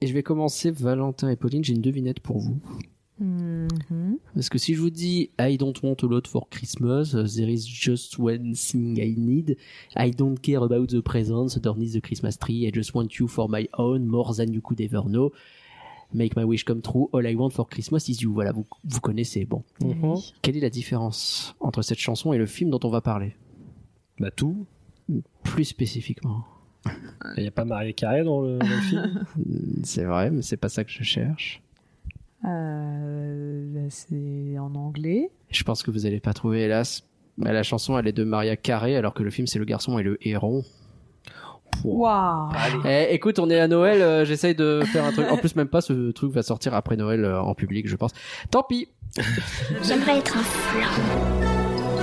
Et je vais commencer, Valentin et Pauline, j'ai une devinette pour vous. Mhm. Parce que si je vous dis I don't want a lot for Christmas, uh, there is just one thing I need, I don't care about the presents underneath the Christmas tree, I just want you for my own, more than you could ever know, make my wish come true, all I want for Christmas is you. Voilà, vous, vous connaissez. Bon. Oui. Quelle est la différence entre cette chanson et le film dont on va parler Bah tout. Plus spécifiquement. Il n'y a pas Maria Carré dans le, dans le film. Hmm, C'est vrai, mais c'est pas ça que je cherche. Euh, bah, c'est en anglais. Je pense que vous allez pas trouver, hélas. Mais la chanson, elle est de Maria Carré, alors que le film, c'est le garçon et le héron. Waouh Eh, écoute, on est à Noël, euh, j'essaye de faire un truc. En plus, même pas, ce truc va sortir après Noël euh, en public, je pense. Tant pis J'aimerais être un flan.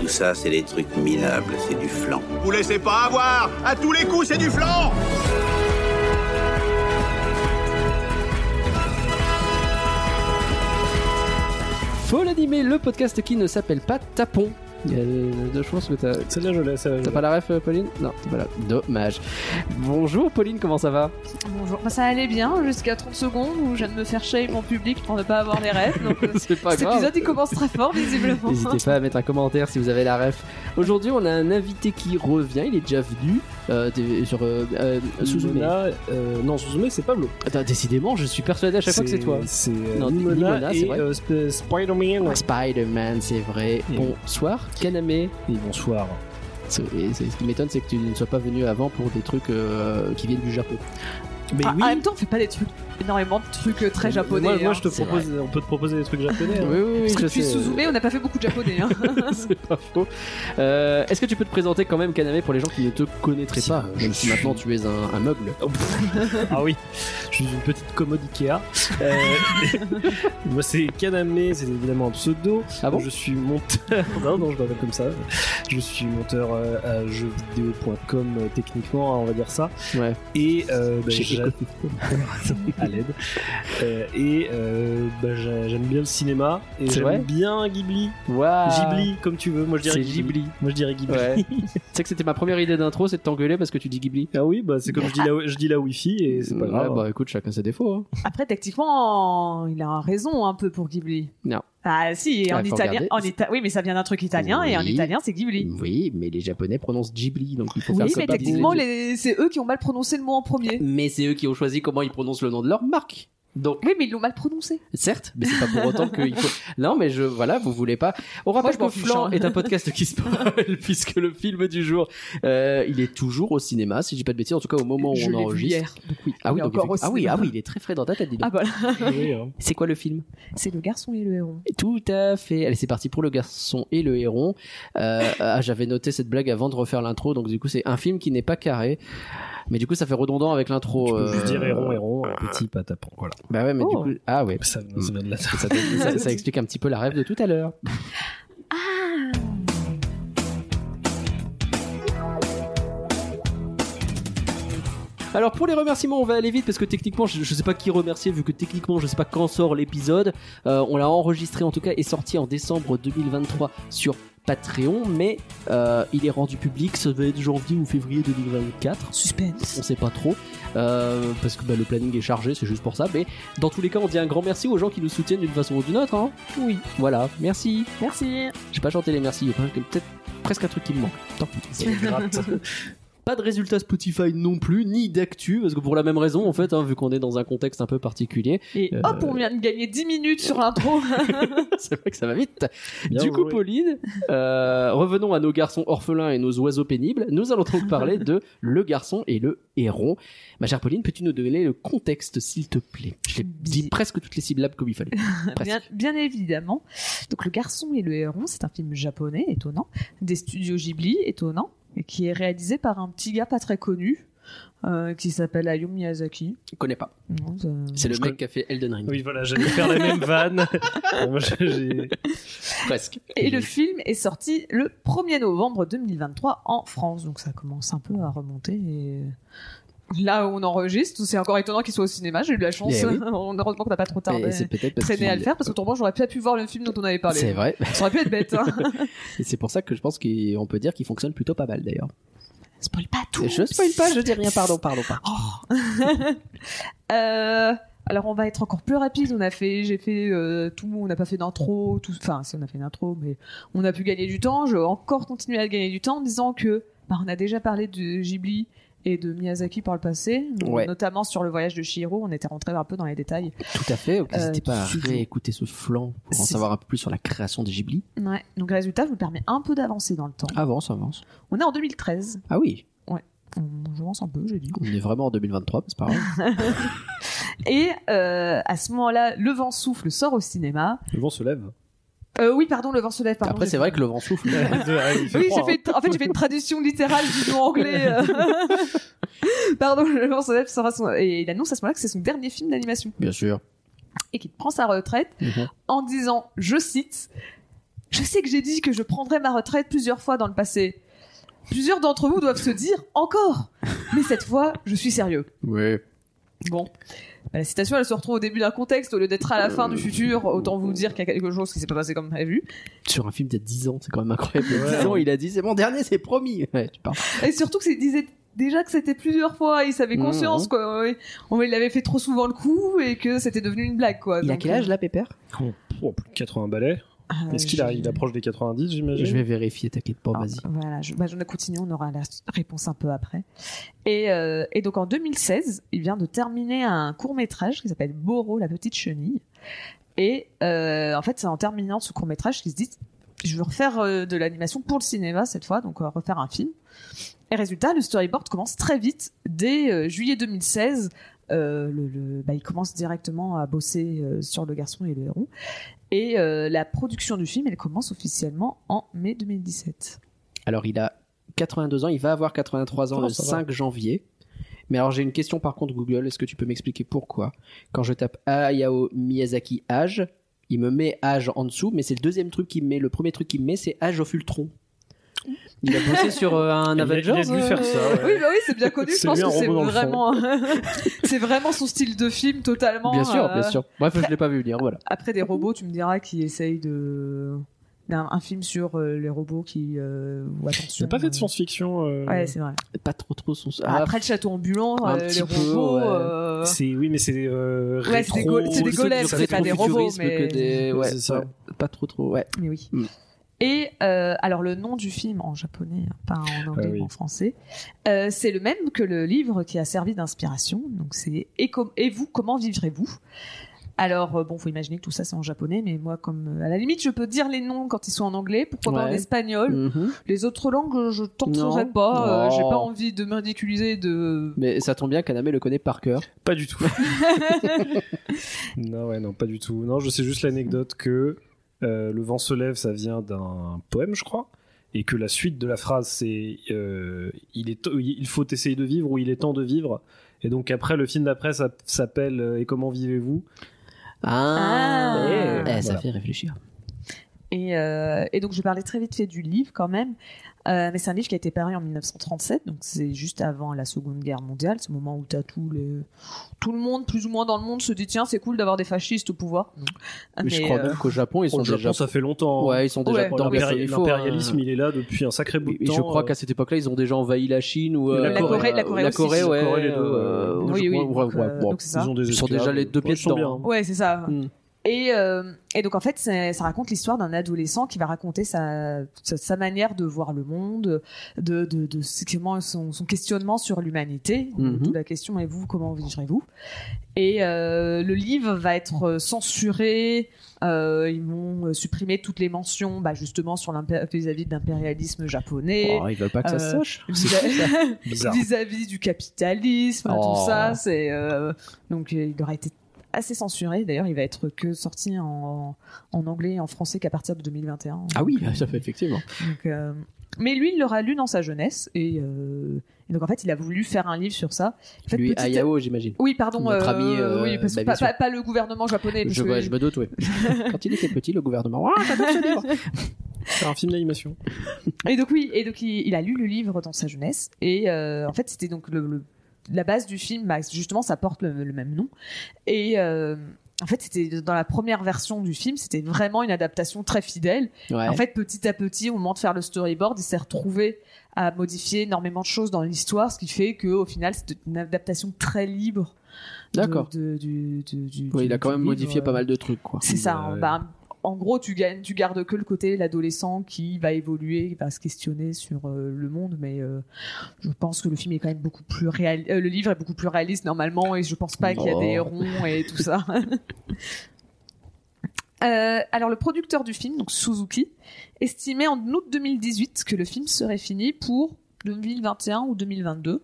Tout ça, c'est des trucs minables, c'est du flan. Vous laissez pas avoir À tous les coups, c'est du flan Faut l'animer, le podcast qui ne s'appelle pas Tapon. Il y a deux chances que t'as... Celle-là, je l'ai. celle-là, je T'as l'ai. pas la ref, euh, Pauline Non, t'as pas la... Dommage. Bonjour, Pauline, comment ça va Bonjour. Bah, ça allait bien jusqu'à 30 secondes où je viens de me faire shame en public pour ne pas avoir les rêves. Donc, euh, C'est pas cet grave. épisode il commence très fort visiblement. N'hésitez pas à mettre un commentaire si vous avez la ref. Aujourd'hui, on a un invité qui revient. Il est déjà venu euh, des- sur euh, euh, Suzume. Nimona, euh, non, Suzume, c'est Pablo. Attends, décidément, je suis persuadé à chaque fois que c'est toi. C'est euh, Non, Nimona Nimona, c'est et vrai. euh, Sp- Spider-Man. Spider-Man, c'est vrai. Et- Bonsoir, Kaname. Et bonsoir. C'est- et c'est- Ce qui m'étonne, c'est que tu ne sois pas venu avant pour des trucs euh, qui viennent du Japon. Mais Ah, En même temps, on fait pas des trucs énormément de trucs euh, très japonais. Moi, moi, hein. je te c'est propose, on peut te proposer des trucs japonais. hein. oui, Parce que depuis Suzume, on n'a pas fait beaucoup de japonais. hein. c'est pas faux. Euh, Est-ce que tu peux te présenter quand même, Kaname, pour les gens qui ne te connaîtraient Si, pas euh, je Même si suis- maintenant tu es un, un meuble. Oh, pff. ah oui, je suis une petite commode Ikea. Euh, moi, c'est Kaname, c'est évidemment un pseudo. Ah bon je suis monteur. Non, non, je m'appelle comme ça. Je suis monteur euh, à jeuxvideo.com euh, techniquement, on va dire ça. Ouais. Et euh, bah, Chez j'a- à l'aide. Euh, et euh, bah, j'a- j'aime bien le cinéma. Et C'est vrai j'aime bien Ghibli. Waouh Ghibli, comme tu veux. Moi, je dirais C'est Ghibli. Moi, je dirais Ghibli. Ouais. tu sais que c'était ma première idée d'intro, c'est de t'engueuler parce que tu dis Ghibli. Ah oui, bah, c'est comme je dis la, je dis la Wi-Fi et c'est pas Ouais, grave. Bah écoute, chacun ses défauts. hein. Après, tactiquement, il a raison un peu pour Ghibli. Non. Ah si, Ah, en faut italien. regarder. En Ita- Oui, mais ça vient d'un truc italien et en Oui. italien, c'est Ghibli. Oui, mais les Japonais prononcent Ghibli, donc il faut faire Oui, comme mais ils disent techniquement, les- les- c'est eux qui ont mal prononcé le mot en premier. Mais c'est eux qui ont choisi comment ils prononcent le nom de leur marque. Donc, Oui, mais ils l'ont mal prononcé. certes, mais c'est pas pour autant qu'il faut. Non, mais je, voilà, vous voulez pas. On rappelle je que m'en fiche, Flan hein. est un podcast qui se parle, puisque le film du jour, euh, il est toujours au cinéma, si je dis pas de bêtises, en tout cas au moment où Je on l'ai vu enregistre. hier. Ah Il oui, est donc, encore au ah oui, cinéma. ah oui, il est très frais dans ta tête, dis donc. Ah voilà. Oui, hein. C'est quoi le film C'est le garçon et le héron. Tout à fait. Allez, c'est parti pour le garçon et le héron. Euh, ah, j'avais noté cette blague avant de refaire l'intro, donc du coup c'est un film qui n'est pas carré, mais du coup ça fait redondant avec l'intro. Tu peux juste euh, dire héron, héron, petit patapon. Voilà. Bah ouais, mais Oh. du coup, ah ouais, Ça, ça vient de la ça, ça- ça explique un petit peu la rêve de tout à l'heure. Ah. Alors pour les remerciements, on va aller vite parce que techniquement, je, je sais pas qui remercier vu que techniquement, je sais pas quand sort l'épisode. Euh, on l'a enregistré en tout cas et sorti en décembre 2023 sur Patreon, mais euh, il est rendu public, ça va être janvier ou février 2024 Suspense. on sait pas trop euh, parce que bah, le planning est chargé c'est juste pour ça mais dans tous les cas on dit un grand merci aux gens qui nous soutiennent d'une façon ou d'une autre hein. oui voilà merci Merci. j'ai pas chanté les merci il y a presque- peut-être presque un truc qui me manque tant pis gratte. pas de résultats Spotify non plus ni d'actu parce que pour la même raison en fait hein, vu qu'on est dans un contexte un peu particulier Et Euh, hop, on vient de gagner 10 minutes sur l'intro. c'est vrai que ça va vite Bien du coup joué. Pauline euh, revenons à nos garçons orphelins et nos oiseaux pénibles nous allons donc parler de le garçon et le héron ma chère Pauline peux-tu nous donner le contexte s'il te plaît je l'ai dit presque toutes les syllabes comme il fallait Presque. bien, bien évidemment. Donc, Le Garçon et le Héron, c'est un film japonais, étonnant, des studios Ghibli, étonnant, et qui est réalisé par un petit gars pas très connu, euh, qui s'appelle Hayao Miyazaki. Je connais pas. Non, ça- C'est le Je mec con- qui a fait Elden Ring. Oui, voilà, j'allais faire la même vanne. Moi, j'ai- Presque. Et le film est sorti le 1er novembre 2023 en France, donc ça commence un peu à remonter. Et... là où on enregistre, c'est encore étonnant qu'il soit au cinéma. J'ai eu de la chance. Eh oui. Heureusement qu'on n'a pas trop tardé. Et c'est peut-être parce traîné à qu'il- le faire parce que tournant j'aurais pas pu voir le film dont on avait parlé. C'est vrai. Ça aurait pu être bête. Hein. Et c'est pour ça que je pense qu'on peut dire qu'il fonctionne plutôt pas mal d'ailleurs. Spoil pas tout. Je spoil pas, je dis rien, pardon, pardon, pardon. Oh. Euh, alors on va être encore plus rapide. On a fait, j'ai fait euh, tout, on n'a pas fait d'intro, tout. Enfin, si on a fait une intro, mais on a pu gagner du temps. Je vais encore continuer à gagner du temps en disant que, bah, on a déjà parlé de Ghibli et de Miyazaki par le passé, Ouais. notamment sur le voyage de Shihiro. On était rentré un peu dans les détails. Tout à fait, donc n'hésitez Euh, pas à tu- réécouter ce flanc pour en C'est- savoir un peu plus sur la création des Ghibli. Ouais. Ah. Donc résultat, je me permets un peu d'avancer dans le temps. Avance, avance. On est en 2013. Ah oui, On- J'avance un peu, j'ai dit. on est vraiment en 2023, mais c'est pas grave. Et euh, à ce moment-là, Le Vent souffle sort au cinéma. Le vent se lève. Euh, oui, pardon, Le Vent se lève. Pardon, Après, j'ai c'est fait- vrai que le vent souffle. Oui, j'ai fait. une- En fait, j'ai fait une traduction littérale du nom anglais. euh. Pardon, Le Vent se lève sort à son... et il annonce à ce moment-là que c'est son dernier film d'animation Bien sûr. et qu'il prend sa retraite Mhm. en disant, je cite, je sais que j'ai dit que je prendrais ma retraite plusieurs fois dans le passé. Plusieurs d'entre vous doivent se dire encore, mais cette fois, je suis sérieux. Oui. Bon. Bah, La citation, elle se retrouve au début d'un contexte, au lieu d'être à la fin du futur, autant vous dire qu'il y a quelque chose qui s'est pas passé comme prévu. Sur un film d'il y a 10 ans, c'est quand même incroyable. Il y a Ouais. 10 ans, il a dit c'est mon dernier, c'est promis. Ouais, tu parles. Et surtout que c'est- il disait déjà que c'était plusieurs fois, il savait Mhm. conscience, quoi. Ouais. On- Il avait fait trop souvent le coup et que c'était devenu une blague, quoi. Il a Donc, quel âge là, Pépère Oh, plus de 80 balais. euh, Est-ce qu'il je- arrive Il approche des 90, j'imagine Je vais vérifier, t'inquiète pas, Alors, vas-y. Voilà, je, bah, je vais continuer, on aura la s- réponse un peu après. Et, euh, et donc en 2016, il vient de terminer un court métrage qui s'appelle Boro, la petite chenille. Et euh, en fait, c'est en terminant ce court métrage qu'il se dit je veux refaire euh, de l'animation pour le cinéma cette fois, donc euh, refaire un film. Et résultat, le storyboard commence très vite, dès euh, juillet 2016. euh, le, le- bah, il commence directement à bosser euh, sur Le Garçon et le Héron. Et euh, la production du film, elle commence officiellement en mai 2017. Alors, il a 82 ans, il va avoir 83 ans Oh, le ça va. 5 janvier. Mais alors, j'ai une question par contre, Google. Est-ce que tu peux m'expliquer pourquoi Quand je tape Hayao Miyazaki âge, il me met âge en dessous, mais c'est le deuxième truc qu'il me met. Le premier truc qu'il me met, c'est âge au Fultron. Il a bossé sur euh, un Il a- Avengers. il a dû faire euh, ça, ouais. Oui, bah oui, c'est bien connu. Je C'est pense lui que un c'est robot dans le fond. vraiment, c'est vraiment son style de film totalement. Bien sûr, euh, bien sûr. Bref, je l'ai pas vu venir, voilà. Après des robots, tu me diras qui essayent de d'un un film sur euh, les robots qui. Euh, ou Tu attention, n'as pas fait de euh, science-fiction euh, Ouais, c'est vrai. Pas trop, trop son. Ah, Après le château ambulant, un euh, petit les peu, robots. ouais. euh, C'est oui, mais c'est euh, Ouais, c'est des rétro- go- c'est des plutôt golems, du c'est pas des rétrofuturisme robots, mais- que des- ouais, C'est ça. pas- Pas trop, trop. Ouais. Mais oui. Mm. Et euh, alors le nom du film en japonais, hein, pas en anglais, Ah oui. mais en français, euh, c'est le même que le livre qui a servi d'inspiration. Donc c'est et, com- et vous, comment vivrez-vous Alors euh, bon, faut imaginer que tout ça c'est en japonais, mais moi comme euh, à la limite je peux dire les noms quand ils sont en anglais, pourquoi pas en Ouais. espagnol. Mhm. Les autres langues je tenterai Non. pas, euh, j'ai pas Oh. envie de me ridiculiser de. Mais ça tombe bien, Kaname le connaît par cœur. Pas du tout. non, ouais, non, pas du tout. Non, je sais juste l'anecdote que euh, le vent se lève, ça vient d'un poème, je crois, et que la suite de la phrase c'est euh, il est to- il faut essayer de vivre ou il est temps de vivre. Et donc après, le film d'après ça- s'appelle euh, Et comment vivez-vous Ah. Eh, Voilà. Ça fait réfléchir. Et, euh, et donc je parlais très vite fait du livre quand même, Euh, mais c'est un livre qui a été paru en 1937, donc c'est juste avant la Seconde Guerre mondiale, ce moment où t'as tout le tout le monde plus ou moins dans le monde se dit tiens c'est cool d'avoir des fascistes au pouvoir. Non. Mais je crois euh, même qu'au Japon, ils sont Au Japon, déjà. ça fait longtemps. hein. Ouais, ils sont déjà Ouais. dans le hein. L'impéri- L'impérialisme, il est là depuis un sacré bout de Et temps. euh, je crois euh, qu'à cette époque-là, ils ont déjà envahi la Chine ou La euh, Corée, la Corée la aussi. Corée, La ouais. Corée, les deux, euh, euh, je oui, oui, crois- donc, ouais, euh, ouais, donc c'est ça. ils ont des Ils sont esclaves, déjà les deux ouais, pieds ils sont dedans. bien. Ouais c'est ça. Mm. Et, euh, et donc en fait c'est- ça raconte l'histoire d'un adolescent qui va raconter sa, sa, sa manière de voir le monde, de, de, de ce- comment son, son questionnement sur l'humanité, Mhm. d'où la question est vous comment vivrez-vous Et euh, le livre va être euh, censuré. euh, ils vont euh, supprimer toutes les mentions, bah, justement sur l'impé- vis-à-vis de l'impérialisme japonais, Oh, ils veulent pas que ça se Euh, sache. vis-à- hein. Bizarre. vis-à-vis du capitalisme, Oh. tout ça. C'est euh, donc euh, il aura été assez censuré. D'ailleurs, il va être que sorti en, en anglais et en français qu'à partir de 2021. Ah oui, ça fait effectivement. Donc, euh, mais lui, il l'aura lu dans sa jeunesse et, euh, et donc en fait, il a voulu faire un livre sur ça. En fait, Lui, petite- Ayao, j'imagine. Oui, pardon. Notre euh, ami, euh, oui, parce que bah, bien pas, sûr. pas- pas le gouvernement japonais. parce Je, que- ouais, je me doute, oui. Quand il était petit, le gouvernement. Ah, j'adore ce livre C'est un film d'animation. Et donc oui, et donc il, il a lu le livre dans sa jeunesse et euh, en fait c'était donc le, le- la base du film, bah, justement, ça porte le, le même nom. Et euh, en fait, c'était dans la première version du film, c'était vraiment une adaptation très fidèle. Ouais. En fait, petit à petit, au moment de faire le storyboard, il s'est retrouvé à modifier énormément de choses dans l'histoire, ce qui fait que au final, c'est une adaptation très libre. de- D'accord. de- du- du- du- Ouais, du- il a quand du même livre, modifié euh, pas mal de trucs, quoi. c'est ça. Ouais. bah, en gros, tu, gagnes, tu gardes que le côté l'adolescent qui va évoluer, qui va se questionner sur euh, le monde, mais euh, je pense que le film est quand même beaucoup plus réaliste. le livre est beaucoup plus réaliste normalement, et je pense pas qu'il y a Oh. des ronds et tout ça. Euh, alors, le producteur du film, donc Suzuki, estimait en août 2018 que le film serait fini pour 2021 ou 2022.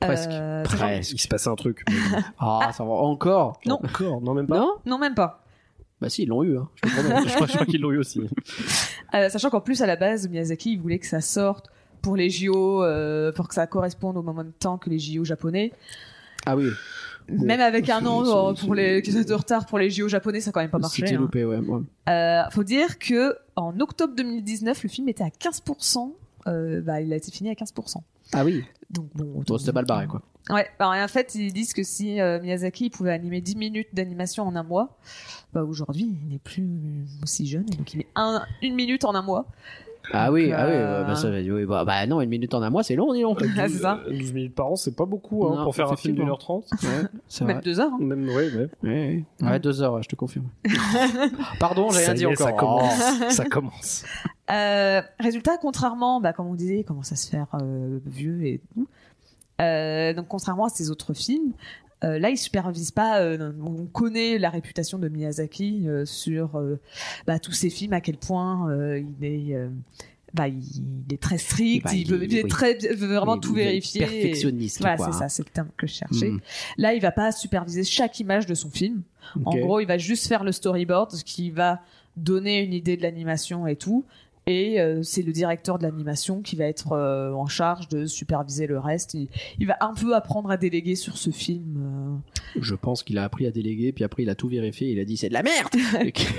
Presque. Euh, Presque. Il se passait un truc. mais Ah, ça va encore. Non. Encore, non, même pas. Non Non, même pas. Bah si, ils l'ont eu. Hein. Je, te promets, je crois, je crois qu'ils l'ont eu aussi. Euh, sachant qu'en plus, à la base, Miyazaki, il voulait que ça sorte pour les JO, euh, pour que ça corresponde au moment de temps que les JO japonais. Ah oui, Même avec un c'est- an c'est- euh, c'est- pour les de retard pour les JO japonais, ça a quand même pas marché. c'était hein. loupé, ouais. ouais. Euh, faut dire que en octobre 2019, le film était à 15%. euh, bah, il a été fini à 15%. Ah oui, Donc bon, bon, c'était mal barré, quoi. Ouais, bah, en fait, ils disent que si euh, Miyazaki il pouvait animer 10 minutes d'animation en un mois, bah, aujourd'hui, il n'est plus aussi jeune, donc il est un, une minute en un mois. Ah Donc, oui, euh, ah oui, euh, bah, ça, oui, bah, bah non, une minute en un mois, c'est long, dis donc. Ah, c'est ça. 12 Euh, minutes par an, c'est pas beaucoup hein, Non, pour faire un film effectivement. d'une heure trente. Ouais, c'est Même vrai. deux heures. hein. Même, ouais, ouais. Ouais, ouais. Ouais, deux heures, ouais, je te confirme. Pardon, j'ai Ça rien y dit est, encore. Ça commence. ça commence. Euh, résultat, contrairement, bah, comme on disait, il commence à se faire euh, vieux et tout. Euh, donc, contrairement à ses autres films, euh, là, il supervise pas. euh, on connaît la réputation de Miyazaki euh, sur euh, bah, tous ses films, à quel point euh, il est. euh, bah, il il est très strict, Bah, il, veut, il- il est oui. très, il veut Oh. vraiment Il- tout il est vérifier. et- Perfectionniste, Voilà, quoi. hein. c'est ça, c'est le terme que je cherchais. Mm. Là, il va pas superviser chaque image de son film. Ok. En gros, il va juste faire le storyboard qui va donner une idée de l'animation et tout. Et euh, c'est le directeur de l'animation qui va être euh, en charge de superviser le reste. Il, il va un peu apprendre à déléguer sur ce film. euh. Je pense qu'il a appris à déléguer, puis après il a tout vérifié, il a dit c'est de la merde.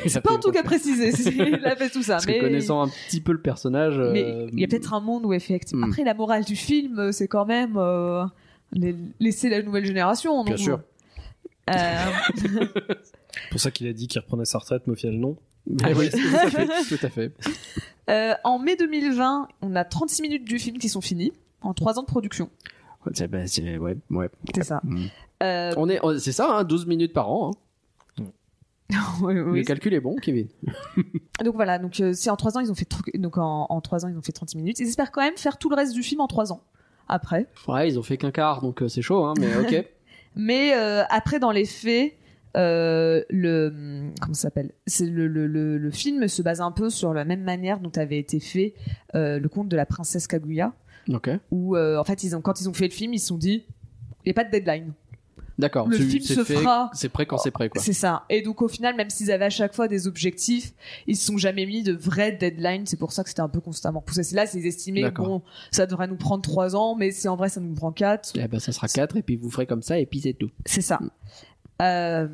C'est pas en tout cas précisé s'il a fait tout ça. Parce mais que connaissant un petit peu le personnage. mais euh, il y a peut-être un monde où effectivement. hmm. Après, la morale du film, euh, c'est quand même euh, les- laisser la nouvelle génération. Bien donc, sûr. euh, C'est pour ça qu'il a dit qu'il reprenait sa retraite, mais au final, non. Ah oui, tout à fait. tout à fait. Euh, en mai 2020, on a 36 minutes du film qui sont finies en 3 ans de production. C'est- bah, c'est- ouais, ouais. C'est ça. Mm. Euh, On est, on- c'est ça, hein, 12 minutes par an. hein. oui, oui. Le calcul est bon, Kevin. Donc voilà, donc euh, si en 3 ans ils ont fait tr- donc en, en 3 ans ils ont fait 30 minutes, ils espèrent quand même faire tout le reste du film en 3 ans après. Ouais, ils ont fait qu'un quart, donc euh, c'est chaud, hein, mais ok. Mais euh, après dans les faits euh, le comment ça s'appelle c'est le, le, le, le film se base un peu sur la même manière dont avait été fait euh, le conte de la princesse Kaguya ok. où euh, en fait ils ont quand ils ont fait le film ils se sont dit il n'y a pas de deadline D'accord. Le c'est- film c'est se fait, fera. C'est prêt quand c'est prêt, quoi. C'est ça. Et donc au final, même s'ils avaient à chaque fois des objectifs, ils se sont jamais mis de vrais deadlines. C'est pour ça que c'était un peu constamment poussé. C'est là, c'est estimé, D'accord. bon, ça devrait nous prendre trois ans, mais si en vrai ça nous prend quatre, Eh ben, ça sera 4 et puis vous ferez comme ça et puis c'est tout. c'est ça. Euh,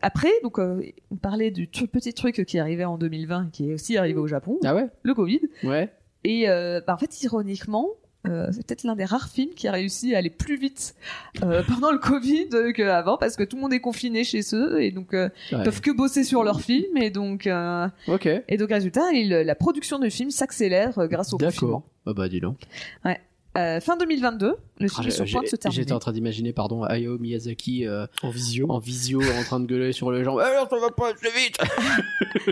Après, donc, euh, on parlait du tru- petit truc qui arrivait en 2020, qui est aussi arrivé au Japon, Ah ouais le Covid. Ouais. Et euh, bah, en fait, ironiquement, euh, c'est peut-être l'un des rares films qui a réussi à aller plus vite euh, pendant le Covid euh, qu'avant, parce que tout le monde est confiné chez eux, et donc euh, Ouais. Ils peuvent que bosser sur leur film et donc euh, Ok. et donc résultat il- la production du film s'accélère euh, grâce au D'accord. confinement. Ah bah dis donc. Euh, fin 2022, le film Ah, est sur j'ai- point de se j'ai- J'étais terminer. en train d'imaginer, pardon, Hayao Miyazaki euh, En visio. en visio en train de gueuler sur les gens. Eh, Alors ça va pas assez vite.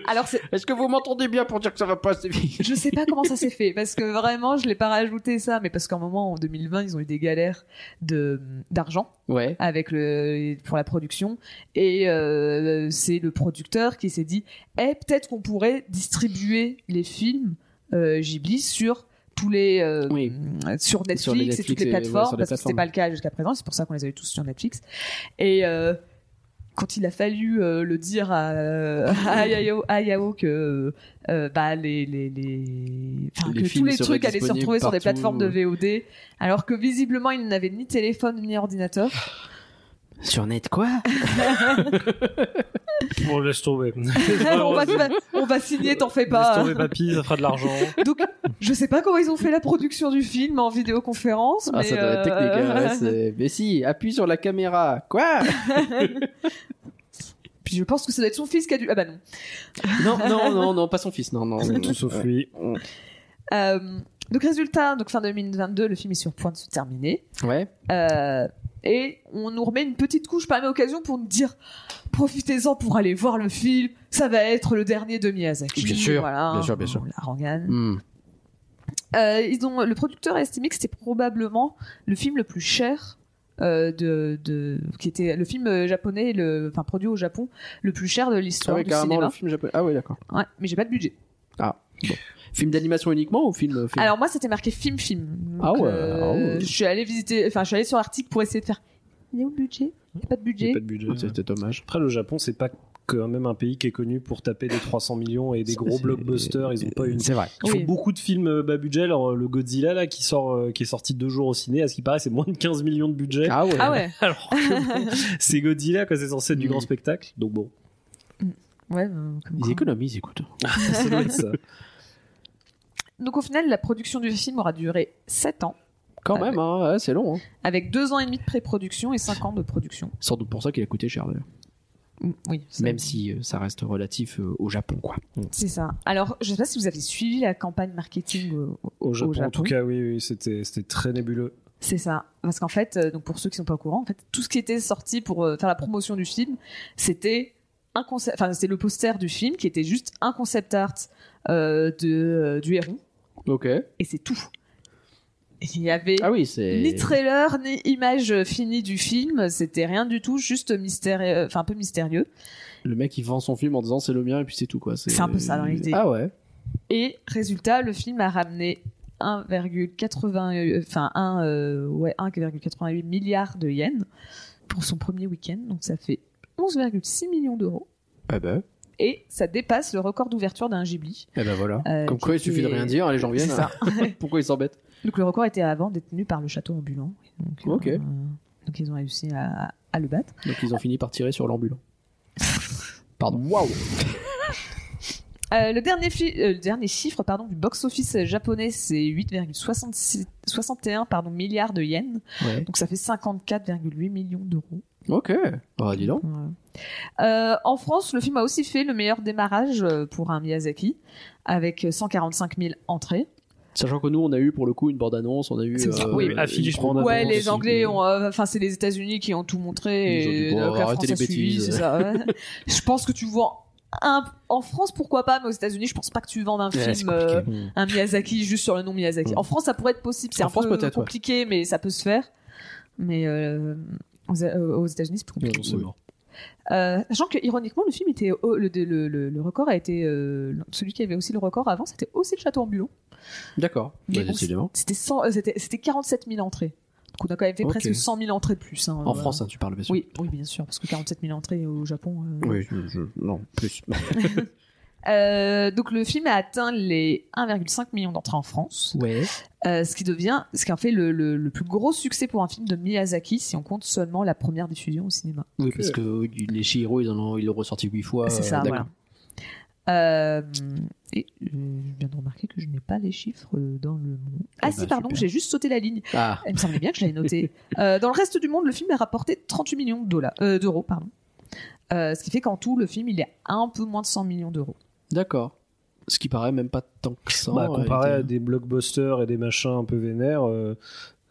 Alors c'est- Est-ce que vous m'entendez bien pour dire que ça va pas assez vite je sais pas comment ça s'est fait parce que vraiment je l'ai pas rajouté ça mais parce qu'en moment en 2020 ils ont eu des galères de d'argent Ouais. avec le pour la production et euh, c'est le producteur qui s'est dit eh peut-être qu'on pourrait distribuer les films euh, Ghibli sur tous les euh, Oui. sur Netflix, Sur les et toutes Netflix les et- plateformes ouais, sur les parce que c'était plateformes. pas le cas jusqu'à présent c'est pour ça qu'on les avait tous sur Netflix et euh, quand il a fallu euh, le dire à, à Hayao, Hayao que euh, bah, les, les, les... enfin, Les que tous films les seraient trucs allaient se disponibles retrouver sur des partout. plateformes de VOD, alors que visiblement il n'avait ni téléphone ni ordinateur. Sur net quoi Bon, laisse tomber. on, va, on va signer, t'en fais Laisse pas. tomber, papy, ça fera de l'argent. Donc, je sais pas comment ils ont fait la production du film en vidéoconférence, Ah, mais ça doit être euh, technique. hein, ouais, c'est- mais si, appuie sur la caméra. Quoi euh, Puis je pense que ça doit être son fils qui a dû. Ah bah non. Non, non, non, non, pas son fils. Non, non. Tout sauf lui. Euh, donc résultat, donc fin 2022, le film est sur point de se terminer. Ouais. Euh, et on nous remet une petite couche par la même occasion pour nous dire profitez-en pour aller voir le film. Ça va être le dernier de Miyazaki. Bien sûr, Voilà, bien sûr, bien sûr. La Rangan. Hmm. Euh, ils ont, le producteur a estimé que c'était probablement le film le plus cher. euh, de, de- qui était le film euh, japonais le enfin produit au Japon le plus cher de Ah l'histoire ouais, du carrément cinéma le film japonais. Ah ouais, d'accord. Ouais, mais j'ai pas de budget Film d'animation uniquement ou film, film alors moi c'était marqué film film Ah Donc, ouais, euh, ah ouais. je suis allée visiter enfin je suis allée sur l'article pour essayer de faire il y a où le budget il y a pas de Il y budget a pas de budget. Ah, C'était dommage. Après, le Japon, c'est pas quand même un pays qui est connu pour taper des 300 millions et des gros C'est- blockbusters. Ils ont pas une. C'est vrai. Ils font Oui. beaucoup de films euh, bas budget. Alors, le Godzilla, là, qui, sort, euh, qui est sorti deux jours au ciné, à ce qui paraît, c'est moins de 15 millions de budget. Ah ouais. ah ouais Alors que bon, c'est Godzilla, quoi, c'est censé être du Mm. grand spectacle. Donc bon, ouais euh, comme Ils quoi. économisent, écoute. ça doit être ça. donc au final la production du film aura duré 7 ans Quand Ah même, hein, ouais, c'est long. hein. avec 2 ans et demi de pré-production et 5 ans de production Sans doute pour ça qu'il a coûté cher, d'ailleurs. Mm, oui ça- Même si euh, ça reste relatif euh, au Japon, quoi. c'est ça alors je sais pas si vous avez suivi la campagne marketing au- au- Au Japon, en tout cas, oui, oui, c'était c'était très nébuleux. C'est ça. Parce qu'en fait, euh, donc pour ceux qui sont pas au courant, en fait, tout ce qui était sorti pour euh, faire la promotion du film, c'était un concept, enfin c'était le poster du film qui était juste un concept art euh, de euh, du héron Ok. et c'est tout. Et Il y avait Ah oui, c'est. ni trailer ni image euh, finie du film, c'était rien du tout, juste mystérieux, enfin un peu mystérieux. Le mec, il vend son film en disant c'est le mien et puis c'est tout, quoi. C'est un peu ça, dans l'idée. Ah ouais. Et résultat, le film a ramené 1,80, euh, enfin un, euh, ouais, 1,88 milliards de yens pour son premier week-end, donc ça fait 11,6 millions d'euros. Eh ben, Et ça dépasse le record d'ouverture d'un Ghibli. eh ben voilà. Euh, Comme qui- quoi, il suffit de qui est- rien dire, les gens viennent. C'est ça. Pourquoi ils s'embêtent donc le record était avant détenu par le château ambulant. Donc, euh, Ok. donc ils ont réussi à, à le battre. Donc ils ont fini par tirer sur l'ambulant. Pardon. Waouh Euh, le, dernier fi- euh, le dernier chiffre pardon, du box-office japonais, c'est 8,61 pardon, milliards de yens. Ouais. Donc ça fait 54,8 millions d'euros. Ok. Bah, dis donc. Ouais. Euh, en France, le film a aussi fait le meilleur démarrage euh, pour un Miyazaki, avec 145 000 entrées. Sachant que nous, on a eu pour le coup une bande-annonce, on a eu. euh, C'est ça. Oui, ah, une affiche promo. bande-annonce. ouais, d'abord, les c'est- Anglais ont, euh, enfin c'est les États-Unis qui ont tout montré Ils ont dit, et bon, donc, la arrêtez France les a suivi, bêtises. c'est ça. ouais. je pense que tu vois un, en France pourquoi pas, mais aux États-Unis je pense pas que tu vendes un Ouais, c'est film, compliqué. euh, un Miyazaki juste sur le nom Miyazaki. Mm. En France ça pourrait être possible, c'est En un France, peu peut-être, ouais. compliqué, mais ça peut se faire. Mais euh, aux, aux États-Unis c'est plus compliqué. Non, c'est mort. Euh, sachant que ironiquement le film était au- le, le, le, le record a été euh, celui qui avait aussi le record avant c'était aussi le château ambulant D'accord. Mais Bah, bon, décidément. c'était 100 euh, c'était c'était 47 000 entrées donc on a quand même fait Ok. presque 100 000 entrées de plus hein, En voilà. France, hein, tu parles bien sûr. oui oui bien sûr parce que 47 000 entrées au Japon euh. Oui, je, je- non, plus. Non. Euh, donc le film a atteint les 1,5 million d'entrées en France Ouais. euh, ce qui devient ce qui en fait le, le, le plus gros succès pour un film de Miyazaki si on compte seulement la première diffusion au cinéma Oui, parce que euh, les Shihiro, ils en ont- ils l'ont ressorti huit fois. C'est euh, ça, d'accord. voilà. Euh, et euh, je viens de remarquer que je n'ai pas les chiffres euh, dans le monde. Ah Eh si, ben, pardon, super. j'ai juste sauté la ligne. Ah, Il me semblait bien que je l'avais noté. Euh, dans le reste du monde, le film a rapporté 38 millions de dollars, euh, d'euros, pardon. Euh, ce qui fait qu'en tout, le film, il est à un peu moins de 100 millions d'euros. d'accord. Ce qui paraît même pas tant que ça. Bah, en comparé à réalité. des blockbusters et des machins un peu vénères, euh,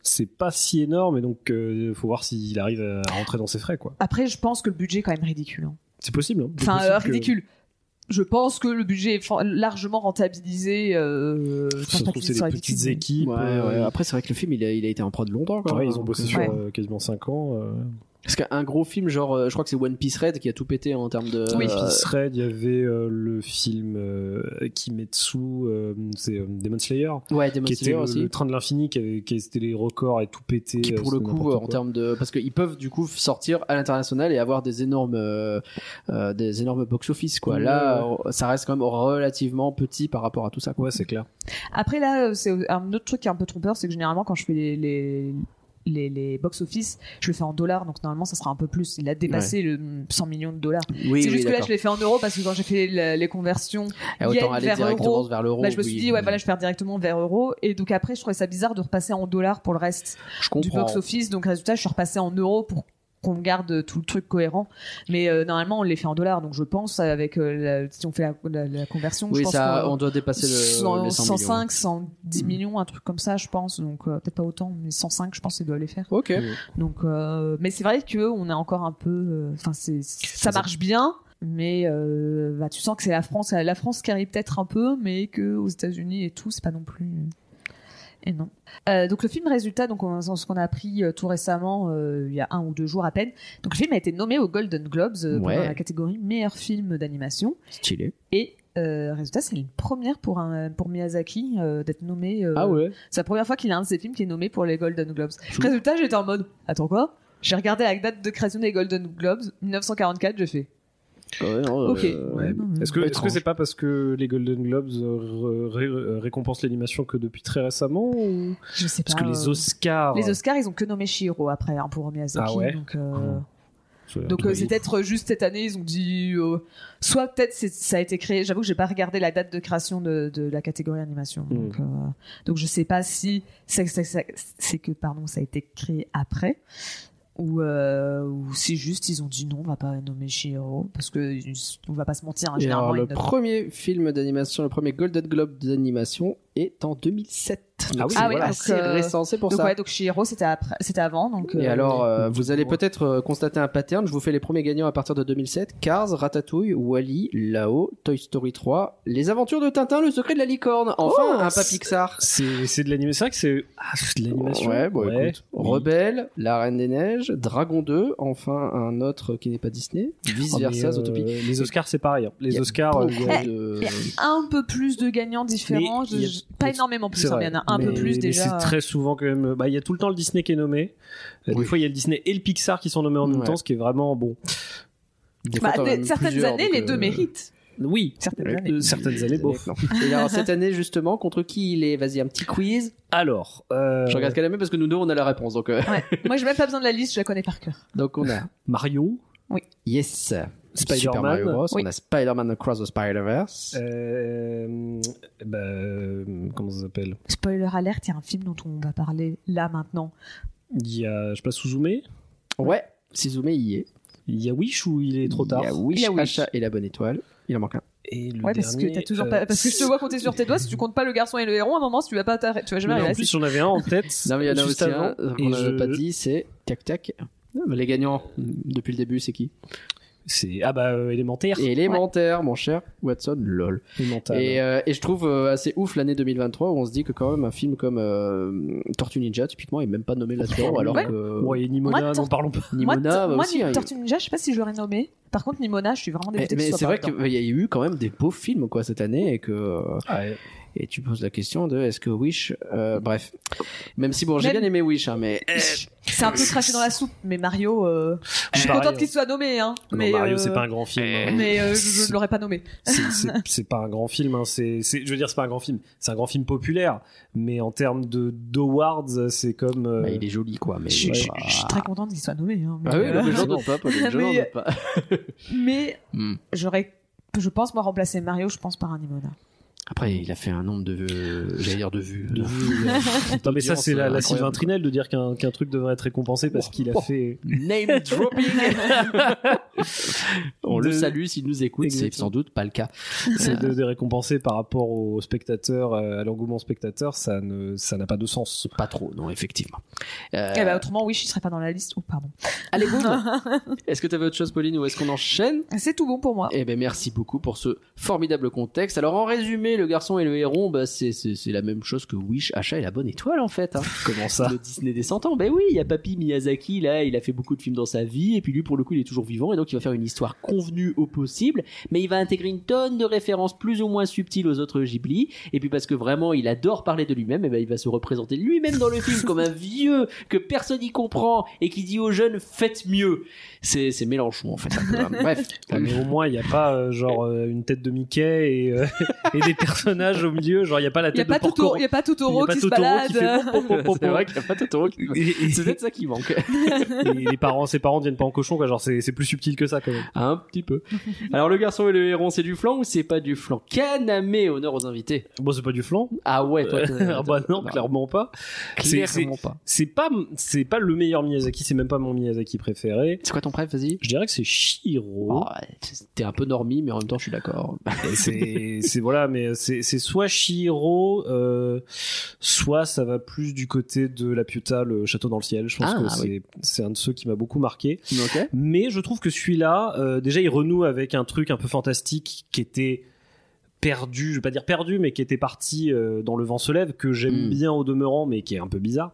c'est pas si énorme. Et donc, euh, faut voir s'il arrive à rentrer dans ses frais, quoi. Après, je pense que le budget est quand même ridicule. hein. C'est possible. hein. C'est Enfin, possible euh, que- ridicule. Je pense que le budget est fa- largement rentabilisé. Euh, je Ça pense se pas trouve, qu'il c'est des soit petites ridicule, mais- équipes. Ouais, ouais. euh, Après, c'est vrai que le film, il a, il a été en prod longtemps. Quoi, ouais, ils ont Donc, bossé euh, sur Ouais. euh, quasiment 5 ans. euh. Parce qu'un gros film, genre, euh, je crois que c'est One Piece Red qui a tout pété en termes de. Oui. euh, Puis Red, il y avait euh, le film euh, Kimetsu, euh, c'est euh, Demon Slayer, Ouais, Demon qui était Slayer le, aussi. le train de l'infini, qui, avait- qui était les records et tout pété. qui euh, pour le c'était coup n'importe euh, en quoi. termes de parce qu'ils peuvent du coup sortir à l'international et avoir des énormes euh, euh, des énormes box office quoi Ouais, là euh, ça reste quand même relativement petit par rapport à tout ça quoi. Ouais, c'est clair. Après là, euh, c'est un autre truc qui est un peu trompeur, c'est que généralement quand je fais les, les, les, les box-office. Je le fais en dollars, donc normalement ça sera un peu plus. Il a dépassé le 100 millions de dollars. Oui, oui, c'est juste que là, d'accord. je l'ai fait en euros parce que quand j'ai fait la- les conversions, Ah, yen autant aller vers directement euro, vers l'euro. bah, je me suis oui. dit, ouais, voilà, je perds directement vers euros. Et donc après, je trouvais ça bizarre de repasser en dollars pour le reste je du comprends. box-office. Donc résultat, je suis repassé en euros pour qu'on garde tout le truc cohérent. Mais euh, normalement, on les fait en dollars. Donc je pense, avec euh, la- si on fait la, la- la conversion, je Oui, pense ça, qu'on- on doit dépasser le, 100, les 100 millions. 105, 110 Mm. millions, un truc comme ça, je pense. Donc euh, peut-être pas autant, mais 105, je pense, ils doivent les faire. Ok. Donc, euh, mais c'est vrai que on est encore un peu. euh, Enfin, c'est ça marche bien, mais euh, bah, tu sens que c'est la France, la France qui arrive peut-être un peu, mais que aux États-Unis et tout, c'est pas non plus. Et non. Euh, donc le film résultat, donc on- ce qu'on a appris euh, tout récemment, euh, il y a un ou deux jours à peine. Donc le film a été nommé aux Golden Globes euh, Ouais. dans la catégorie meilleur film d'animation. Stylé. Et euh, résultat, c'est une première pour, un, pour Miyazaki euh, d'être nommé. euh, ouais. C'est la première fois qu'il a un de ses films qui est nommé pour les Golden Globes. Chou. Résultat, j'étais en mode Attends quoi J'ai regardé la date de création des Golden Globes, 1944, j'ai fait Ok. Euh, Ouais, bah, non, mais- Est-ce que est-ce que Étrange. c'est pas parce que les Golden Globes euh, ré- ré- récompensent l'animation que depuis très récemment ou... Je sais pas. Parce que les euh, Oscars. les Oscars, ils ont que nommé Shiro après hein, pour Miyazaki. Ah ouais Donc, euh, C'est- donc euh, c'est peut-être juste cette année, ils ont dit. euh, soit peut-être c'est- ça a été créé. J'avoue que j'ai pas regardé la date de création de, de la catégorie animation. Mm. Donc, euh, donc je sais pas si c'est c'est- c'est- c'est que pardon, ça a été créé après. Ou, euh, ou si juste ils ont dit non, on va pas nommer Shiro parce que on va pas se mentir. hein, Et généralement, alors, le ils nomment- premier film d'animation, le premier Golden Globe d'animation est en 2007. Donc, oui, c'est ah oui, voilà, donc, c'est euh, récent, c'est pour donc, ça. ouais, donc Shiro c'était après, c'était avant. Donc Et euh, alors, euh, vous allez Ouais. peut-être euh, constater un pattern. Je vous fais les premiers gagnants à partir de 2007. Cars, Ratatouille, Wally, Lao, Toy Story 3, Les Aventures de Tintin, Le Secret de la Licorne. Enfin, Oh, un pas c'est- Pixar. C'est c'est de l'animation. C'est vrai que c'est ah, c'est de l'animation. euh, Ouais, bon, écoute. Oui. Rebelle, La Reine des Neiges, Dragon 2, enfin un autre qui n'est pas Disney, Vice Ah, mais, Versa, euh, Zootopie. Les Oscars, c'est pareil. hein. Il y Les a Oscars, beaucoup euh, il y a- de- il y a un peu plus de gagnants différents. Mais je- il y a- je- pas énormément plus, C'est hein, vrai. mais il y en a un Mais- peu plus mais déjà. C'est très souvent quand même. Bah, il y a tout le temps le Disney qui est nommé. Euh, Des Oui. fois, il y a le Disney et le Pixar qui sont nommés en même Ouais. temps, ce qui est vraiment bon. des fois, Bah, t'en as des- même certaines plusieurs, années, donc, les deux euh, méritent. Oui. Certaines Euh, années. certaines années, bon. non. Et alors, cette année, justement, contre qui il est Vas-y, un petit quiz. Alors, euh, Je regarde qu'à la même parce que nous deux, on a la réponse. Donc, euh, Ouais. Moi, j'ai même pas besoin de la liste, je la connais par cœur. donc on a Mario. Yes. Spider-Man Superman. Mario Bros. Oui. On a Spider-Man Across the Spider-Verse. euh, bah, euh, comment ça s'appelle Spoiler alerte, il y a un film dont on va parler là maintenant. Il y a, je sais pas, Suzume. ouais, Suzume y est. Il y a Wish ou il est trop tard Il y a Wish, Il y a Wish. Achat et la bonne étoile. Il en manque un. Et le Ouais, parce que dernier, t'as toujours euh, pas. Parce que je te vois compter sur tes doigts, si tu comptes pas le garçon et le héron, à un moment, tu vas pas t'arrêter- tu vas jamais mais arriver en à plus, j'en avais un en tête. Non, mais il y en a juste aussi avant, un euh, qu'on et n'a je- pas dit, c'est Tac Tac. Les gagnants depuis le début, c'est qui C'est ah bah euh, élémentaire. Élémentaire, mon cher Watson, lol. Élémentaire. Et, euh, et je trouve euh, assez ouf l'année 2023 où on se dit que quand même un film comme euh, Tortue Ninja typiquement est même pas nommé là-dedans alors Ouais. que Ouais, et Moi, Nimona, Tor- n'en parlons pas. Moi, Nimona t- bah, moi aussi. Nin- hein, Tortue Ninja, je sais pas si je l'aurais nommé. Par contre, Nimona, je suis vraiment mais, dégoûtée que mais ce soit c'est pas vrai dedans. qu'il y a eu quand même des beaux films quoi cette année et que euh, et tu poses la question de est-ce que Wish euh, bref même si bon j'ai Même- bien aimé Wish hein, mais C'est un peu craché dans la soupe, mais Mario. euh, Je suis Pareil, contente qu'il hein. soit nommé, hein. Non, mais, Mario, euh, c'est pas un grand film. hein. Mais euh, je je l'aurais pas nommé. C'est- c'est- C'est pas un grand film. hein. C'est, c'est- je veux dire, c'est pas un grand film. C'est un grand film populaire, mais en termes de d'awards, c'est comme. euh, bah, il est joli quoi mais Je suis- ouais. je suis je suis très contente qu'il soit nommé. hein, mais, ah oui, euh, non, mais j'en doute pas, Pauline, je n'en Mais- euh, doute pas. mais Hmm. j'aurais je pense moi remplacer Mario je pense par un Nimona Après, il a fait un nombre de, euh, j'allais dire de vues. de vue, euh, non mais ça c'est la, la Incroyable. Sylvain Trinel de dire qu'un qu'un truc devrait être récompensé parce qu'il a Oh. fait. Name dropping. On le De- salue s'il nous écoute, c'est Exactement. sans doute pas le cas. C'est de, de récompenser par rapport aux spectateurs, euh, à l'engouement spectateur, ça ne ça n'a pas de sens. Pas trop, non, effectivement. Euh, Eh ben, autrement oui je serais pas dans la liste oh pardon allez, boum Est-ce que tu avais autre chose, Pauline, ou est-ce qu'on enchaîne c'est tout bon pour moi Eh ben, merci beaucoup pour ce formidable contexte. Alors, en résumé, le garçon et le héron, bah, c'est, c'est, c'est la même chose que Wish, Achat et la bonne étoile, en fait. hein. Comment ça Le Disney des 100 ans. Ben oui, il y a Papy Miyazaki, là, il a fait beaucoup de films dans sa vie, et puis lui, pour le coup, il est toujours vivant, et donc il va faire une histoire convenue au possible, mais il va intégrer une tonne de références plus ou moins subtiles aux autres Ghibli, et puis parce que vraiment, il adore parler de lui-même, et ben il va se représenter lui-même dans le film comme un vieux que personne n'y comprend, et qui dit aux jeunes, faites mieux. C'est, c'est Mélenchon, en fait. un peu, hein. Bref. Ah, Mais au moins il n'y a pas euh, genre euh, une tête de Mickey et, euh, et des personnage au milieu, genre il n'y a pas la Il n'y a, tête pas de Porco. Totoro- il y a pas Totoro Il y a qui se pas Totoro qui balade. fait- Pom, pom, pom, C'est pom. vrai qu'il n'y a pas Totoro qui... Et- et- C'est peut-être ça qui manque. et les parents, ses parents deviennent pas en cochon, quoi. Genre, c'est c'est plus subtil que ça, quand même. Un petit peu. Alors, le garçon et le héron, c'est du flan ou c'est pas du flan Canamé, honneur aux invités. Bon, c'est pas du flan. Ah ouais, toi, t'es- Ah bah non, clairement pas. C'est- c'est- clairement pas. C'est pas, c'est pas le meilleur Miyazaki, c'est même pas mon Miyazaki préféré. C'est quoi ton préf, vas-y Je dirais que c'est Shiro. Oh, ouais, t'es- T'es un peu normie, mais en même temps, je suis d'accord. Bah, C'est, c'est- voilà, mais c'est, c'est soit Shiro, euh, soit ça va plus du côté de La Piuta, le château dans le ciel. Je pense Ah, que oui. c'est, c'est un de ceux qui m'a beaucoup marqué. ok. Mais je trouve que celui-là, euh, déjà, il renoue avec un truc un peu fantastique qui était perdu, je vais pas dire perdu, mais qui était parti euh, dans le vent se lève, que j'aime Mm. bien au demeurant, mais qui est un peu bizarre.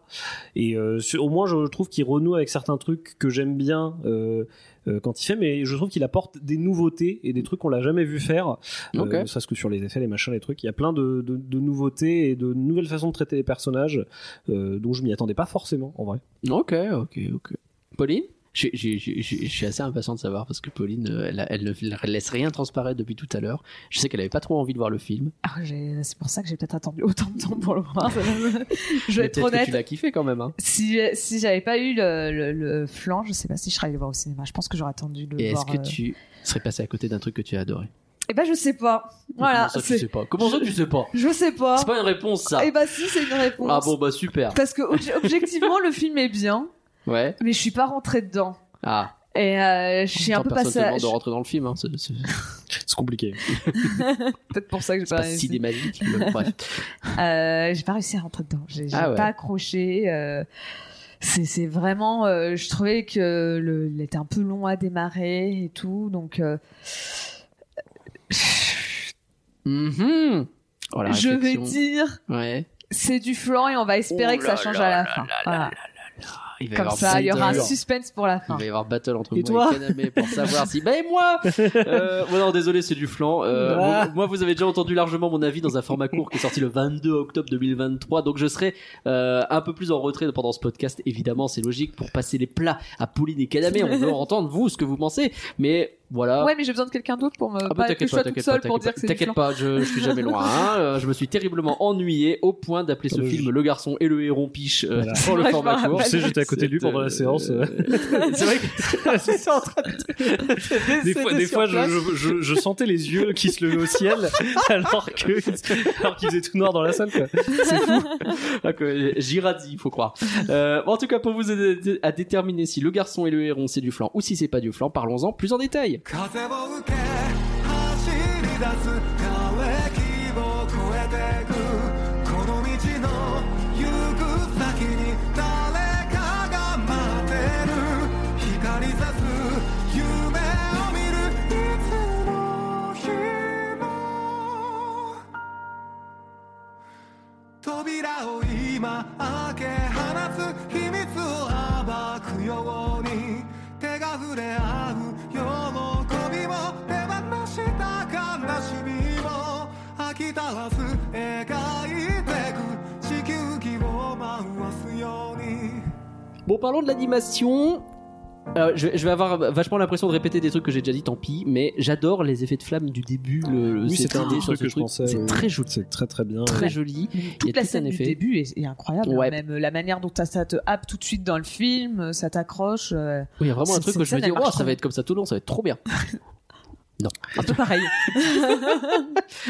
Et euh, ce- au moins, je trouve qu'il renoue avec certains trucs que j'aime bien euh, euh, quand il fait, mais je trouve qu'il apporte des nouveautés et des trucs qu'on l'a jamais vu faire, euh, Ok. ne serait-ce que sur les effets, les machins, les trucs. Il y a plein de, de- de nouveautés et de nouvelles façons de traiter les personnages, euh, dont je m'y attendais pas forcément, en vrai. Ok, ok, ok. Pauline J'ai- j'ai- j'ai- j'ai- Je suis assez impatient de savoir parce que Pauline, euh, elle, a- elle ne elle laisse rien transparaître depuis tout à l'heure. Je sais qu'elle avait pas trop envie de voir le film. Ah, j'ai- C'est pour ça que j'ai peut-être attendu autant de temps pour le voir. je vais Mais être peut-être que honnête. tu l'as kiffé quand même. Hein. Si, si j'avais pas eu le, le, le flanc, je sais pas si je serais allée le voir au cinéma. Je pense que j'aurais attendu de le Et est-ce voir. que euh, tu serais passé à côté d'un truc que tu as adoré Eh ben, je sais pas. Comment Voilà. ça, tu c'est- sais pas Comment ça, tu sais pas Je sais pas. C'est pas une réponse, ça. Eh ben, si, c'est une réponse. Ah bon, bah super. Parce que obje- objectivement, le film est bien, Ouais. mais je suis pas rentrée dedans. Ah. Et euh, je suis Tant un peu personne passée. te à- demande de rentrer dans le film. Hein. C'est, c'est- c'est C'est compliqué. Peut-être pour ça que j'ai pas, pas réussi. cinématique. mais Bref. Euh, j'ai pas réussi à rentrer dedans. J'ai j'ai Ah ouais. pas accroché. euh, c'est c'est vraiment. euh, je trouvais que le, il était un peu long à démarrer et tout, donc. euh, Mhm. Oh, la je vais réflexion. dire, Ouais. c'est du flan et on va espérer Oh que ça là change là à la là fin. là Voilà. là Ah, il va y Comme avoir ça, il y aura un dur. suspense pour la fin. Il va y avoir battle entre Et moi toi et Kaname pour savoir si. Ben moi euh, ouais, Non, désolé, c'est du flan. Euh, Ah. moi- Moi, vous avez déjà entendu largement mon avis dans un format court qui est sorti le 22 octobre 2023. Donc, je serai euh, un peu plus en retrait pendant ce podcast. Évidemment, c'est logique pour passer les plats à Pauline et Kaname. On veut entendre, vous, ce que vous pensez. Mais voilà. Ouais, mais j'ai besoin de quelqu'un d'autre pour me. Ah bah, pas que t'inquiète je pas, sois toute t'inquiète pas, seule pour dire t'inquiète que pas, c'est du T'inquiète flan. pas, je, je suis jamais loin. hein. Euh, Je me suis terriblement ennuyé au point d'appeler ce Ah bah, je- film Le garçon et le héron piche euh, Voilà. dans le Ouais, je format me court. rappelle. Tu sais, j'étais à côté de lui C'est, pendant la euh, séance, euh. C'est vrai que j'étais en train de. des fois, des fois je, je, je, je sentais les yeux qui se levaient au ciel alors que alors qu'il faisait tout noir dans la salle. Quoi. euh, Giradi, faut croire. Euh, en tout cas, pour vous aider à déterminer si le garçon et le héron c'est du flan ou si c'est pas du flan, parlons-en plus en détail. 風を受け走り出す枯れ木を越えてくこの道の行く先に誰かが待ってる光さす夢を見るいつの日も扉を今開け放つ秘密を暴くように手が触れ合う喜びも手放した悲しみも飽き足らず描いてく地球儀を回すように Bon, parlons de l'animation. Euh, je, vais- je vais avoir vachement l'impression de répéter des trucs que j'ai déjà dit, tant pis, mais j'adore les effets de flamme du début. Le, le- Oui, cette c'était un idée des sur trucs ce que je pensais. C'est oui. très joli. C'est très très bien. euh, Très Ouais. joli. Il y a Toute la tout scène un du effet. début est, est incroyable. hein. Ouais. Même la manière dont ça- ça te happe tout de suite dans le film, ça t'accroche. euh, Oui, il y a vraiment un Cette- truc où cette je me scène, dis, elle oh, marche ça va être comme ça tout le long, ça va être trop bien. non. un peu pareil.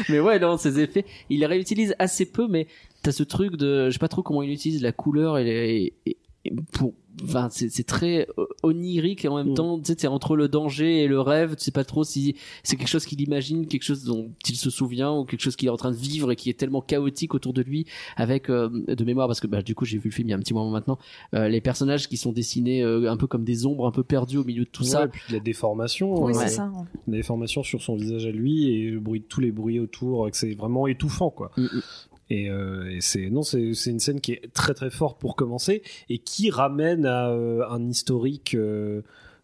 Mais ouais, non, ces effets, il les réutilise assez peu, mais t'as ce truc de, je sais pas trop comment il utilise la couleur et, les- et- et pour, enfin, c'est c'est très euh, onirique et en même Mm. temps, tu sais, t'es entre le danger et le rêve, tu sais pas trop si c'est quelque chose qu'il imagine, quelque chose dont il se souvient ou quelque chose qu'il est en train de vivre et qui est tellement chaotique autour de lui avec euh, de mémoire parce que bah, du coup j'ai vu le film il y a un petit moment maintenant euh, les personnages qui sont dessinés euh, un peu comme des ombres un peu perdues au milieu de tout Ouais, ça et puis de la déformation, oui, euh, Ouais. c'est ça. hein. la déformation sur son visage à lui et le bruit de tous les bruits autour, euh, que c'est vraiment étouffant quoi. Mm, mm. Et, euh, et c'est non, c'est c'est une scène qui est très très forte pour commencer et qui ramène à euh, un historique euh,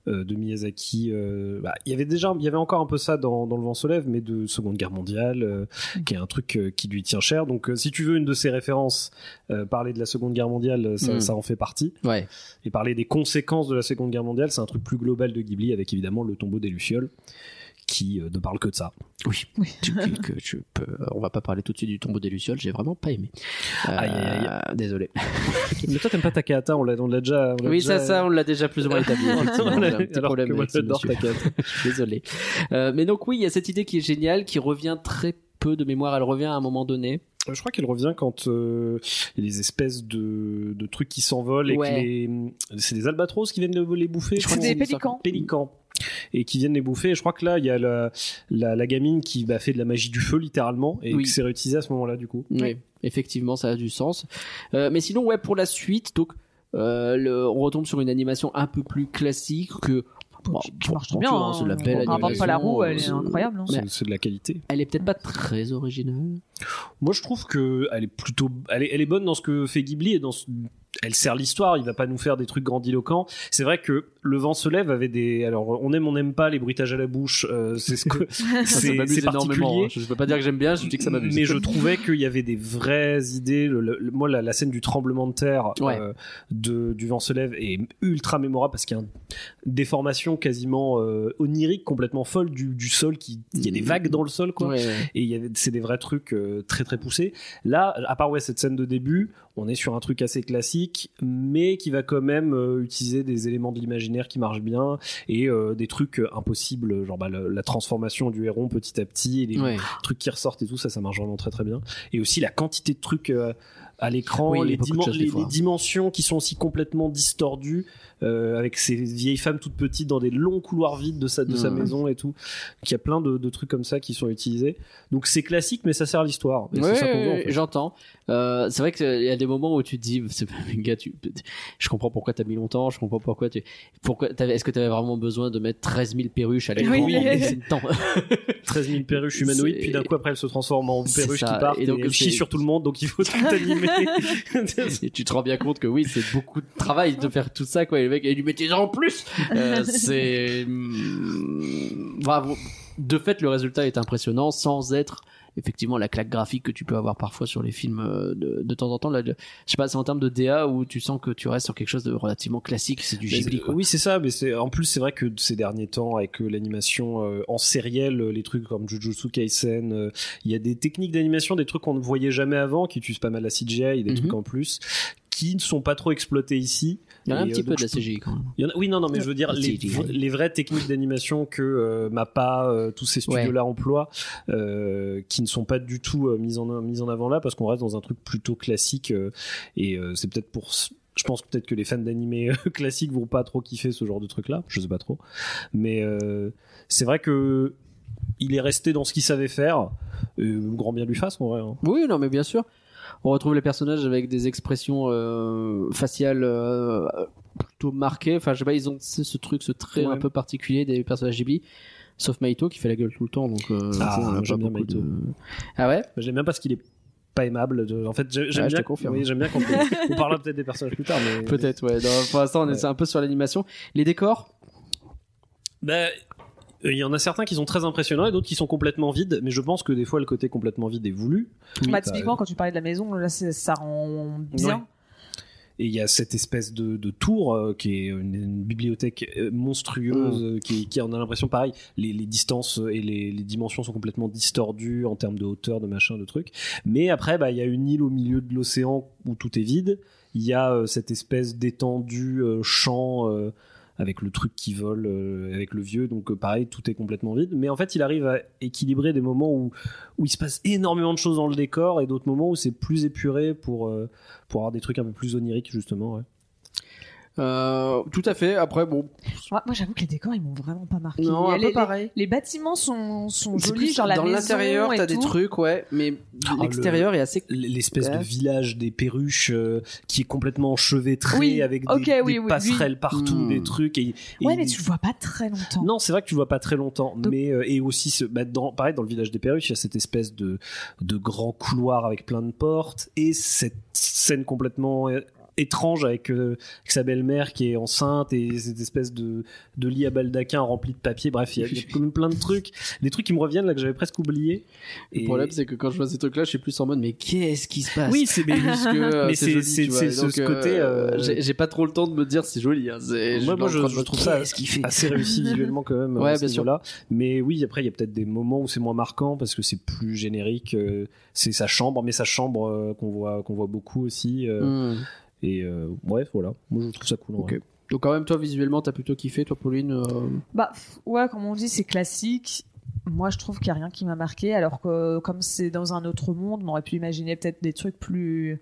euh, de Miyazaki. euh, bah, Il y avait déjà, il y avait encore un peu ça dans, dans Le Vent se lève, mais de Seconde Guerre mondiale, euh, Mm. qui est un truc euh, qui lui tient cher. Donc, euh, si tu veux une de ses références, euh, parler de la Seconde Guerre mondiale, euh, ça, Mm. ça en fait partie. ouais Et parler des conséquences de la Seconde Guerre mondiale, c'est un truc plus global de Ghibli, avec évidemment le tombeau des lucioles, qui euh, ne parle que de ça. Oui. Oui. Tu- tu- que tu peux- euh, On va pas parler tout de suite du tombeau des Lucioles, j'ai vraiment pas aimé. Euh, Aïe, aïe, Désolé. Mais toi, t'aimes pas Takahata, on l'a on l'a déjà. on l'a Oui, déjà- ça, ça, on l'a déjà plus ou moins établi. effectivement. On l'a- J'ai un petit alors problème que moi, avec ce j'adore monsieur. Takahata. Je suis désolé. Euh, mais donc oui, il y a cette idée qui est géniale, qui revient très peu de mémoire. Elle revient à un moment donné. Euh, Je crois qu'elle revient quand euh, il y a les espèces de, de trucs qui s'envolent et que Ouais. les- c'est des albatros qui viennent le- les bouffer. Je crois C'est que des une sorte- pélicans. pélicans et qui viennent les bouffer. Et je crois que là, il y a la, la, la gamine qui bah, fait de la magie du feu littéralement et Oui. que c'est réutilisé à ce moment-là du coup. Oui, effectivement, ça a du sens. Euh, mais sinon, ouais, pour la suite, donc, euh, le- on retombe sur une animation un peu plus classique que. Bon, qui bon, marche très bon, bien. tu vois, c'est de la hein. belle on invente pas la animation, roue, elle est euh, incroyable. hein. Mais- C'est- C'est de la qualité. Elle est peut-être pas très originale. Moi, je trouve que elle est plutôt, elle est, elle est bonne dans ce que fait Ghibli et dans ce- elle sert l'histoire. Il va pas nous faire des trucs grandiloquents. C'est vrai que Le Vent se lève avait des, alors on aime, on n'aime pas les bruitages à la bouche. euh, c'est ce que hein. c'est c'est particulier. hein. Je peux pas dire que j'aime bien, je dis que ça m'amuse. Mais je trouvais qu'il y avait des vraies idées. Le- le- le- moi, la, la scène du tremblement de terre Ouais. euh, de, du vent se lève est ultra mémorable parce qu'il y a une déformation quasiment euh, onirique, complètement folle du, du sol. Qui, il y a des vagues dans le sol, quoi. Mm. Ouais, ouais. Et il y avait- c'est des vrais trucs euh, très très poussés. Là, à part ouais, cette scène de début, on est sur un truc assez classique, mais qui va quand même euh, utiliser des éléments de l'imaginaire qui marchent bien et euh, des trucs euh, impossibles, genre bah, le- la transformation du héron petit à petit et les Ouais. trucs qui ressortent et tout, ça, ça marche vraiment très très bien. Et aussi la quantité de trucs euh, à l'écran, Oui, il y a les, beaucoup de dimen- choses, des les, fois. hein. les dimensions qui sont aussi complètement distordues, euh, avec ces vieilles femmes toutes petites dans des longs couloirs vides de sa, de sa Mm. maison et tout. qu'il y a plein de, de trucs comme ça qui sont utilisés. Donc c'est classique, mais ça sert à l'histoire. Et Ouais, c'est ça qu'on veut, en fait. j'entends. Euh, c'est vrai qu'il y a des moments où tu te dis, c'est pas un manga, tu, je comprends pourquoi t'as mis longtemps, je comprends pourquoi tu, pourquoi, t'avais- est-ce que t'avais vraiment besoin de mettre 13 000 perruches à l'écran Oui. en laisser le temps 13 000 perruches humanoïdes, C'est- puis d'un coup après elle se transforme en C'est perruche qui ça. part Et et, donc, elle chie c'est- sur tout le monde, donc il faut tout animer. Et tu te rends bien compte que oui, c'est beaucoup de travail de faire tout ça, quoi. Et le mec, il lui mettait en plus. Euh, c'est Mm, bravo. De fait, le résultat est impressionnant, sans être effectivement la claque graphique que tu peux avoir parfois sur les films euh, de, de temps en temps. Là, je sais pas, c'est en termes de DA où tu sens que tu restes sur quelque chose de relativement classique. C'est du Mais Ghibli, c'est- quoi. Oui, c'est ça, mais c'est en plus c'est vrai que ces derniers temps avec euh, l'animation euh, en sériel, euh, les trucs comme Jujutsu Kaisen, euh, il y a des techniques d'animation, des trucs qu'on ne voyait jamais avant, qui utilisent pas mal la CGI et des Mhm. trucs en plus qui ne sont pas trop exploités ici. Il y en a un Et, euh, petit peu donc de la je peux- CGI quand même. Il y en a- oui, non, non, mais je veux dire les, CGI. les vraies techniques d'animation que euh, MAPPA, euh, tous ces studios-là emploient, euh, qui ne sont pas du tout euh, mises en mises en avant là, parce qu'on reste dans un truc plutôt classique euh, et euh, c'est peut-être pour je pense peut-être que les fans d'animé euh, classiques vont pas trop kiffer ce genre de truc-là, je sais pas trop. Mais euh, c'est vrai que il est resté dans ce qu'il savait faire. Euh, grand bien lui fasse, en vrai. hein. Oui, non, mais bien sûr. On retrouve les personnages avec des expressions euh, faciales euh, plutôt marquées. Enfin, je sais pas, ils ont ce, ce truc, ce trait Ouais. un peu particulier des personnages Ghibli. Sauf Maito qui fait la gueule tout le temps, donc euh, Ah, bon, on a j'aime pas bien beaucoup Maito. de- Ah ouais Mais J'aime bien parce qu'il est pas aimable. de- En fait, j'ai- j'aime Ouais, je bien. te confirme. oui, j'aime bien quand on, on parlera peut-être des personnages plus tard. mais- Peut-être, ouais. Non, pour l'instant, on est Ouais. un peu sur l'animation. Les décors Bah, il y en a certains qui sont très impressionnants et d'autres qui sont complètement vides, mais je pense que des fois le côté complètement vide est voulu. Bah, t'as- typiquement, quand tu parlais de la maison, là, c'est- ça rend Ouais. bien. Et il y a cette espèce de, de tour euh, qui est une, une bibliothèque euh, monstrueuse, euh, qui, qui on a l'impression pareil, les, les distances euh, et les, les dimensions sont complètement distordues en termes de hauteur, de machin, de trucs. Mais après, bah, il y a une île au milieu de l'océan où tout est vide. Il y a euh, cette espèce d'étendue euh, champ. euh, avec le truc qui vole, euh, avec le vieux, donc euh, pareil, tout est complètement vide. Mais en fait, il arrive à équilibrer des moments où, où il se passe énormément de choses dans le décor et d'autres moments où c'est plus épuré pour, euh, pour avoir des trucs un peu plus oniriques, justement. ouais. euh, Tout à fait. Après, bon, Moi, moi, j'avoue que les décors, ils m'ont vraiment pas marqué. non, un les, peu pareil. les- les bâtiments sont, sont C'est jolis, plus genre la dans maison l'intérieur, et t'as des tout. trucs, ouais, mais Ah, le- l'extérieur est assez. L'espèce Ouais. de village des perruches euh, qui est complètement enchevêtré Oui, avec des, ok, des oui, oui, passerelles partout, Hmm. des trucs. Et, et Ouais, il- mais tu vois pas très longtemps. Non, c'est vrai que tu le vois pas très longtemps, Donc- mais euh, et aussi ce, bah, dans, pareil dans le village des perruches, il y a cette espèce de de grand couloir avec plein de portes et cette scène complètement euh, étrange avec, euh, avec sa belle-mère qui est enceinte et cette espèce de, de lit à baldaquin rempli de papier. Bref, il y a- il y a quand même plein de trucs, des trucs qui me reviennent là que j'avais presque oublié. Le Et- problème, c'est que quand je vois ces trucs-là, je suis plus en mode, mais qu'est-ce qui se passe oui, c'est mais- Parce que, euh, Mais c'est- joli, c'est- tu vois, c'est et ce donc, côté, euh, j'ai j'ai pas trop le temps de me dire c'est joli. Hein. c'est- Moi- moi, suis en je- train de je me- trouve ça- Qu'est-ce qu'il fait assez réussi visuellement quand même euh, Ouais, à ce bien sûr. là mais oui après il y a peut-être des moments où c'est moins marquant parce que c'est plus générique euh, c'est sa chambre mais sa chambre euh, qu'on voit qu'on voit beaucoup aussi euh, Hmm. et euh, bref voilà moi je trouve ça cool en Ok. vrai. Donc quand même, toi, visuellement, t'as plutôt kiffé, toi, Pauline. euh, Bah pff, ouais, comme on dit, c'est classique. Moi, je trouve qu'il n'y a rien qui m'a marqué, alors que comme c'est dans un autre monde, on aurait pu imaginer peut-être des trucs plus.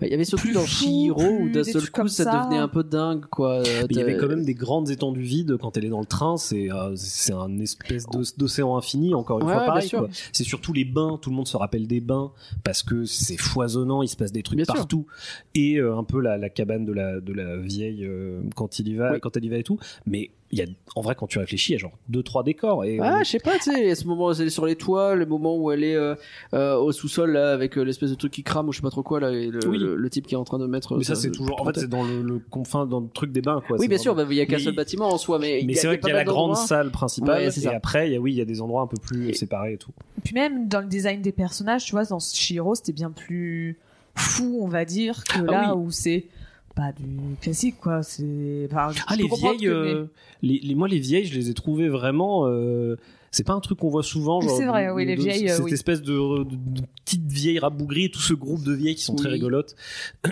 bah, Il y avait surtout Plus dans fou, Chihiro où plus d'un des seul trucs coup, comme ça, ça. devenait un peu dingue, quoi. Euh, Mais il y avait t'as- quand même des grandes étendues vides quand elle est dans le train c'est euh, c'est un espèce d'o- d'océan infini encore une Ouais, fois ouais, bien pareil sûr. quoi. c'est surtout les bains tout le monde se rappelle des bains parce que c'est foisonnant il se passe des trucs Bien sûr. partout et euh, un peu la, la cabane de la de la vieille euh, quand il y va Oui. quand elle y va et tout mais il y a en vrai quand tu réfléchis il y a genre deux trois décors et euh, Ah, je sais pas, tu sais, à ce moment où elle est sur les toits, le moment où elle est euh, euh, au sous-sol là, avec euh, l'espèce de truc qui crame ou je sais pas trop quoi là, et le, Oui. le- le type qui est en train de mettre. Mais ça, euh, c'est le- toujours. En fait, c'est dans le, le confin, dans le truc des bains, quoi. Oui, C'est bien dans- sûr, bah, il y a qu'un Mais- seul bâtiment en soi, mais. Mais c'est vrai qu'il y pas a la mal grande d'endroits. salle principale, Ouais, c'est et ça. après, il y a, oui, il y a des endroits un peu plus Et- séparés et tout. Et Puis même dans le design des personnages, tu vois, dans Shiro, c'était bien plus fou, on va dire, que Ah là où c'est pas du classique, quoi. C'est. Enfin, je Ah, peux les comprendre vieilles. que euh, les, les- moi, les vieilles, je les ai trouvées vraiment. euh, c'est pas un truc qu'on voit souvent. genre, C'est vrai, de- oui, les de- vieilles, euh, Cette oui. espèce de, de- de petites vieilles rabougries, tout ce groupe de vieilles qui sont très Oui. rigolotes.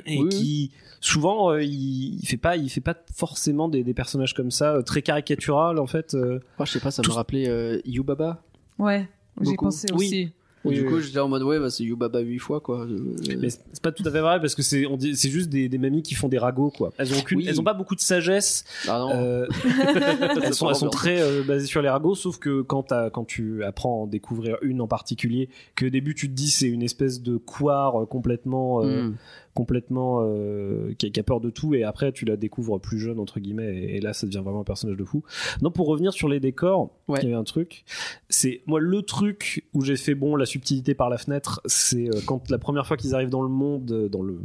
Et Oui, qui, souvent, euh, il, il fait pas, il fait pas forcément des, des personnages comme ça, euh, très caricatural, en fait. euh. Oh, je sais pas, ça me Tous- rappelait euh, Yubaba. les- Ouais, j'ai Beaucoup. pensé Oui. aussi. Et Oui, du oui, coup, oui. j'étais en mode, ouais, bah, c'est Yubaba 8 fois, quoi. Euh, Mais c'est c'est pas tout à fait vrai parce que c'est on dit- c'est juste des, des mamies qui font des ragots quoi. Elles ont aucune, Oui. elles ont pas beaucoup de sagesse. Ah non. Euh, elles, sont, elles sont très euh, basées sur les ragots, sauf que quand, t'as- quand tu apprends à en découvrir une en particulier, que au début tu te dis c'est une espèce de couard euh, complètement, euh, Hmm. complètement euh, qui, a, qui a peur de tout, et après tu la découvres plus jeune entre guillemets, et, et là ça devient vraiment un personnage de fou. Non, pour revenir sur les décors, Ouais. il y avait un truc. C'est moi le truc où j'ai fait bon la subtilité par la fenêtre, c'est euh, quand la première fois qu'ils arrivent dans le monde, euh, dans le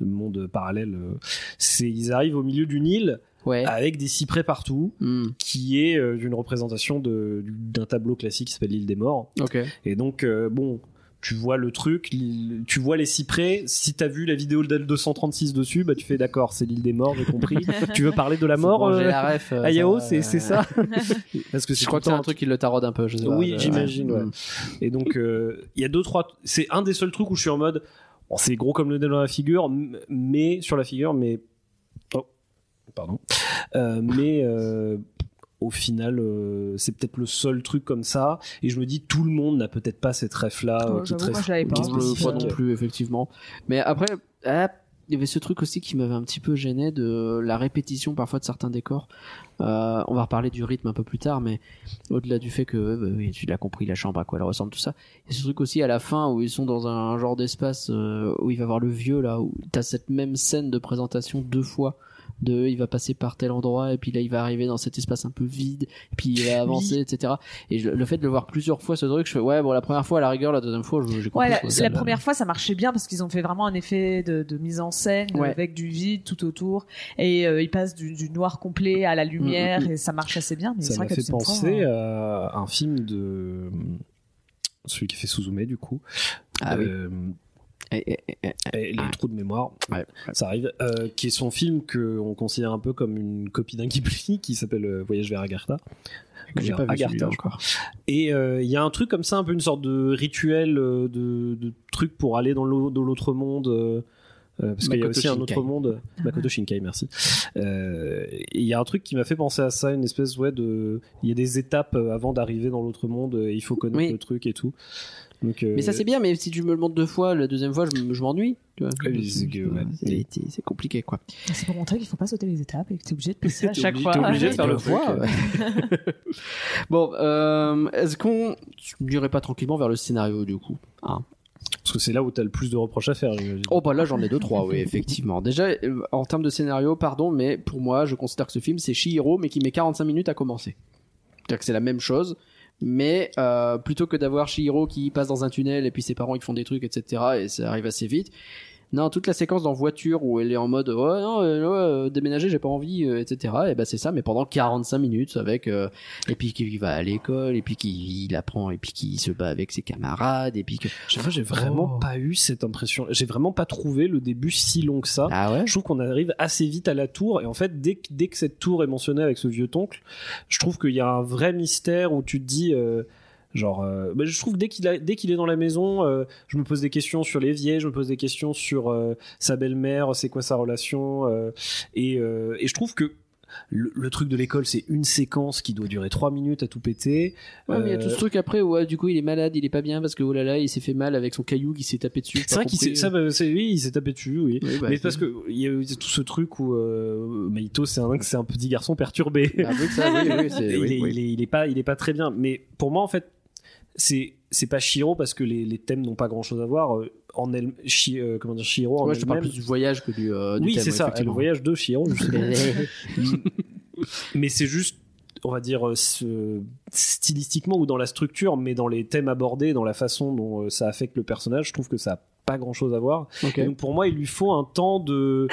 le monde parallèle, euh, c'est ils arrivent au milieu d'une île Ouais. avec des cyprès partout Hmm. qui est euh, une représentation de- d'un tableau classique qui s'appelle l'île des morts. Ok. Et donc, euh, bon, tu vois le truc, l'île- tu vois les cyprès. Si t'as vu la vidéo de 236 dessus, bah tu fais d'accord, c'est l'île des morts, j'ai compris. tu veux parler de la mort C'est bon, euh, j'ai la ref, euh, à Yao, ça, c'est euh, c'est ça Parce que Je crois que tout c'est le un temps truc qui le taraude un peu, je sais pas. Oui, Euh, j'imagine, ouais. hmm. Mm. Et donc, euh, il y a deux, trois. C'est un des seuls trucs où je suis en mode. Bon, c'est gros comme le nez dans la figure, m- mais. Sur la figure, mais. Oh, pardon. Euh, mais. euh, au final, euh, c'est peut-être le seul truc comme ça. Et je me dis, tout le monde n'a peut-être pas cette ref-là. Oh, euh, qui j'avoue, est très- moi, je l'avais pas. qui est Non, je le spécifique. vois non plus, effectivement. Mais après, ah, il y avait ce truc aussi qui m'avait un petit peu gêné de la répétition parfois de certains décors. Euh, on va reparler du rythme un peu plus tard, mais au-delà du fait que euh, bah oui, tu l'as compris, la chambre à quoi elle ressemble, tout ça. Il y a ce truc aussi à la fin où ils sont dans un genre d'espace euh, où il va voir le vieux là, où t'as cette même scène de présentation deux fois. De, il va passer par tel endroit et puis là il va arriver dans cet espace un peu vide et puis il va avancer etc et je- le fait de le voir plusieurs fois ce truc je fais ouais bon la première fois à la rigueur la deuxième fois je- j'ai compris Ouais, la, quoi, la ça me- première fois, ça marchait bien parce qu'ils ont fait vraiment un effet de, de mise en scène Ouais. avec du vide tout autour et euh, ils passent du, du noir complet à la lumière et ça marche assez bien. Mais c'est Mm, Ça vrai m'a que fait penser hein. à un film de. Celui qui fait Suzume, du coup. Ah oui. Euh, Eh, eh, eh, eh. Et les Ouais. trous de mémoire, Ouais. ça arrive. Euh, qui est son film que on considère un peu comme une copie d'un Ghibli qui s'appelle euh, Voyage vers Agartha. J'ai Vers pas vu Agartha, celui-là je crois. encore. Et euh, il y a un truc comme ça, un peu une sorte de rituel euh, de, de truc pour aller dans l'au- dans l'autre monde. euh, euh, parce qu'il y a Makoto aussi un autre Shinkai. monde, Makoto Shinkai, merci. Euh, et Il y a un truc qui m'a fait penser à ça, une espèce ouais de, il y a des étapes euh, avant d'arriver dans l'autre monde, euh, il faut connaître Oui. le truc et tout. Donc, euh, Mais ça c'est bien, mais si tu me le montres deux fois, la deuxième fois je m- je m'ennuie. tu vois. Oui, c'est que, ouais. C'est- c'est- C'est compliqué quoi. C'est pour montrer qu'il faut pas sauter les étapes et que t'es obligé de passer à T'es chaque obligé- fois. t'es obligé de Ouais, faire je le le vois, ouais. bon, euh, est-ce qu'on n'irait pas tranquillement vers le scénario du coup parce que c'est là où t'as le plus de reproches à faire. j'imagine. Oh bah là j'en ai deux trois, oui effectivement. Déjà euh, en termes de scénario, pardon, mais pour moi je considère que ce film c'est Shihiro mais qui met 45 minutes à commencer. C'est-à-dire que c'est la même chose, mais euh, plutôt que d'avoir Shihiro qui passe dans un tunnel et puis ses parents ils font des trucs etc et ça arrive assez vite. Non, toute la séquence dans voiture où elle est en mode ouais non euh, ouais, euh, déménager j'ai pas envie euh, etc et ben c'est ça mais pendant 45 minutes avec euh, et puis qu'il va à l'école et puis qu'il il apprend et puis qu'il se bat avec ses camarades et puis que Je sais pas, J'ai vraiment Oh. pas eu cette impression. J'ai vraiment pas trouvé le début si long que ça. ah ouais Je trouve qu'on arrive assez vite à la tour et en fait dès que, dès que cette tour est mentionnée avec ce vieux toncle, je trouve qu'il y a un vrai mystère où tu te dis euh, genre euh, bah, je trouve que dès qu'il a- dès qu'il est dans la maison, euh, je me pose des questions sur l'évier, je me pose des questions sur euh, sa belle-mère, c'est quoi sa relation euh, et, euh, et je trouve que le, le truc de l'école, c'est une séquence qui doit durer trois minutes à tout péter. Ouais, mais il y a tout Euh, ce truc après où ouais, du coup il est malade, il est pas bien parce que oh là là, il s'est fait mal avec son caillou qui s'est tapé dessus. C'est vrai qu'il s'est, ça, bah, c'est- oui, il s'est tapé dessus, oui. bah, mais parce que il y a eu tout ce truc où euh, Maito, c'est un, c'est un petit garçon perturbé. Ah, Et il, est, il est- il est pas, il est pas très bien. Mais pour moi, en fait, c'est c'est pas Shiro parce que les, les thèmes n'ont pas grand chose à voir. euh, En elle, Shi- euh, comment dire, Shiro en Ouais, je te parle elle-même- plus du voyage que du. euh, du Oui, thème, c'est ça. Le effectivement. voyage de Shiro. justement. mais c'est juste, on va dire, euh, ce- stylistiquement ou dans la structure, mais dans les thèmes abordés, dans la façon dont euh, ça affecte le personnage, je trouve que ça a pas grand chose à voir. Ok. Et donc pour moi, il lui faut un temps de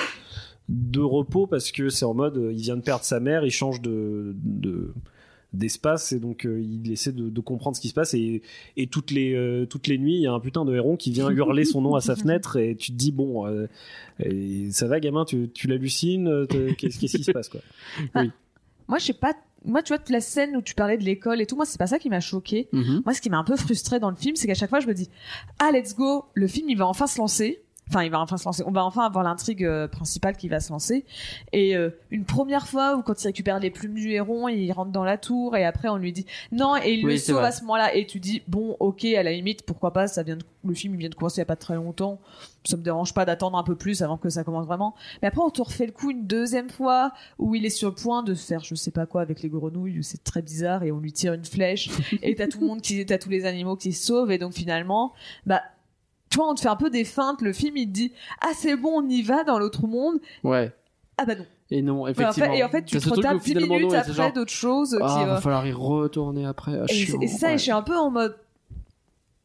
de repos parce que c'est en mode euh, il vient de perdre sa mère, il change de de- d'espace et donc euh, il essaie de, de comprendre ce qui se passe et, et toutes les euh, toutes les nuits il y a un putain de héron qui vient hurler son nom à sa fenêtre et tu te dis bon euh, et ça va gamin tu, tu l'hallucines euh, t'es- qu'est-ce qu'est-ce qui se passe quoi Moi, je sais pas. Moi, tu vois, toute la scène où tu parlais de l'école et tout, moi, c'est pas ça qui m'a choqué. Mhm. Moi, ce qui m'a un peu frustré dans le film, c'est qu'à chaque fois, je me dis Ah, let's go, le film, il va enfin se lancer. Enfin, il va enfin se lancer. On va enfin avoir l'intrigue euh, principale qui va se lancer. Et euh, une première fois où, quand il récupère les plumes du héron, il rentre dans la tour et après, on lui dit Non, et il Oui, le c'est sauve vrai. à ce moment-là. Et tu dis Bon, ok, à la limite, pourquoi pas, ça vient de- le film, il vient de commencer il y a pas très longtemps. Ça me dérange pas d'attendre un peu plus avant que ça commence vraiment. Mais après, on te refait le coup une deuxième fois où il est sur le point de faire je sais pas quoi avec les grenouilles, où c'est très bizarre et on lui tire une flèche et t'as tout le monde qui, t'as tous les animaux qui se sauvent et donc finalement, bah, tu vois, on te fait un peu des feintes, le film il te dit ah c'est bon on y va dans l'autre monde, Ouais. ah bah non. Et non, Et en effectivement. fait, et en fait, tu T'as te ce truc où retapes 10 finalement, non, minutes et c'est après genre, d'autres choses Ah, qui, euh, va falloir y retourner après. Ah, et, c'est- chiant. et c'est ça, Ouais. et je suis un peu en mode.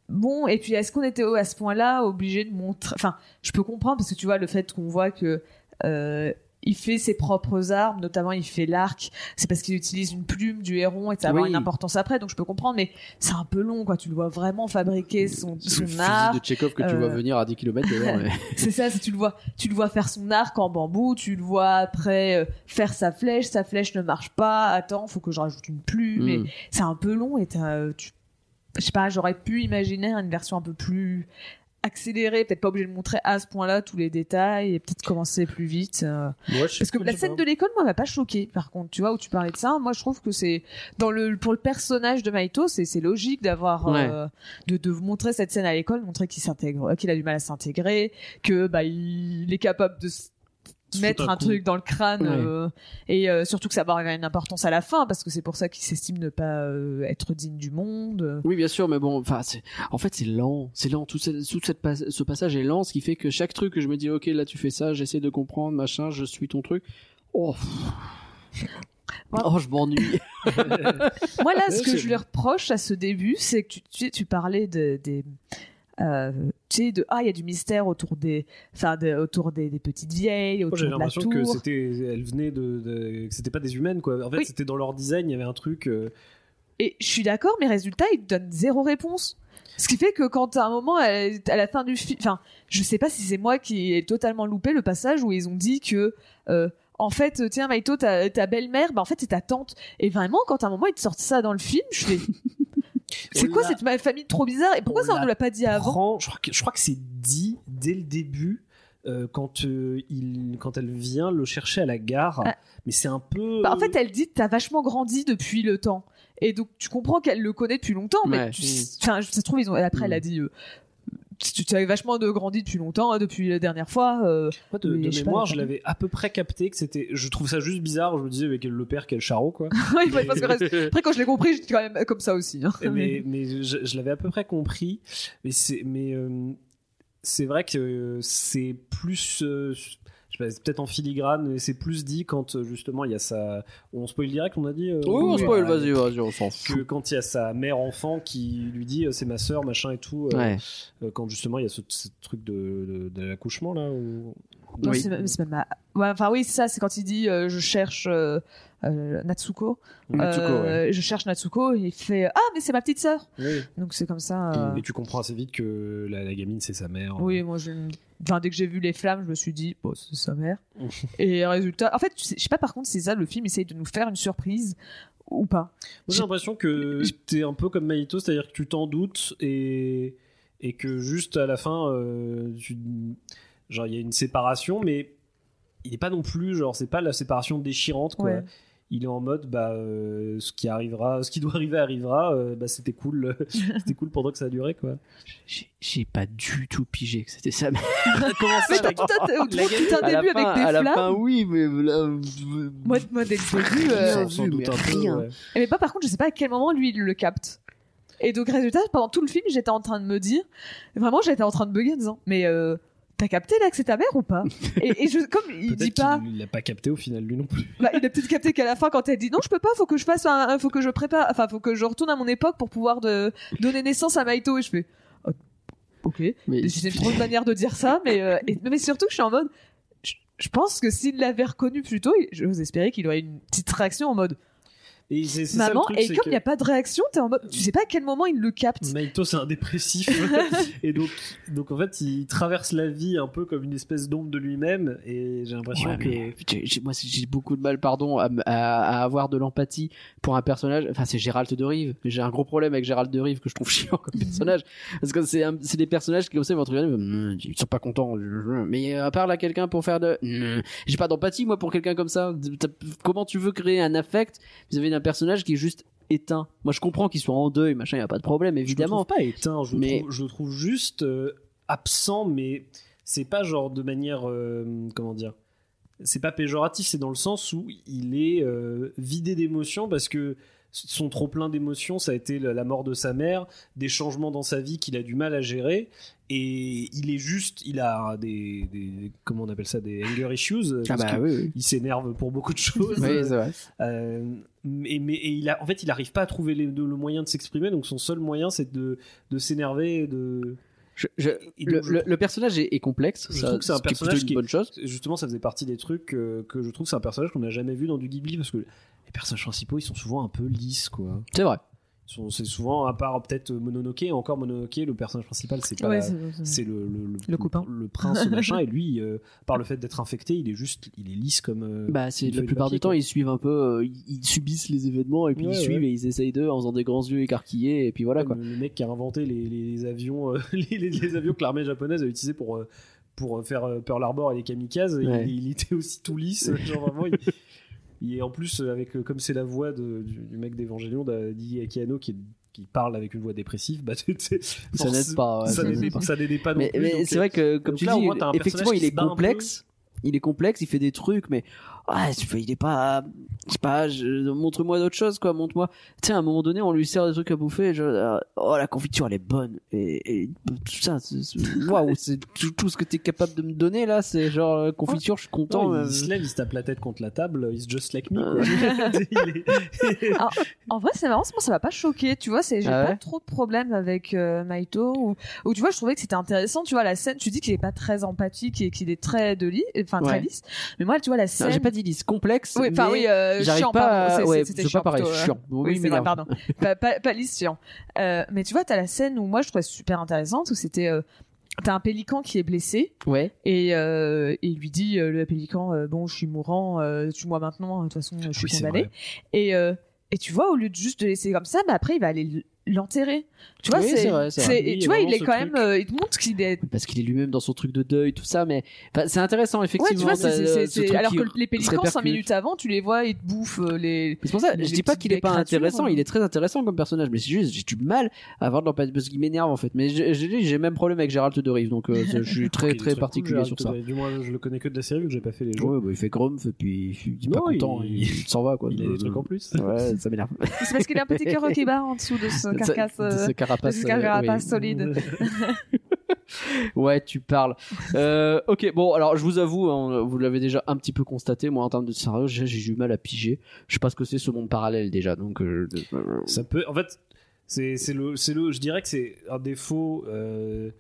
Bon, et puis est-ce qu'on était à ce point-là obligé de montrer. Enfin, je peux comprendre parce que tu vois, le fait qu'on voit que. euh, il fait ses propres armes, notamment il fait l'arc. C'est parce qu'il utilise une plume du héron et ça va avoir Oui. une importance après, donc je peux comprendre, mais c'est un peu long, quoi. Tu le vois vraiment fabriquer son, C'est le son fusil arc. de Chekhov que tu euh, vois venir à 10 km de l'heure, mais- C'est ça, c'est- tu le vois, tu le vois faire son arc en bambou, tu le vois après euh, faire sa flèche, sa flèche ne marche pas. Attends, faut que je rajoute une plume. et- Mm. c'est un peu long et t'as, euh, tu... je sais pas, j'aurais pu imaginer une version un peu plus accélérée, peut-être pas obligé de montrer à ce point-là tous les détails et peut-être commencer plus vite. euh. Parce que la scène de l'école, moi, m'a pas choqué. Par contre, tu vois où tu parlais de ça, moi je trouve que c'est dans le pour le personnage de Maito, c'est c'est logique d'avoir euh, de de montrer cette scène à l'école, montrer qu'il s'intègre, euh, qu'il a du mal à s'intégrer, que bah il est capable de s- Se mettre foutre un un coup. truc dans le crâne Ouais. euh, et euh, surtout que ça va avoir une importance à la fin parce que c'est pour ça qu'il s'estime ne pas euh, être digne du monde. Oui, bien sûr, mais bon, enfin, c'est- en fait, c'est lent, c'est lent. Tout, ce, tout cette pas- ce passage est lent, ce qui fait que chaque truc que je me dis, ok, là, tu fais ça, j'essaie de comprendre, machin, je suis ton truc. Oh, pff. oh je m'ennuie. Moi là, ce Ouais, que c'est- je lui reproche à ce début, c'est que tu, tu, tu parlais de, des euh, tu sais, de ah il y a du mystère autour des enfin de- autour des, des petites vieilles Moi, autour j'avais de la l'impression tour que c'était, elle venait de, de- que c'était pas des humaines quoi. En fait, Oui. c'était dans leur design, il y avait un truc. euh, et je suis d'accord mais résultat il te donne zéro réponse ce qui fait que quand à un moment elle- à la fin du film enfin je sais pas si c'est moi qui ai totalement loupé le passage où ils ont dit que euh, en fait euh, tiens Maito ta, ta belle-mère bah en fait c'est ta tante et vraiment quand à un moment ils te sortent ça dans le film je fais c'est On quoi l'a- cette ma- famille trop bizarre et pourquoi on ça on l'a nous l'a pas dit avant prend- je crois que, je crois que c'est dit dès le début euh, quand euh, il, quand elle vient le chercher à la gare. Ah. Mais c'est un peu. Euh. Bah, en fait, elle dit t'as vachement grandi depuis le temps. Et donc, tu comprends qu'elle le connaît depuis longtemps, Ouais. Mm. mais tu- enfin, je- ça se trouve, ils ont... après, elle a dit euh, tu tu as vachement de grandi depuis longtemps, hein, depuis la dernière fois. euh. Moi, de, Oui, de je sais pas, mémoire, la je l'avais à peu près capté que c'était. Je trouve ça juste bizarre. Je me disais mais quel le père, quel charreau quoi. Ouais, ouais, parce que- après, quand je l'ai compris, j'étais quand même comme ça aussi. hein. Et mais, mais je, je l'avais à peu près compris. Mais c'est mais euh, c'est vrai que euh, c'est plus. euh, je je sais pas, c'est peut-être en filigrane, mais c'est plus dit quand euh, justement il y a sa. On spoil direct, on a dit. euh, Oui, Oh, on euh, spoil, vas-y, vas-y, on s'en Que fout. quand il y a sa mère enfant qui lui dit euh, c'est ma sœur machin et tout euh, Ouais. euh, quand justement il y a ce, ce truc de, de, de l'accouchement là où... Non, Oui. c'est même- c'est même à- ouais, enfin oui, c'est ça, c'est quand il dit euh, je cherche euh, euh, Natsuko. Natsuko, Euh, Je cherche Natsuko, il fait ah mais c'est ma petite sœur. Oui. Donc c'est comme ça. Mm. euh, Et tu comprends assez vite que la, la gamine c'est sa mère. Oui, moi j'ai une- enfin, dès que j'ai vu les flammes, je me suis dit bon c'est sa mère. Et résultat, en fait tu sais- je sais pas par contre c'est ça le film essaye de nous faire une surprise ou pas. Ah, Moi, J'ai l'impression que t'es un peu comme Maïto, c'est-à-dire que tu t'en doutes et, et que juste à la fin, euh, tu- genre il y a une séparation, mais il n'est pas non plus, genre c'est pas la séparation déchirante quoi. Ouais. Il est en mode bah euh, ce qui arrivera, ce qui doit arriver arrivera. euh, bah c'était cool, c'était cool pendant que ça a duré quoi. J'ai- J'ai pas du tout pigé que c'était ça. Comment ça T'as tout un, tout La- un à la début fin- avec des à la flammes. fin, oui, mais là, Moi, moi dès le début. Rien. euh, Sans- sans doute un peu, ouais. Et Mais pas par contre, je sais pas à quel moment lui il le capte. Et donc résultat, pendant tout le film, j'étais en train de me dire, vraiment j'étais en train de bugger en disant, mais euh, t'as capté là que c'est ta mère ou pas et, et je, comme il dit Peut-être pas, qu'il l'a pas capté au final lui non plus. bah, il a peut-être capté qu'à la fin quand elle dit non, je peux pas, faut que je fasse, un, un- faut que je prépare, enfin faut que je retourne à mon époque pour pouvoir de, donner naissance à Maito et je fais, oh, ok, Mais- j'ai trop de manières de dire ça, mais euh, et- mais surtout je suis en mode, je, je pense que s'il l'avait reconnu plus tôt, il- j'ose espérer qu'il aurait une petite réaction en mode. Et c'est- c'est ça le Maman, truc, et c'est comme que- Bah, il n'y a pas de réaction, t'es en mode, tu sais pas à quel moment il le capte. Maito, c'est un dépressif. et donc, donc, en fait, il traverse la vie un peu comme une espèce d'ombre de lui-même. Et j'ai l'impression Ouais, que. mais j'ai- j'ai- moi, j'ai beaucoup de mal, pardon, à, m- à- à avoir de l'empathie pour un personnage. Enfin, c'est Gérald de Rive. J'ai un gros problème avec Gérald de Rive que je trouve chiant comme personnage. Parce que c'est un- c'est des personnages qui, comme ça, ils vont te regarder, Hum, ils sont pas contents. Mais euh, à part là, quelqu'un pour faire de. Hum. J'ai pas d'empathie, moi, pour quelqu'un comme ça. T'as- Comment tu veux créer un affect vis-à-vis d'un personnage qui est juste éteint Moi, je comprends qu'il soit en deuil, machin, y a pas de problème, évidemment. Je le trouve pas éteint, je, le Mais- trouve, je le trouve juste euh, absent, mais c'est pas genre de manière. euh, comment dire C'est pas péjoratif, c'est dans le sens où il est euh, vidé d'émotions parce que son trop-plein d'émotions, ça a été la la mort de sa mère, des changements dans sa vie qu'il a du mal à gérer. Et il est juste, il a des, des- comment on appelle ça, des anger issues. euh, parce que Ah bah oui, oui. il s'énerve pour beaucoup de choses. Oui, c'est vrai. Euh, mais mais et il a, en fait, il n'arrive pas à trouver les- de- le moyen de s'exprimer, donc son seul moyen, c'est de, de s'énerver. et De... Je- je- Et le, donc, je le- trouve- le personnage est, est complexe. Je ça, trouve que c'est un ce qui est plutôt personnage une qui est- bonne chose. Justement, ça faisait partie des trucs euh, que je trouve, c'est un personnage qu'on n'a jamais vu dans du Ghibli, parce que les personnages principaux, ils sont souvent un peu lisses, quoi. C'est vrai. Ils sont- C'est souvent, à part peut-être Mononoke, et encore Mononoke, le personnage principal, c'est pas. Ouais, c'est- c'est le, le, Le copain. le prince machin et lui euh, par le fait d'être infecté il est juste il est lisse comme euh, Bah, c'est une la feuille de plupart papier, du temps, quoi. ils suivent un peu, euh, ils ils subissent les événements et puis Ouais, ils ouais. suivent et ils essayent d'eux en faisant des grands yeux écarquillés et puis voilà quoi. Comme Le mec qui a inventé les, les avions, euh, les, les- les avions que l'armée japonaise a utilisés pour euh, pour faire euh, Pearl Harbor et les kamikazes. et Ouais. Il, il était aussi tout lisse, genre vraiment. Il, il est en plus euh, avec euh, comme c'est la voix de- du, du mec d'Evangelion, d'Adi Akiano qui, est- qui parle avec une voix dépressive. Bah, tu sais, Ça n'aide force- pas. ouais, Ça ça n'aide n'aide pas. ça n'aidait pas non Mais, plus, mais donc, c'est euh, vrai que, comme donc tu là, au dis, moins, t'as un effectivement, personnage il qui est se bat un peu. complexe. Il est complexe, il fait des trucs, mais ah, c'est- il est pas, je sais pas, je- montre-moi d'autres choses, quoi, montre-moi. Tu sais, à un moment donné, on lui sert des trucs à bouffer, et je- euh, oh la confiture elle est bonne, et, et tout ça, c'est- c'est- waouh, c'est tout, tout ce que t'es capable de me donner là, c'est genre euh, confiture, je suis content. non, euh, il se lève, il se tape la tête contre la table, he's just like me. Euh. quoi. Il est- En vrai, c'est marrant, moi ça m'a pas choqué, tu vois, c'est j'ai Ah ouais pas trop de problèmes avec euh, Maito ou, ou tu vois, je trouvais que c'était intéressant, tu vois, la scène, tu dis qu'il est pas très empathique et qu'il est très de lit, enfin Ouais. très lisse, mais moi tu vois la Non, scène j'ai pas dit lisse, complexe. Oui, enfin mais- oui, euh, J'arrive chiant, pas pardon, à... c'est- ouais, c'est c'était pas chiant pareil, plutôt, euh, chiant. Oui, Oui, c'est mais vrai, là- pardon. pas, pas, pas lisse, chiant. Euh, mais tu vois, t'as la scène où moi je trouvais super intéressante où c'était euh, t'as un pélican qui est blessé Ouais. et euh, il lui dit euh, le pélican euh, bon je suis mourant euh, tue-moi maintenant de toute façon je suis Oui, c'est condamné vrai. et euh, et tu vois au lieu de juste de laisser comme ça mais après il va aller l- l'enterrer tu vois Oui, c'est c'est vrai, c'est c'est- vrai. et Oui, tu vois vraiment il est ce quand truc. même euh, il te montre qu'il est Parce qu'il est lui-même dans son truc de deuil, tout ça, mais enfin, c'est intéressant, ouais tu effectivement. vois c'est- t'as, c'est- euh, c'est- ce c'est- truc alors qui- que les pélicans répercute. cinq minutes avant tu les vois ils te bouffent euh, les C'est pour ça, les je dis pas petites qu'il est pas baies intéressant, créatures. hein. il est très intéressant comme personnage, mais c'est juste, j'ai du mal à avoir de l'empathie parce qu'il m'énerve en fait. Mais je- je dis, j'ai même problème avec Gérald de Rive, donc euh, je suis Il très est très cool, particulier Gérald sur ça. Depardieu. Du moins, je le connais que de la série, vu que j'ai pas fait les jeux. Ouais, bah, il fait grump, et puis il est pas Non, il- content, il, s'en va quoi. Il a des trucs en plus. Ouais, ça m'énerve. c'est parce qu'il a un petit cœur qui bat en dessous de ce Ça- carcasse de euh, ce carapace, de ce euh, carapace oui. solide. Ouais, tu parles. Euh, ok, bon, alors je vous avoue, hein, vous l'avez déjà un petit peu constaté, moi en termes de scénario, j'ai j'ai du mal à piger. Je sais pas ce que c'est ce monde parallèle déjà, donc. euh, euh, Ça peut. En fait, c'est c'est le, c'est le. Je dirais que c'est un défaut euh,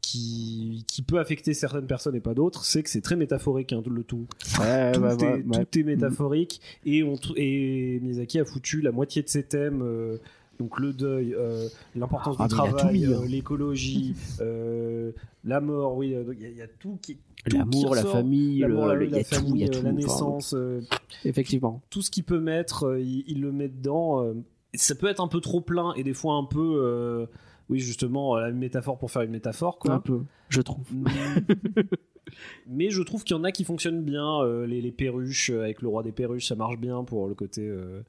qui, qui peut affecter certaines personnes et pas d'autres. C'est que c'est très métaphorique hein, le tout. ouais, tout, ouais, est, ouais, ouais. Mm-hmm. tout est métaphorique et, on, tr- et Miyazaki a foutu la moitié de ses thèmes. euh, donc le deuil, euh, l'importance Ah, du mais il a tout travail, mis, hein. euh, l'écologie, euh, la mort, oui, euh, donc il y, a- il y a tout qui, tout qui L'amour, la ressort. famille, L'amour, le- la- le- il y la a tout, il y famille, a euh, tout. la Enfin, naissance, euh, effectivement. tout ce qu'il peut mettre, euh, il, il le met dedans. euh, ça peut être un peu trop plein et des fois un peu, euh, oui justement, euh, la métaphore pour faire une métaphore, quoi. Un peu, je trouve. Mais- Mais je trouve qu'il y en a qui fonctionnent bien. euh, les, les perruches, euh, avec le roi des perruches, ça marche bien pour le côté euh,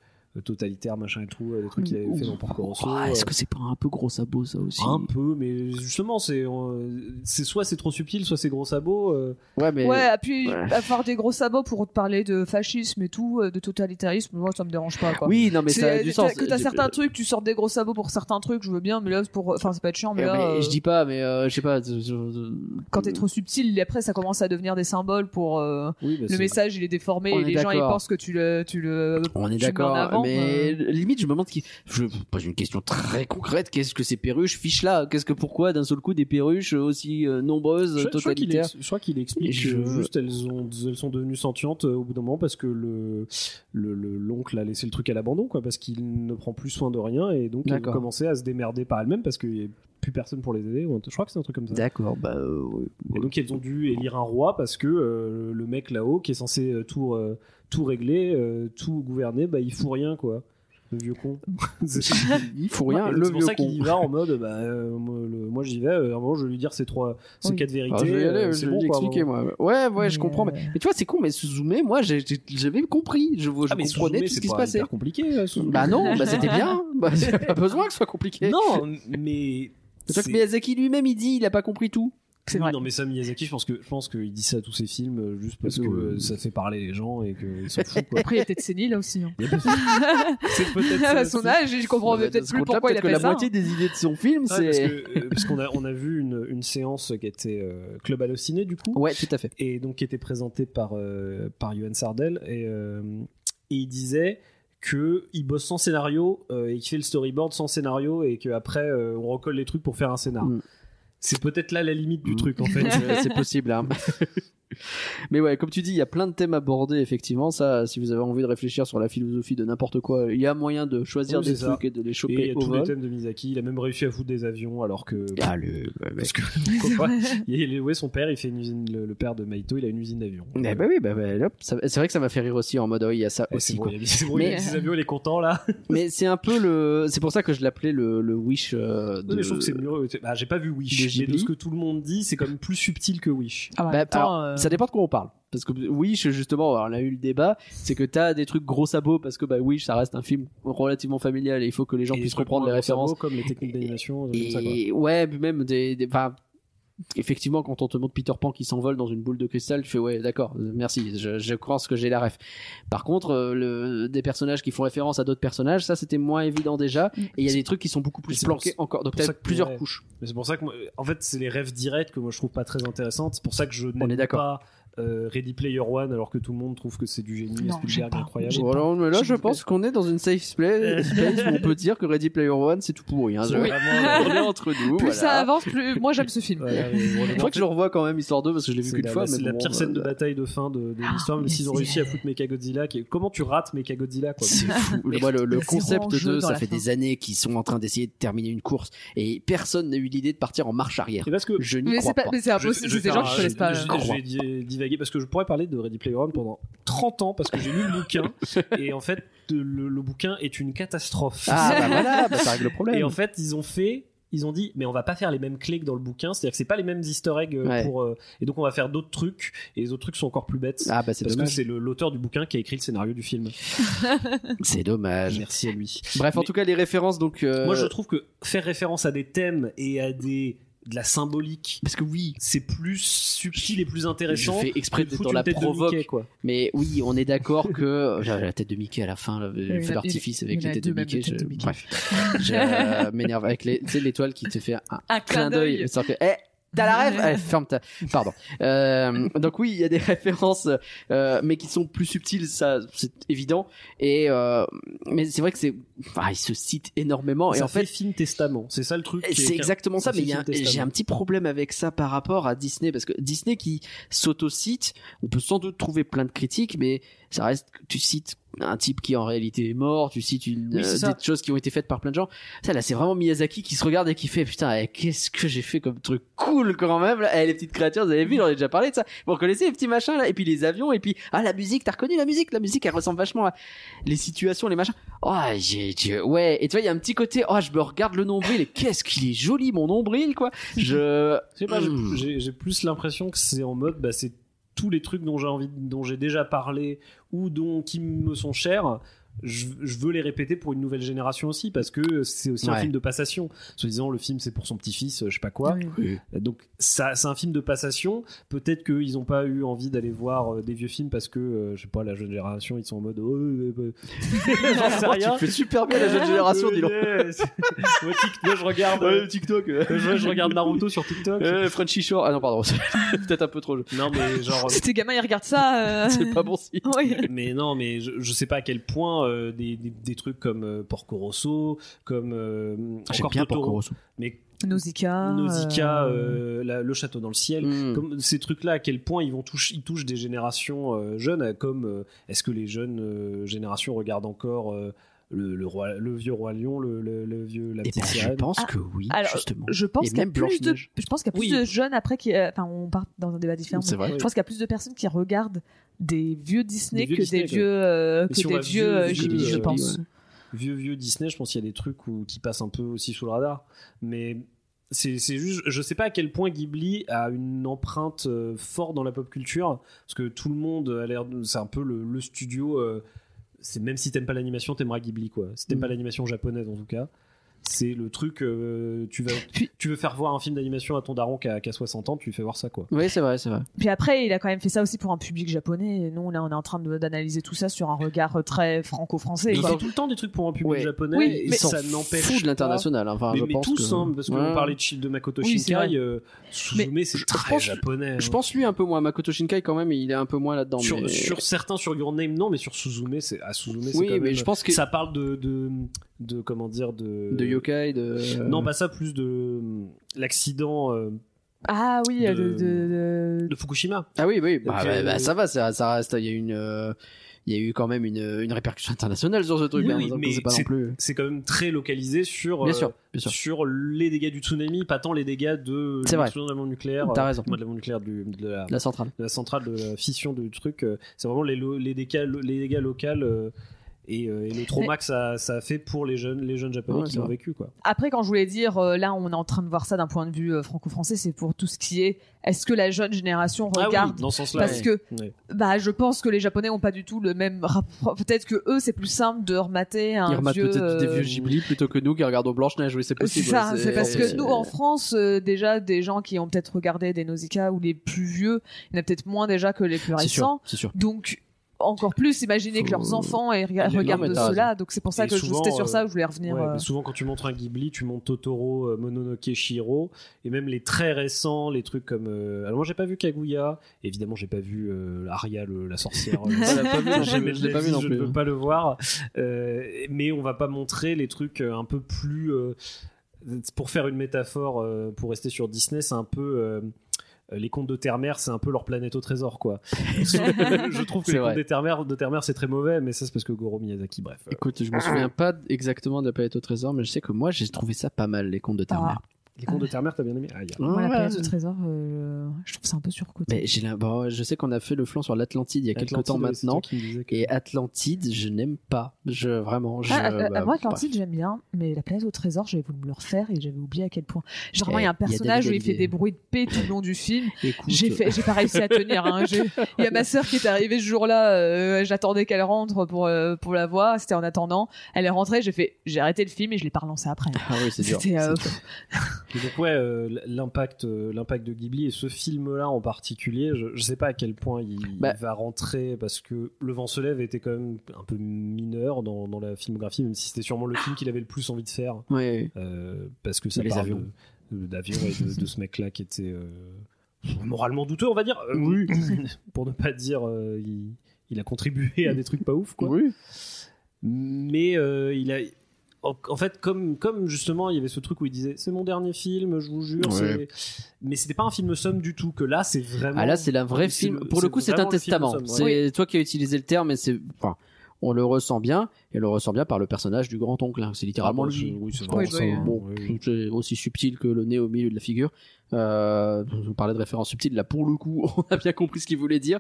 totalitaire, machin et tout, euh, les trucs qu'il avait fait dans Porco Rosso. Ah, Est-ce euh, que c'est pas un peu gros sabot ça aussi un peu, mais justement, c'est euh, c'est soit c'est trop subtil, soit c'est gros sabot. euh, Ouais, mais. Ouais, et puis ouais. avoir des gros sabots pour te parler de fascisme et tout, euh, de totalitarisme, moi ça me dérange pas quoi. Oui, non, mais C'est- euh, ça a du t'as- sens. Que t'as Je- certains trucs, tu sors des gros sabots pour certains trucs, je veux bien, mais là, c'est pour... enfin, c'est pas être chiant, mais Ouais, là, mais euh, Je dis pas, mais euh, je sais pas. je- je- quand t'es trop subtil, après, ça commence à devenir des symboles pour. euh, oui, bah, Le c'est- message, il est déformé On et est les gens, ils d'accord. pensent que tu le. Tu le... On est tu le mets en d'accord, avant, mais euh. limite je me demande qui. Je pose une question très concrète. Qu'est-ce que ces perruches fichent là Qu'est-ce que pourquoi d'un seul coup des perruches aussi euh, nombreuses, Je, je crois qu'il totalitaires ex- je crois qu'il explique Je- que juste elles, ont, elles sont devenues sentientes euh, au bout d'un moment parce que le le- le- l'oncle a laissé le truc à l'abandon quoi parce qu'il ne prend plus soin de rien et donc elles ont D'accord. commencé à se démerder par elles-mêmes parce qu'il n'y a plus personne pour les aider. ou un- Je crois que c'est un truc comme ça. D'accord, bah euh, ouais. Et donc elles ont dû élire un roi parce que euh, le mec là-haut qui est censé euh, tout euh, tout régler, euh, tout gouverner, bah il fout rien quoi. Le vieux con. C'est- il faut rien. et le c'est pour vieux ça qu'il y con. va en mode bah, euh, moi, le- moi j'y vais, euh, avant je vais lui dire ces trois ces Oui. quatre vérités. Alors, Ah, je vais y aller, euh, je c'est vais bon, lui quoi, expliquer avant- moi. Ouais, ouais, je Mais, comprends. Mais, euh, mais tu vois, c'est con, mais Suzume, moi j'ai- j'ai- j'avais compris. Je, je Ah, comprenais mais Suzume, tout ce c'est qui se pas passait. hyper compliqué. euh, Suzume. Bah non, bah c'était bien. Bah, c'est pas besoin que ce soit compliqué. Non, mais. C'est sûr que c'est- Miyazaki lui-même il dit il a pas compris tout. C'est Oui, vrai. Non, mais Sam Miyazaki, je pense que je pense qu'il dit ça à tous ses films euh, juste parce que Parce que, euh, euh, ça fait parler les gens et qu'ils s'en foutent. Quoi. Après, il était de sénile aussi. hein. Il y a- c'est peut-être ça à aussi. son âge, je comprends Bah, de peut-être ce plus compte-là, pourquoi il a peut-être fait que ça. la moitié des idées de son film, Ouais, parce c'est. que, euh, parce qu'on a on a vu une, une séance qui était euh, Club Allociné du coup Ouais, tout à fait. et donc qui était présentée par euh, par Johan Sardel et, euh, et il disait que il bosse sans scénario euh, et qu'il fait le storyboard sans scénario et qu'après euh, on recolle les trucs pour faire un scénar. Mm. C'est peut-être là la limite du Mm. truc en fait. Euh, c'est possible. hein. Mais ouais, comme tu dis, il y a plein de thèmes abordés, effectivement. Ça, si vous avez envie de réfléchir sur la philosophie de n'importe quoi, il y a moyen de choisir Oui, des c'est trucs et de les Et il y choper a au tous les vol. thèmes de Miyazaki. Il a même réussi à foutre des avions alors que. Ah, le... Parce que pourquoi pas Il est ouais, son père, il fait une usine, le, le père de Maito, il a une usine d'avions. Eh ben oui, bah, bah, hop, ça- c'est vrai que ça m'a fait rire aussi en mode, ah oui, il y a ça Eh, aussi. c'est bon, quoi. il a mis- c'est bon, il a Mais- euh, mis ses avions, il est content là. Mais c'est un peu le, c'est pour ça que je l'appelais le, le wish. euh, de... Non, mais je trouve que c'est mieux. Bah, j'ai pas vu de Wish, mais Ghibli. de ce que tout le monde dit, c'est quand même plus subtil que Wish. Ah, Bah, en même temps, alors, euh, Ça dépend de quoi on parle. Parce que Wish, justement, alors, on a eu le débat, c'est que t'as des trucs gros sabots parce que bah, Wish, ça reste un film relativement familial et il faut que les gens Et puissent trucs comprendre les moins gros références. sabots, Comme les techniques d'animation, des trucs comme ça, quoi. Et ouais, puis même des, des- enfin, effectivement, quand on te montre Peter Pan qui s'envole dans une boule de cristal, tu fais ouais, d'accord, euh, merci, je, je pense que j'ai la ref. Par contre, euh, le, des personnages qui font référence à d'autres personnages, ça c'était moins évident déjà. Et il y a des trucs qui sont beaucoup Mais plus c'est pour planqués ça- encore, donc pour t'as ça que- plusieurs ouais. couches. Mais c'est pour ça que, moi- en fait, c'est les rêves directs que moi je trouve pas très intéressantes. C'est pour ça que je est n'aime d'accord. pas euh, Ready Player One alors que tout le monde trouve que c'est du génie, Non, j'aime Spielberg pas. incroyable. J'ai Voilà, mais là, j'ai je pas- pense qu'on est dans une safe play- space où on peut dire que Ready Player One, c'est tout pourri. Hein, C'est Je- vraiment- euh, on est entre nous. plus voilà. ça avance, plus. Moi, j'aime ce film. Voilà, mais- Je crois que je le revois quand même, histoire 2, parce que je l'ai vu C'est qu'une la, fois. la- mais la bon, pire scène de euh, bataille de fin de, de Ah, l'histoire, même mais s'ils ont c'est- réussi à foutre Mechagodzilla. Qui... est- Comment tu rates Mechagodzilla quoi C'est fou. Le, moi, le, le Zéro concept enjeu de dans ça la fait fin. des années qu'ils sont en train d'essayer de terminer une course et personne n'a eu l'idée de partir en marche arrière. Et parce que Je n'y Mais c'est crois pas- pas. mais c'est impossible, c'est des gens qui je- se laissent pas. je- euh, je vais di- divaguer parce que je pourrais parler de Ready Player One pendant 30 ans parce que j'ai lu le bouquin et en fait de- le, le bouquin est une catastrophe. Ah bah voilà, bah, ça règle le problème. Et en fait, ils ont fait, ils ont dit, mais on va pas faire les mêmes clés que dans le bouquin, c'est-à-dire que c'est pas les mêmes Easter eggs euh, Ouais. pour, euh, et donc on va faire d'autres trucs, et les autres trucs sont encore plus bêtes. Ah bah c'est parce que dommage. c'est le- l'auteur du bouquin qui a écrit le scénario du film. C'est dommage. Merci à lui. Bref, en Mais- tout cas les références donc. Ah, euh, Moi, je trouve que faire référence à des thèmes et à des de la symbolique, Parce que oui, c'est plus subtil et plus je intéressant. fais exprès que d'être foutre dans une la tête de provoque. Mickey, quoi. Mais oui, on est d'accord que j'ai la tête de Mickey à la fin, là, le il feu a- d'artifice il- avec il les a têtes de deux mêmes Mickey. têtes je- de Mickey. Bref, je euh, m'énerve avec les- tu sais, l'étoile qui te fait un Un clin d'œil, c'est-à-dire que eh, T'as la rêve Allez, ferme ta. Pardon. Euh, donc oui, il y a des références, euh, mais qui sont plus subtiles, ça c'est évident. Et euh, mais c'est vrai que c'est, ah, il se cite énormément. et en fait, film testament. C'est ça le truc. qui est- c'est exactement ça, ça mais fait il y a film un- j'ai testament. un petit problème avec ça par rapport à Disney, parce que Disney qui s'autocite, on peut sans doute trouver plein de critiques, mais ça reste, que tu cites un type qui en réalité est mort, tu cites une, Oui, c'est euh, ça. des choses qui ont été faites par plein de gens. Ça là, c'est vraiment Miyazaki qui se regarde et qui fait putain, eh, qu'est-ce que j'ai fait comme truc cool quand même là. Eh, les petites créatures, vous avez vu, j'en ai déjà parlé de ça. Vous reconnaissez les petits machins là, et puis les avions, et puis ah la musique, t'as reconnu la musique, la musique elle ressemble vachement à les situations, les machins. Oh, j'ai, j'ai- ouais. Et tu vois, il y a un petit côté, oh, je me regarde le nombril et qu'est-ce qu'il est joli, mon nombril, quoi. Je, Je sais pas, j'ai- Mm. j'ai j'ai plus l'impression que c'est en mode, bah, c'est tous les trucs dont j'ai envie, dont j'ai déjà parlé ou dont qui me sont chers. Je, je veux les répéter pour une nouvelle génération aussi parce que c'est aussi un Ouais. film de passation. Se disant le film c'est pour son petit-fils, euh, je sais pas quoi. Donc ça c'est un film de passation. Peut-être qu'ils n'ont pas eu envie d'aller voir euh, des vieux films parce que euh, je sais pas la jeune génération ils sont en mode. Oh, euh, euh, j'en sais Oh, rien. tu fais super bien la jeune génération, dis donc. Yes. Moi, tic- moi, je regarde. euh, TikTok. je, je regarde Naruto sur TikTok. Frenchy Shore. Ah non, pardon, c'est peut-être un peu trop. Non mais genre Si tes gamins ils regardent ça. euh, C'est pas bon signe. oui. mais non mais je, je sais pas à quel point euh, des, des, des trucs comme euh, Porco Rosso comme euh, Ah, encore Totoro, mais Nausicaa. Nausicaa euh, euh, la- le château dans le ciel Hmm. comme ces trucs là à quel point ils vont toucher ils touchent des générations euh, jeunes euh, comme euh, est-ce que les jeunes euh, générations regardent encore euh, le, le roi le vieux roi lion le, le- le vieux la Eh ben, petite je sirène pense Ah, que oui, alors, justement. Je pense Et qu'il y a même plus de, Blanche-Neige. je pense qu'il y a plus Oui. de jeunes après qui, euh, enfin, on part dans un débat différent. C'est mais vrai. Je pense qu'il y a plus de personnes qui regardent des vieux Disney Des vieux que Disney, des quoi. vieux euh, Mais que si on des va vieux vieux, euh, vieux, Ghibli, je euh, pense. vieux vieux Disney, je pense qu'il y a des trucs où- qui passent un peu aussi sous le radar. Mais c'est c'est juste, je sais pas à quel point Ghibli a une empreinte euh, forte dans la pop culture, parce que tout le monde a l'air, de- c'est un peu le, le studio. euh, c'est même si t'aimes pas l'animation, t'aimeras Ghibli quoi. Si t'aimes Mm. pas l'animation japonaise en tout cas. C'est le truc, euh, tu, vas, Puis- tu veux faire voir un film d'animation à ton daron qui a, qui a 60 ans, tu lui fais voir ça quoi. Oui, c'est vrai, c'est vrai. Puis après, il a quand même fait ça aussi pour un public japonais. Et nous, là, on est en train de- d'analyser tout ça sur un regard euh, très franco-français. Il quoi. fait tout le temps des trucs pour un public Ouais. japonais, Oui, et mais- ça S'en n'empêche fout de pas- l'international. hein. Enfin, mais, je mais pense tous, que... hein, parce qu'on Ouais. parlait de, Chi- de Makoto Oui, c'est Shinkai, vrai. euh, Suzume, c'est je très pense- japonais. Je hein. pense lui un peu moins. Makoto Shinkai, quand même, il est un peu moins là-dedans. sur, mais- sur certains, sur Your Name, non, mais sur Suzume, c'est à Suzume, c'est Oui, quand mais même- je pense que. ça parle de, de, de comment dire de De yokai, de. Non, pas ça, plus de euh, l'accident euh, Ah oui, De- de, de, de- de Fukushima. Ah oui, oui, bah, Donc, bah, euh, bah, ça va, ça, ça reste. Il y a une, euh, il y a eu quand même une, une répercussion internationale sur ce truc. Oui, hein, oui, donc mais c'est pas non c'est- plus. C'est quand même très localisé sur Bien euh, sûr, bien sûr. sur les dégâts du tsunami, pas tant les dégâts de C'est vrai. l'explosion de la bombe nucléaire, T'as euh, raison. de la bombe nucléaire du- de la La centrale. de la centrale de la fission du truc. euh, c'est vraiment les, lo- les, dégâts, les dégâts locaux euh, et, euh, et le trauma que ça, ça a fait pour les jeunes, les jeunes japonais Ouais, qui c'est l'ont vrai. vécu. Quoi. Après, quand je voulais dire, euh, là, on est en train de voir ça d'un point de vue euh, franco-français, c'est pour tout ce qui est. Est-ce que la jeune génération Ah regarde dans ce sens-là. Parce ouais. que Ouais. bah, je pense que les Japonais ont pas du tout le même rapport. Peut-être que eux, c'est plus simple de remater un Ils remettent vieux. peut-être des euh, vieux Ghibli plutôt que nous qui regardons Blanche-Neige. Oui, c'est C'est possible. ça, ouais, c'est parce que c'est- nous en France, euh, déjà des gens qui ont peut-être regardé des Nausicaa ou les plus vieux, il y en a peut-être moins déjà que les plus C'est récents. sûr, c'est sûr. Donc encore plus, imaginez que Faut- leurs enfants aient- non, regardent mais t'as cela. Donc c'est pour ça Et que je souvent, c'était sur euh, ça, que je voulais revenir. Ouais, euh, mais souvent, quand tu montres un Ghibli, tu montres Totoro, euh, Mononoke, Shiro, et même les très récents, les trucs comme. euh, Alors, moi, j'ai pas vu Kaguya, évidemment, j'ai pas vu euh, Aria, le- la sorcière. euh, Je l'ai pas vu, Jamais je- de je l'ai la pas vie, vu non je plus. ne peux pas le voir. Euh, mais on va pas montrer les trucs euh, un peu plus. euh, pour faire une métaphore, euh, pour rester sur Disney, c'est un peu. euh, les contes de Terre-Mère, c'est un peu leur planète au trésor, quoi. je trouve que C'est les vrai. contes de Terre-Mère, de Terre-Mère, c'est très mauvais, mais ça, c'est parce que Goro Miyazaki, bref. euh, Écoute, je me souviens pas exactement de la palette au trésor, mais je sais que moi j'ai trouvé ça pas mal, les contes de Ah, Terre-Mère. les contes de Terre-Mère, t'as bien aimé Ah, Aria. moi, la Ouais. planète du trésor, euh, je trouve ça un peu surcoté. Mais j'ai l'im- bon, je sais qu'on a fait le flanc sur l'Atlantide il y a quelques Atlantide, temps ouais, c'est maintenant. toi qui me disais que- Et Atlantide, je n'aime pas. Je vraiment, je. Ah, euh, bah, moi, Atlantide, j'aime bien, mais la planète au trésor, j'avais voulu me le refaire et j'avais oublié à quel point. Genre, vraiment, il y a un Eh, il y a personnage où David il fait Hallyday. des bruits de paix tout le long du film. bref. bah, Écoute, J'ai fait, j'ai pas réussi à tenir. hein. J'ai- Il y a ma sœur qui est arrivée ce jour-là. euh, J'attendais qu'elle rentre pour euh, pour la voir. C'était en attendant. Elle est rentrée. J'ai fait, j'ai arrêté le film et je l'ai pas relancé après. Ah oui, c'est dur. C'était, euh, C'est- Et donc ouais, euh, l'impact, euh, l'impact de Ghibli et ce film-là en particulier, je, je sais pas à quel point il, il Bah. va rentrer parce que Le Vent se lève était quand même un peu mineur dans, dans la filmographie, même si c'était sûrement le film qu'il avait le plus envie de faire Ouais. euh, parce que ça Les parle avions. de- euh, d'avion et de, de ce mec-là qui était euh, moralement douteux, on va dire. Euh, pour ne pas dire, euh, il, il a contribué à des trucs pas ouf, quoi. Oui. Mais euh, il a. En, en fait, comme, comme justement, il y avait ce truc où il disait c'est mon dernier film, je vous jure. Ouais. c'est- Mais c'était pas un film somme du tout. Que là, c'est vraiment. Ah là, c'est la vraie C'est film. le- Pour le c'est coup, c'est un vraiment le film testament. somme, C'est toi qui as utilisé le terme, mais c'est. Enfin, on le ressent bien, et on le ressent bien par le personnage du grand oncle. hein. C'est littéralement Ah, bah, lui. c'est- oui, c'est Bon, vraiment bah, ça, oui. hein. bon, Oui, oui. c'est aussi subtil que le nez au milieu de la figure. Euh, on parlait de référence subtile. Là, pour le coup, on a bien compris ce qu'il voulait dire.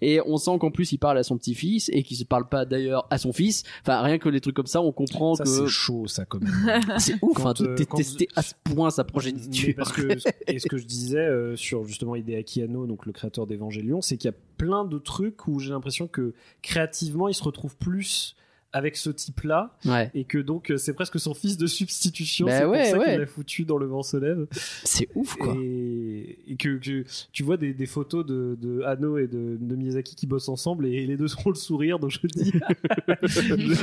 Et on sent qu'en plus, il parle à son petit-fils et qu'il se parle pas d'ailleurs à son fils. Enfin, rien que les trucs comme ça, on comprend Ça, que c'est chaud, ça, quand même. c'est ouf Quand, hein, de euh, détester à ce point sa Mais progéniture. parce que, et ce que je disais euh, sur justement Hideaki Anno, donc le créateur d'Evangelion, c'est qu'il y a plein de trucs où j'ai l'impression que créativement, il se retrouve plus avec ce type-là Ouais, et que donc euh, c'est presque son fils de substitution. Bah c'est ouais, pour ça ouais. qu'il l'a foutu dans le vent se lève. c'est ouf quoi. Et, et que, que tu vois des, des photos de, de Anno et de, de Miyazaki qui bossent ensemble et les deux ont le sourire, donc je dis. Je-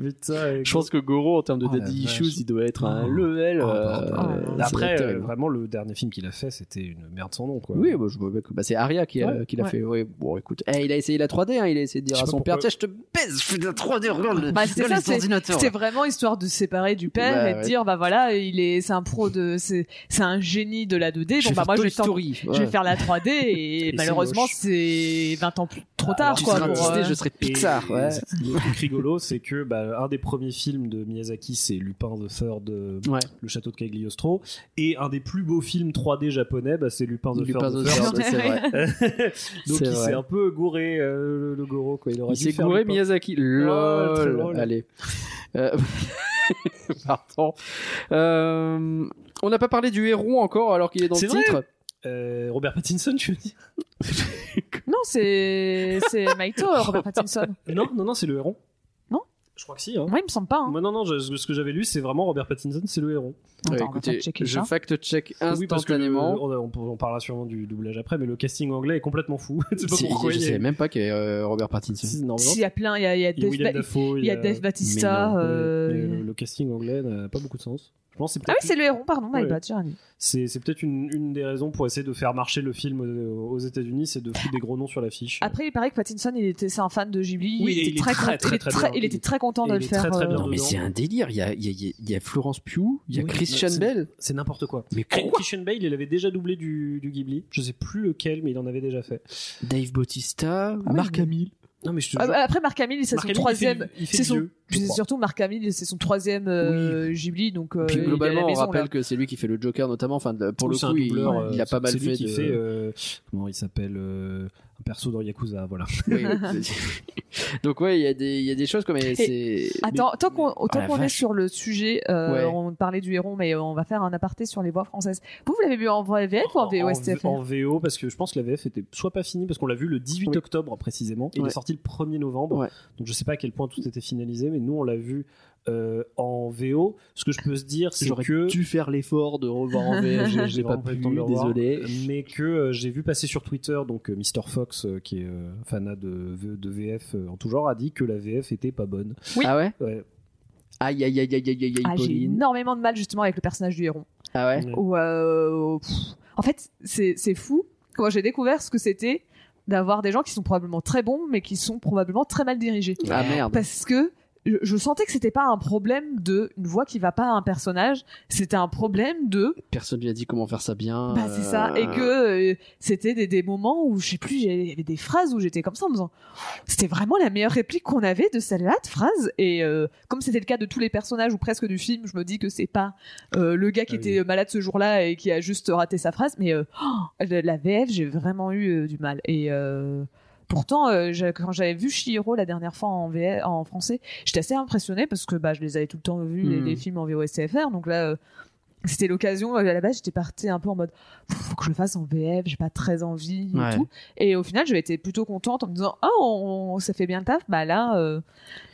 Putain, euh, Je pense que Goro, en termes de Oh la daddy vache. issues, il doit être à un level. Oh, euh, pardon. ça doit Après, être euh, terrible. vraiment, le dernier film qu'il a fait, c'était une merde sans nom, quoi. Oui, bah, je vois bien que- bah, c'est Aria qui, a- Ouais, qui l'a ouais. fait. Ouais, bon, écoute, Eh, il a essayé la 3D, hein, il a essayé de dire Je sais à pas son pourquoi. père Tiens, je te baise, je fais de la 3D, regarde le, Bah, c'est regarde ça, les ordinateurs. C'était vraiment histoire de se séparer du père Bah, et de ouais. dire bah voilà il est c'est un pro de c'est c'est un génie de la 2D Je donc vais faire bah moi je Toy vais, tenter- Story. je vais ouais. faire la 3D et, Et c'est malheureusement moche. c'est 20 ans plus, trop Ah, tard Tu quoi seras pour, Disney, euh, je serai Pixar. Et- ouais. et Le truc rigolo, c'est que bah, un des premiers films de Miyazaki, c'est Lupin the Third, euh, Ouais. le château de Cagliostro, et un des plus beaux films 3D japonais, bah, c'est Lupin the Lupin Third. the the Third. Third, c'est vrai. Donc C'est il vrai. s'est un peu gouré euh, le, le Goro quoi. Il aurait Il dû s'est faire gouré Lupin. Miyazaki. LOL. très drôle. Allez. Euh, Pardon. Euh, On n'a pas parlé du héros encore alors qu'il est dans C'est le vrai. titre. Euh, Robert Pattinson, tu veux dire non c'est c'est Maito euh, Robert Pattinson Non, non, non, c'est le héron. Non Je crois que si. Hein. moi il me semble pas hein. Moi, non, non, je- ce que j'avais lu, c'est vraiment Robert Pattinson, c'est le héron. Ouais, Attends, on va Bah, écoutez, faire checker je ça. fact-check Oui, parce que le- instantanément. on, on- on parlera sûrement du doublage après, mais le casting anglais est complètement fou. c'est pas Si, pourquoi. je il est- savais même pas qu'il y avait euh, Robert Pattinson. Si, normalement, s'il y a plein il y a il y a Il y a Dave William Ba- Dafoe, il y a Dave Batista Mais non, euh, mais il y a- le, le casting anglais n'a pas beaucoup de sens. Je pense que ah peut-être oui c'est le héron pardon my Ouais. bad, j'ai rien dit. c'est c'est peut-être une, une des raisons pour essayer de faire marcher le film euh, aux États-Unis, c'est de foutre des gros noms sur l'affiche. Après, il paraît que Pattinson, il était, c'est un fan de Ghibli. Oui, et il il était est très, con- très, il très, est très très- bien. il était très content Et de il le est faire. très, très bien. Non, mais dedans. c'est un délire. Il y a, il y a- il y a- il y a Florence Pugh, il y a Oui, Christian mais c'est- Bell. C'est n'importe quoi. Mais quoi Christian Bale, il avait déjà doublé du, du Ghibli. Je sais plus lequel, mais il en avait déjà fait. Dave Bautista, oui, Marc mais- Hamill. Non, mais je te Ah, jure, bah, Après, Mark Hamill, c'est Mark son Hamill, troisième. il fait du- il fait C'est du son. vieux, je c'est crois. surtout Mark Hamill, c'est son troisième euh, Ghibli, donc. euh, Puis il est à la globalement, maison, on rappelle là. que c'est lui qui fait le Joker, notamment. Enfin, de- pour le C'est coup, un il, doubleur, euh, il a pas mal c'est fait. lui qui de- fait euh, comment il s'appelle euh, un perso dans Yakuza, voilà. Oui, oui. Donc ouais, il y a des, il y a des choses comme. mais c'est- Attends, tant qu'on Oh Oh tant la qu'on est vache. sur le sujet, euh, Ouais. on parlait du héron, mais on va faire un aparté sur les voix françaises. Vous, vous l'avez vu en VF ou en VOSTF en VO, parce que je pense que la VF était soit pas finie, parce qu'on l'a vu le 18 Oui. octobre précisément, et il Ouais. est sorti le 1er novembre. Ouais. Donc je sais pas à quel point tout était finalisé, mais nous on l'a vu euh, en VO. Ce que je peux se dire, c'est J'aurais que. dû faire l'effort de revoir en VF, j'ai- j'ai pas vraiment eu pu, le temps de le revoir, désolé. Mais que euh, j'ai vu passer sur Twitter, donc euh, Mr. Fox, euh, qui est euh, fanat de, V- de VF euh, en tout genre, a dit que la VF était pas bonne. Oui. Ah ouais Ouais. Aïe aïe aïe aïe aïe aïe Ah, aïe j'ai Pauline. énormément de mal justement avec le personnage du héron. Ah ouais. Ouais. Ou, euh, pff. en fait, c'est c'est fou. Moi, j'ai découvert ce que c'était d'avoir des gens qui sont probablement très bons, mais qui sont probablement très mal dirigés. Ah merde. Parce que je, je sentais que c'était pas un problème de une voix qui va pas à un personnage, c'était un problème de Personne lui a dit comment faire ça bien. bah c'est ça euh, et que euh, c'était des, des moments où je sais plus, j'ai- il y avait des phrases où j'étais comme ça en me disant c'était vraiment la meilleure réplique qu'on avait de celle-là de phrase et euh, comme c'était le cas de tous les personnages ou presque du film, je me dis que c'est pas euh, le gars qui Ah oui. était malade ce jour-là et qui a juste raté sa phrase mais euh, oh, la la VF, j'ai vraiment eu euh, du mal et euh, Pourtant, euh, j'ai- quand j'avais vu Shihiro la dernière fois en, VF en français, j'étais assez impressionnée parce que bah, je les avais tout le temps vus, les, Hmm. les films en VOSTFR. Donc là, euh, c'était l'occasion. euh, À la base, j'étais partie un peu en mode Pff, faut que je le fasse en VF, j'ai pas très envie Ouais. oh, et tout. Et au final, j'avais été plutôt contente en me disant ah on, on- ça fait bien le taf. Bah là, euh,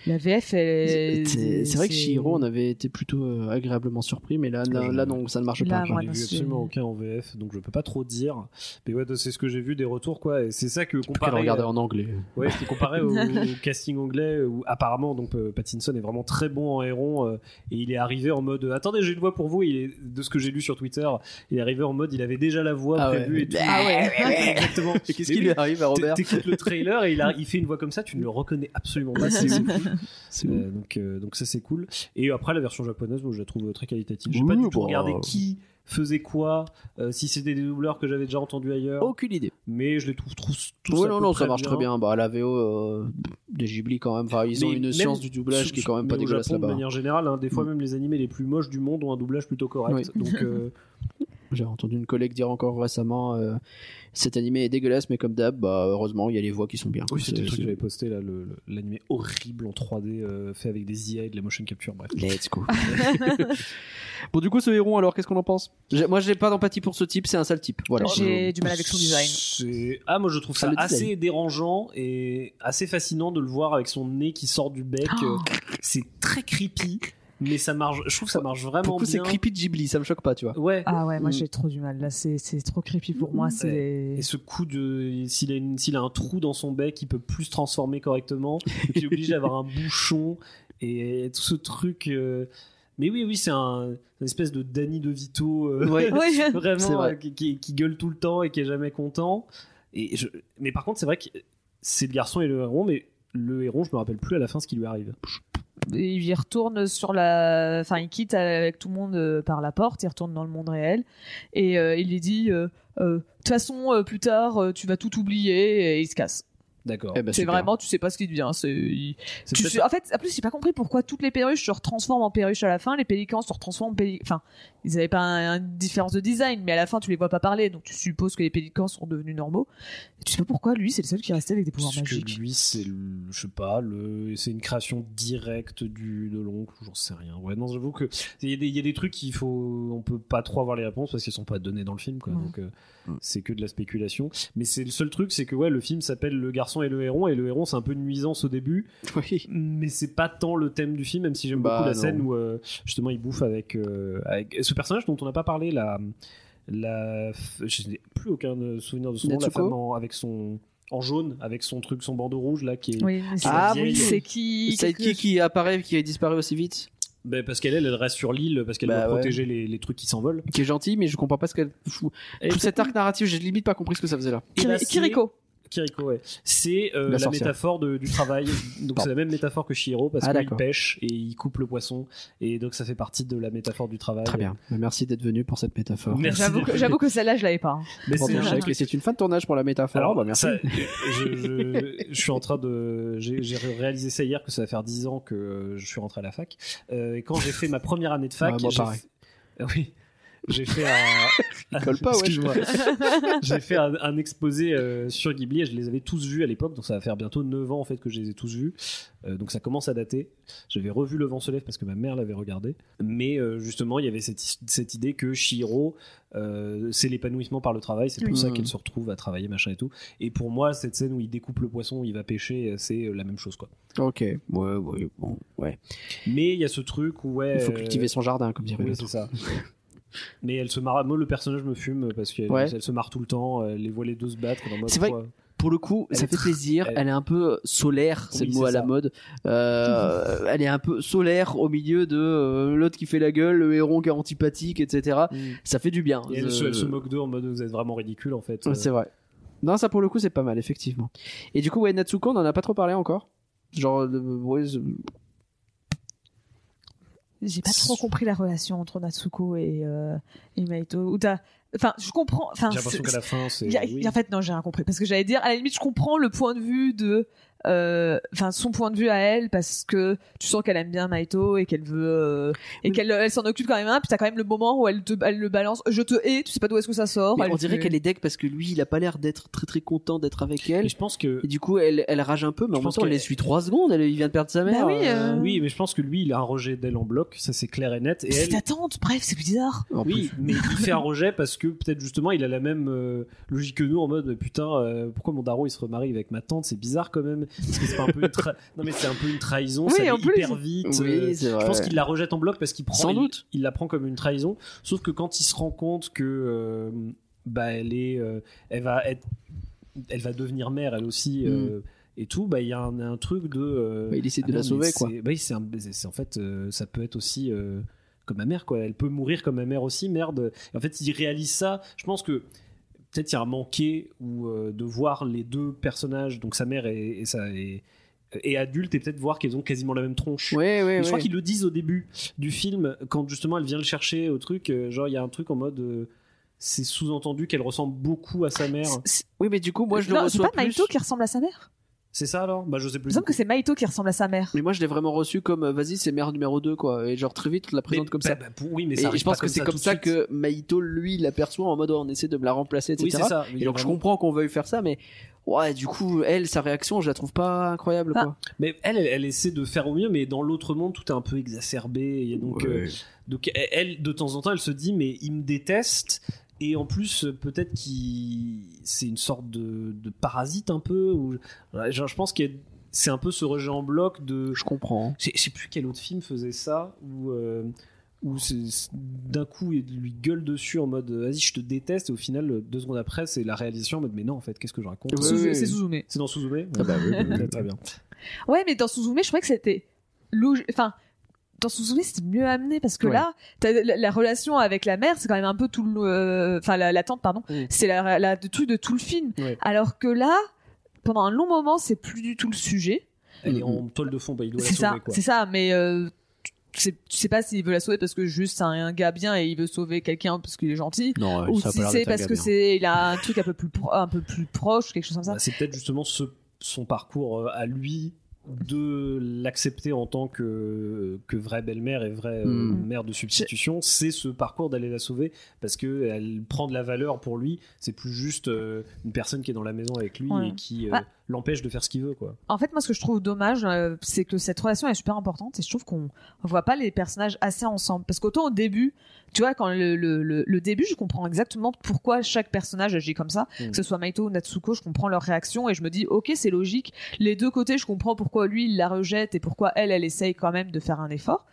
La VF, elle. C'est c'est vrai que Shihiro, on avait été plutôt euh, agréablement surpris, mais là, là, Ouais. là, non, ça ne marche Là, pas. quoi. moi, J'ai non, vu c'est- absolument aucun en VF, donc je peux pas trop dire. Mais ouais, c'est ce que j'ai vu des retours, quoi. Et c'est ça que Après, le comparé, euh, regarder en anglais. ouais, c'est comparé au, au casting anglais, où apparemment donc euh, Pattinson est vraiment très bon en héron, euh, et il est arrivé en mode euh, attendez j'ai une voix pour vous. Il est, de ce que j'ai lu sur Twitter, il est arrivé en mode il avait déjà la voix Ah ouais. prévue et tout. Ah ouais. Exactement. Qu'est-ce Mais qui oui, lui arrive à Robert T'écoutes le trailer et il, a- il fait une voix comme ça, tu ne le reconnais absolument pas. C'est ouf. Euh, donc, euh, donc ça c'est cool. Et après la version japonaise, moi je la trouve très qualitative. J'ai Oui, pas du tout bah. regardé qui faisait quoi, euh, si c'était des doubleurs que j'avais déjà entendu ailleurs, Aucune idée. mais je les trouve tous. tous Ouais, à non, peu non, près ça marche très bien. Bah, la VO euh, de Ghibli, quand même, enfin, ils ont Mais une même science du doublage qui est quand même Mais pas au dégueulasse Japon, De là-bas. Mm. manière générale, hein, des fois même les animés les plus moches du monde ont un doublage plutôt correct. Oui. Donc euh, J'ai entendu une collègue dire encore récemment euh, cet animé est dégueulasse, mais comme d'hab, bah, heureusement, il y a les voix qui sont bien. oui, c'était C'est- le truc que j'avais c'est- posté là, le- le- l'animé horrible en 3D euh, fait avec des IA et de la motion capture. Bref. Let's go. bon, du coup, ce héron, alors, qu'est-ce qu'on en pense J'ai- Moi, j'ai pas d'empathie pour ce type, c'est un sale type. Voilà. Euh, J'ai du mal avec son design. C'est- Ah, moi je trouve ça Ah, le assez design. dérangeant et assez fascinant de le voir avec son nez qui sort du bec. Oh. Euh, C'est très creepy, mais ça marche. Je trouve que ça marche Je- Pour vraiment le coup, c'est bien. creepy de Ghibli, ça me choque pas, tu vois. Ouais. Ah ouais, moi j'ai trop du mal. Là, c'est c'est trop creepy pour moi. C'est. Et ce coup de s'il a, une- s'il a un trou dans son bec, il peut plus se transformer correctement. Donc il est obligé d'avoir un bouchon et tout ce truc. euh, Mais oui, oui, c'est un une espèce de Danny DeVito. euh, Ouais. Oui. C'est vraiment vrai. euh, qui, qui- qui gueule tout le temps et qui est jamais content. Et je... Mais par contre, c'est vrai que c'est le garçon et le héron, mais le héron, je me rappelle plus à la fin ce qui lui arrive. Et il y retourne sur la enfin il quitte avec tout le monde euh, par la porte il retourne dans le monde réel et euh, il lui dit euh, euh, de toute façon euh, plus tard euh, tu vas tout oublier et il se casse D'accord. Eh ben, c'est super. vraiment tu sais pas ce qu'il devient c'est il- C'est tu peut-être- sais- en fait en plus j'ai pas compris pourquoi toutes les perruches se retransforment en perruches à la fin les pélicans se retransforment en pélicans enfin ils avaient pas un- une différence de design mais à la fin tu les vois pas parler donc tu supposes que les pélicans sont devenus normaux et tu sais pas pourquoi lui c'est le seul qui restait avec des pouvoirs Parce que magiques lui, c'est le- je sais pas, le, c'est une création directe du, de l'oncle, j'en sais rien. Ouais, non, j'avoue que il y, a des- il y a des trucs qu'il faut, on peut pas trop avoir les réponses parce qu'ils sont pas donnés dans le film, quoi. Ouais. Donc euh, c'est que de la spéculation. Mais c'est le seul truc, c'est que ouais, le film s'appelle Le garçon et le héron et le héron, c'est un peu une nuisance au début. Oui. mais c'est pas tant le thème du film même si j'aime Bah, beaucoup la non. scène où euh, justement il bouffe avec, euh, avec ce personnage dont on n'a pas parlé la la je n'ai plus aucun euh, souvenir de son nom la Netsuko femme en- avec son en jaune avec son truc son bandeau rouge là qui est oui, mais c'est- Ah oui. c'est qui C'est qui qui apparaît, qui a disparu aussi vite Ben, parce qu'elle elle, elle reste sur l'île parce qu'elle Bah, doit ouais. protéger les, les trucs qui s'envolent Qui est gentil, mais je comprends pas ce qu'elle fout. Tout cet arc narratif, j'ai limite pas compris ce que ça faisait là. Et là, c'est- Kiriko Kiriko ouais c'est euh, La la, sorcière. métaphore de- du travail donc Pardon. c'est la même métaphore que Shiro parce Ah, qu'il d'accord. pêche et il coupe le poisson et donc ça fait partie de la métaphore du travail Très bien. Bah, Merci d'être venu pour cette métaphore. Merci. J'avoue que, j'avoue que celle-là, je l'avais pas. hein. mais Pour c'est ton un- chèque. Et c'est une fin de tournage pour la métaphore. bah, merci. ça, je, je- je suis en train de. J'ai j'ai réalisé ça hier que ça va faire 10 ans que euh, je suis rentré à la fac. Euh, et quand j'ai fait ma première année de fac. Ouais, Ah, moi, j'ai pareil. fait- euh, Oui. J'ai fait un. colle pas, ouais. Excuse-moi. J'ai fait un, un exposé euh, sur Ghibli et je les avais tous vus à l'époque, donc ça va faire bientôt 9 ans en fait que je les ai tous vus. Euh, donc ça commence à dater. J'avais revu Le vent se lève parce que ma mère l'avait regardé. Mais euh, justement, il y avait cette, is- cette idée que Shiro, euh, c'est l'épanouissement par le travail, c'est pour Oui. ça Mhm. qu'elle se retrouve à travailler, machin et tout. Et pour moi, cette scène où il découpe le poisson, où il va pêcher, euh, c'est euh, la même chose quoi. Ok. Ouais, ouais, bon, ouais. Mais il y a ce truc où ouais. Il faut euh, cultiver son jardin, comme dirait oui, l'autre. c'est ça. Mais elle se marre. Moi, le personnage me fume parce qu'elle Ouais. elle se marre tout le temps. Elle les voit les deux se battre. dans le mode, C'est vrai quoi. Pour le coup, Elle ça est fait tr- plaisir. elle- Elle est un peu euh, solaire, c'est Oui, le mot c'est à la ça. mode. Euh, elle est un peu solaire au milieu de euh, l'autre qui fait la gueule, le héron qui est antipathique, etc. Ça fait du bien. Et elle, se, Euh, elle se moque d'eux en mode vous êtes vraiment ridicule en fait. Ouais, C'est vrai. Non, ça pour le coup, c'est pas mal, effectivement. Et du coup, ouais, Natsuko, on en a pas trop parlé encore. Genre, euh, ouais, c'est- J'ai pas trop compris la relation entre Natsuko et, euh, et Maito. Ou t'as- Enfin, je comprends. Enfin, J'ai l'impression c'est- qu'à la fin c'est. il y a- oui. En fait, non, j'ai rien compris. Parce que j'allais dire, à la limite, je comprends le point de vue de. euh, Enfin, son point de vue à elle, parce que tu sens qu'elle aime bien Maito et qu'elle veut. euh, et qu'elle elle s'en occupe quand même un. Puis t'as quand même le moment où elle, te, elle le balance. Je te hais, tu sais pas d'où est-ce que ça sort. Mais Oh, Elle bah, on dirait fait- qu'elle est deck parce que lui, il a pas l'air d'être très très content d'être avec Et elle. je pense que. Et du coup, elle, elle rage un peu, mais Je en même pense temps, elle que- les suit 3 secondes, elle, il vient de perdre sa mère. oui, euh, Oui, mais je pense que lui, il a un rejet d'elle en bloc, ça c'est clair et net. Et C'est elle, ta tante, bref, c'est bizarre. En oui, plus. mais il fait un rejet parce que peut-être justement il a la même euh, logique que nous en mode putain, euh, pourquoi mon daron il se remarie avec ma tante, c'est bizarre quand même. parce que c'est pas un peu une tra- non mais c'est un peu une trahison Oui, ça en allait plus. hyper vite euh, Oui, c'est vrai. je pense qu'il la rejette en bloc parce qu'il prend Sans il- doute. il la prend comme une trahison sauf que quand il se rend compte que euh, bah elle est euh, elle va être elle va devenir mère elle aussi euh, et tout bah il y a un, un truc de euh, Bah, il essaie de ah la non, sauver, mais quoi. c'est- bah oui, c'est un- c'est- c'est en fait euh, ça peut être aussi euh, comme ma mère quoi elle peut mourir comme ma mère aussi merde en fait il réalise ça je pense que peut-être il y a un manqué ou euh, de voir les deux personnages donc sa mère et, et sa et, et adulte et peut-être voir qu'ils ont quasiment la même tronche Ouais, ouais, Et je crois ouais. qu'ils le disent au début du film quand justement elle vient le chercher au truc euh, genre il y a un truc en mode euh, c'est sous-entendu qu'elle ressemble beaucoup à sa mère C'est- Oui, mais du coup, moi, je le non, c'est reçois pas plus. Maito qui ressemble à sa mère c'est ça alors bah je sais Il plus me semble que c'est Maito qui ressemble à sa mère. Mais moi, je l'ai vraiment reçu comme, euh, vas-y, c'est mère numéro 2, quoi. Et genre, très vite, on la Mais- présente comme bah, ça. bah, pour- oui Et mais ça arrive je pense pas que c'est ça tout comme de ça suite. que Maito, lui, l'aperçoit en mode, oh, on essaie de me la remplacer, etc. oui c'est ça Et donc, je comprends qu'on veuille faire ça, mais ouais, du coup, elle, sa réaction, je la trouve pas incroyable, Ah. quoi. Mais elle, elle, elle essaie de faire au mieux, mais dans l'autre monde, tout est un peu exacerbé. Et donc, euh, donc elle- elle, de temps en temps, elle se dit, mais il me déteste. Et en plus, euh, peut-être qu'il, c'est une sorte de, de parasite un peu. Ou Voilà, genre, je pense que c'est un peu ce rejet en bloc de. Je comprends. Je sais- je sais plus quel autre film faisait ça où. euh, où c'est- c'est- d'un coup il lui gueule dessus en mode vas-y je te déteste et au final euh, deux secondes après c'est la réalisation en mode mais non en fait qu'est-ce que je raconte Ouais, Suzu- ouais. Ah bah C'est Suzume. c'est dans Suzume très bien Ouais, mais dans Suzume, je trouvais que c'était log- Enfin, dans Suzume, c'était mieux amené parce que Ouais. là, t'as la, la relation avec la mère, c'est quand même un peu tout le. euh, Enfin, la, la tante, pardon. Mm. C'est la, la, le truc de tout le film. Ouais. Alors que là, pendant un long moment, c'est plus du tout le sujet. elle est en toile de fond bah, il doit la Mm, C'est ça, sauver, quoi. c'est ça, mais. euh, tu sais- tu sais pas s'il veut la sauver parce que juste c'est un gars bien et il veut sauver quelqu'un parce qu'il est gentil Non, ou si c'est parce que c'est il a un truc un peu plus pro- un peu plus proche quelque chose comme ça Bah, c'est peut-être justement ce- son parcours euh, à lui de l'accepter en tant que, que vraie belle-mère et vraie euh, Mm. mère de substitution, c'est ce parcours d'aller la sauver parce que elle prend de la valeur pour lui. C'est plus juste euh, une personne qui est dans la maison avec lui Ouais. et qui euh, Bah. l'empêche de faire ce qu'il veut. Quoi. En fait, moi, ce que je trouve dommage, euh, c'est que cette relation est super importante et je trouve qu'on voit pas les personnages assez ensemble. Parce qu'autant au début, tu vois, quand le, le, le, le début, je comprends exactement pourquoi chaque personnage agit comme ça. Mm. Que ce soit Maito ou Natsuko, je comprends leur réaction et je me dis, ok, c'est logique. Les deux côtés, je comprends pourquoi lui, il la rejette et pourquoi elle, elle essaye quand même de faire un effort.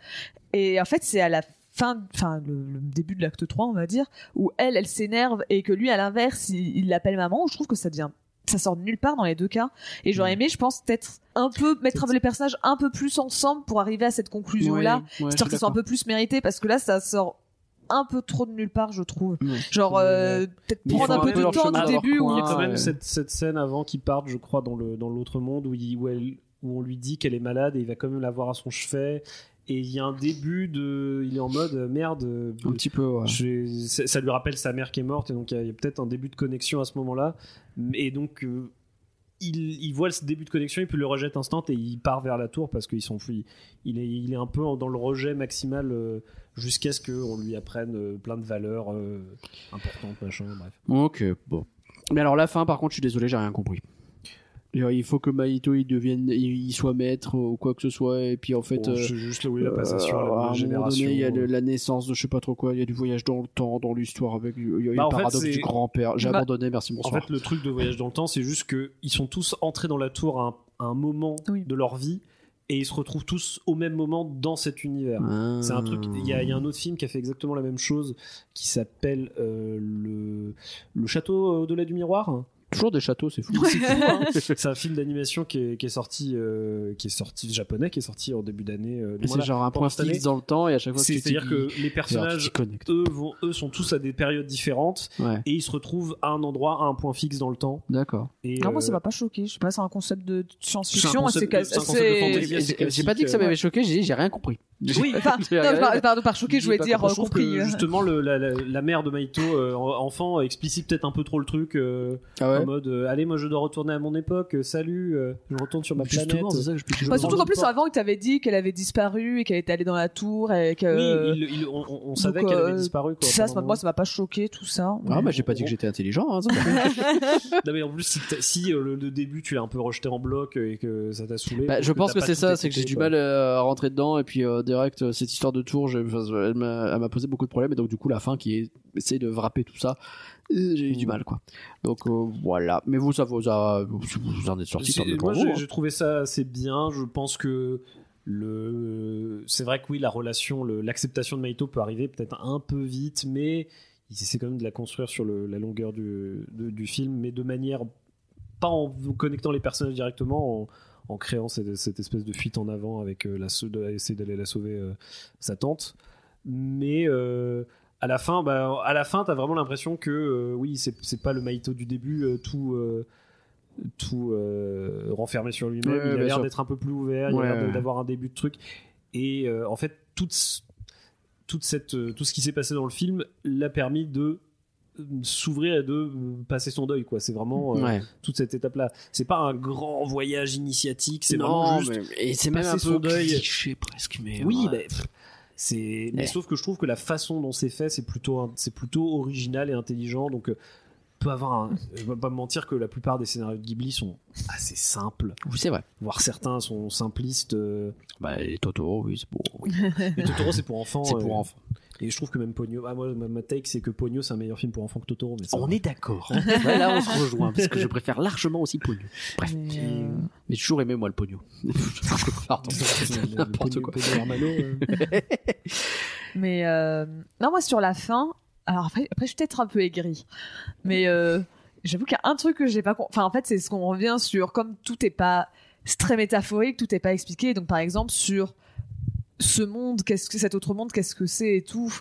Et en fait, c'est à la fin, enfin, le, le début de l'acte 3, on va dire, où elle, elle s'énerve et que lui, à l'inverse, il il l'appelle maman, je trouve que ça devient ça sort de nulle part dans les deux cas et j'aurais aimé je pense peut-être un peu mettre les personnages un peu plus ensemble pour arriver à cette conclusion là Ouais, ouais, histoire je que suis ce soit un d'accord. peu plus mérité parce que là ça sort un peu trop de nulle part je trouve Ouais. genre euh, peut-être Mais ils prendre font un un peu peu de leur temps chemin dans du leur début où coin. Il y a quand Ah, même ouais. cette, cette scène avant qu'il parte, je crois, dans le dans l'autre monde où, il- où elle, où on lui dit qu'elle est malade et il va quand même la voir à son chevet. Et il y a un début de, il est en mode merde. euh, Un petit peu, ouais. Je- ça, ça lui rappelle sa mère qui est morte, et donc il y a, il y a peut-être un début de connexion à ce moment-là. Et donc, euh, il, il voit ce début de connexion, et puis il le rejette instant, et il part vers la tour parce qu'ils sont fous. Il est, il est un peu en- dans le rejet maximal euh, jusqu'à ce qu'on lui apprenne euh, plein de valeurs euh, importantes, machin, bref. Ok, bon. Mais alors la fin, par contre, je suis désolé, j'ai rien compris. Genre, Il faut que Maito il devienne, il il soit maître ou quoi que ce soit, et puis en fait, Bon, euh, c'est juste là où il y a la passation, euh, à la nouvelle un moment génération. euh. donné, il y a le- la naissance de je sais pas trop quoi, il y a du voyage dans le temps, dans l'histoire avec il y a le Bah, en fait, paradoxe c'est- du grand-père. J'ai Bah, abandonné, merci En bonsoir. fait, le truc de voyage dans le temps, c'est juste qu'ils sont tous entrés dans la tour à un, à un moment Oui. de leur vie, et ils se retrouvent tous au même moment dans cet univers. Ah. C'est un truc. Il y, a- il y a un autre film qui a fait exactement la même chose, qui s'appelle euh, le, le Château euh, au-delà du miroir. toujours des châteaux, c'est fou. C'est fou, hein. C'est un film d'animation qui est, qui est sorti, euh, qui est sorti japonais, qui est sorti en début d'année. euh, Mais voilà. C'est genre un point cette année, fixe dans le temps et à chaque fois C'est- tu te C'est-à-dire dis- que les Alors, tu personnages, t'y connectes. eux, vont, eux sont tous à des périodes différentes Ouais, et ils se retrouvent à un endroit, à un point fixe dans le temps. d'accord. Et, non Ah, moi euh, ça m'a pas choqué je sais pas c'est un concept de C'est un science-fiction concept assez de- c'est un concept de assez- fantasy. assez J'ai pas dit que ça classique, m'avait choqué, j'ai dit j'ai rien compris. euh, Oui, Ah, enfin J'ai non, regardé, je- pardon par choqué je J'ai voulais pas dire Moi, je euh, trouve que compris justement le- la, la- la mère de Maito, euh, en- enfant, explicite peut-être un peu trop le truc. euh, Ah ouais. en mode euh, allez moi je dois retourner à mon époque euh, salut euh, je retourne sur ma planète Justement, c'est ça que je peux Bah, surtout Dans qu'en le plus temps. avant il t'avait dit qu'elle avait disparu et qu'elle était allée dans la tour et que oui il- il- on, on- on savait donc, qu'elle avait euh, disparu quoi, ça pendant ça, un moi ça m'a pas choqué tout ça Ah bah j'ai pas dit que j'étais intelligent. Hein, ça. moment. non mais en plus si, t'as- si, euh, le, le début tu l'as un peu rejeté en bloc euh, et que ça t'a saoulé Bah, je peut-être pense que t'as c'est pas ça, tout c'est que j'ai écouté, du quoi. mal euh, à rentrer dedans et puis euh, direct, euh, cette histoire de tour, j'ai- enfin, elle m'a elle m'a posé beaucoup de problèmes, et donc du coup, la fin qui est- essaie de wrapper tout ça, euh, j'ai eu Hmm. du mal, quoi. Donc euh, voilà. Mais vous, ça vous a. Vous, vous en êtes sorti, C'est- tant mieux pour Moi, vous, j'ai hein. j'ai trouvé ça assez bien. Je pense que le, c'est vrai que oui, la relation, le- l'acceptation de Maito peut arriver peut-être un peu vite, mais il essaie quand même de la construire sur le- la longueur du, de- du film, mais de manière pas en vous connectant les personnages directement, en, en créant cette, cette espèce de fuite en avant avec euh, la, sau- de- essayer d'aller la sauver euh, sa tante, mais euh, à la fin, bah, à la fin, t'as vraiment l'impression que euh, oui, c'est c'est pas le Maito du début, euh, tout. euh, tout euh, renfermé sur lui-même, Ouais, ouais, il a bien l'air sûr. d'être un peu plus ouvert, il Ouais, a l'air de- ouais. d'avoir un début de truc. Et euh, en fait, toute, ce- toute cette, euh, tout ce qui s'est passé dans le film l'a permis de euh, s'ouvrir et de euh, passer son deuil. quoi. C'est vraiment euh, hein. Ouais. toute cette étape-là. C'est pas un grand voyage initiatique, c'est vraiment juste mais- et c'est même passer un son peu deuil. cliché presque, mais. oui, ouais. mais pff, c'est. Mais Ouais. sauf que je trouve que la façon dont c'est fait, c'est plutôt, un- c'est plutôt original et intelligent. Donc, euh, peut avoir. Un... Je vais pas me mentir que la plupart des scénarios de Ghibli sont assez simples, Oui, c'est vrai. voire certains sont simplistes. euh, Bah, les Totoro, oui, c'est bon. oui. Mais Totoro, c'est pour enfants. C'est euh, pour enfants. Et je trouve que même Pogno. Ah, moi, ma, ma take, c'est que Pogno, c'est un meilleur film pour enfants que Totoro. Mais ça- On est d'accord. Bah, là, on se rejoint, parce que je préfère largement aussi Pogno. Bref. Mais, Mais, euh, j'ai toujours aimé, moi, le Pogno. Pardon. N'importe Pogno- quoi. Pogno Hermano, euh. Mais euh, non, moi sur la fin, alors après, après je suis peut-être un peu aigrie, mais euh, j'avoue qu'il y a un truc que j'ai pas. com- Enfin, en fait, c'est ce qu'on revient sur. Comme tout est pas, c'est très métaphorique, tout est pas expliqué. Donc, par exemple, sur ce monde, qu'est-ce que cet autre monde, qu'est-ce que c'est et tout.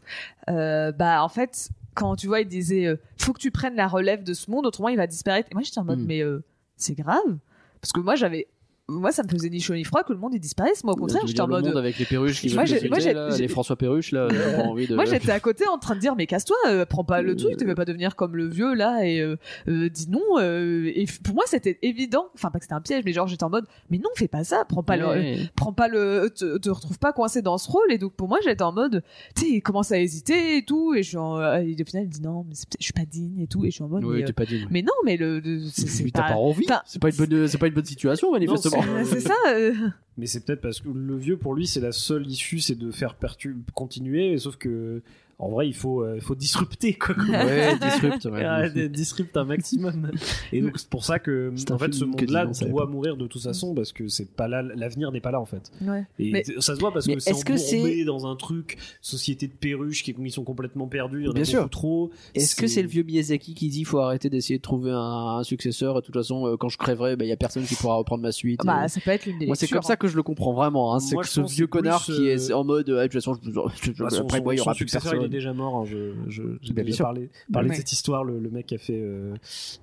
euh, bah, en fait, quand tu vois, il disait, euh, faut que tu prennes la relève de ce monde, autrement il va disparaître. Et moi, j'étais en mode, Mm. mais euh, c'est grave, parce que moi j'avais. Moi, ça me faisait ni chaud ni froid que le monde il disparaisse. Moi, au contraire, Je veux j'étais dire, en le mode. monde avec les perruches qui Moi, veulent j'ai- moi, j'ai- s'insulter, là, j'ai- les François Perruche là, j'ai pas envie de Moi j'étais à côté en train de dire mais casse-toi, euh, prends pas le truc, tu veux pas devenir comme le vieux là et euh, euh, dis non. euh, et f- pour moi c'était évident, enfin pas que c'était un piège, mais genre j'étais en mode mais non fais pas ça, prends pas le, Ouais. prends pas le, te, te retrouve pas coincé dans ce rôle. Et donc pour moi j'étais en mode, tu sais il commence à hésiter et tout et je suis en, euh, et au final il dit non mais c'est peut-être- je suis pas digne et tout et je suis en mode Ouais, mais, t'es euh, pas digne. mais non mais le, le- c'est Mais c'est t'as pas pas, envie. enfin, C'est pas une bonne, euh, c'est pas une bonne situation manifestement. Non, c'est ça. euh, Mais c'est peut-être parce que le vieux, pour lui, c'est la seule issue, c'est de faire pertu- continuer. Sauf que, en vrai, il faut, euh, il faut disrupter, quoi. qu'on ouais, disrupt. ouais. Ah, d- disrupte un maximum. Et donc, c'est pour ça que, C'est un en fait, ce film que monde-là Dylan savait doit pas. mourir de toute façon parce que c'est pas là, l'avenir n'est pas là, en fait. ouais. Et Mais- ça se voit parce Mais que c'est est-ce que embourbé c'est- dans un truc, société de perruches qui ils sont complètement perdus, il y en a Bien beaucoup sûr. trop. Est-ce que c'est le vieux Miyazaki qui dit faut arrêter d'essayer de trouver un, un successeur et de toute façon euh, quand je crèverai il y a personne qui pourra reprendre ma suite. Bah hein. euh. ça peut être l'une des Moi c'est lectures, comme ça que je le comprends vraiment. hein. C'est Moi, que je ce pense vieux que c'est connard plus, qui euh, est en mode euh, de toute façon je- je- je- Bah, son, après moi il y son- aura son plus successeur, il est personne. Bah, déjà mort. hein, je je, je Bien déjà sûr. parlé, parlé Ouais. de cette histoire, le, le mec qui a fait euh,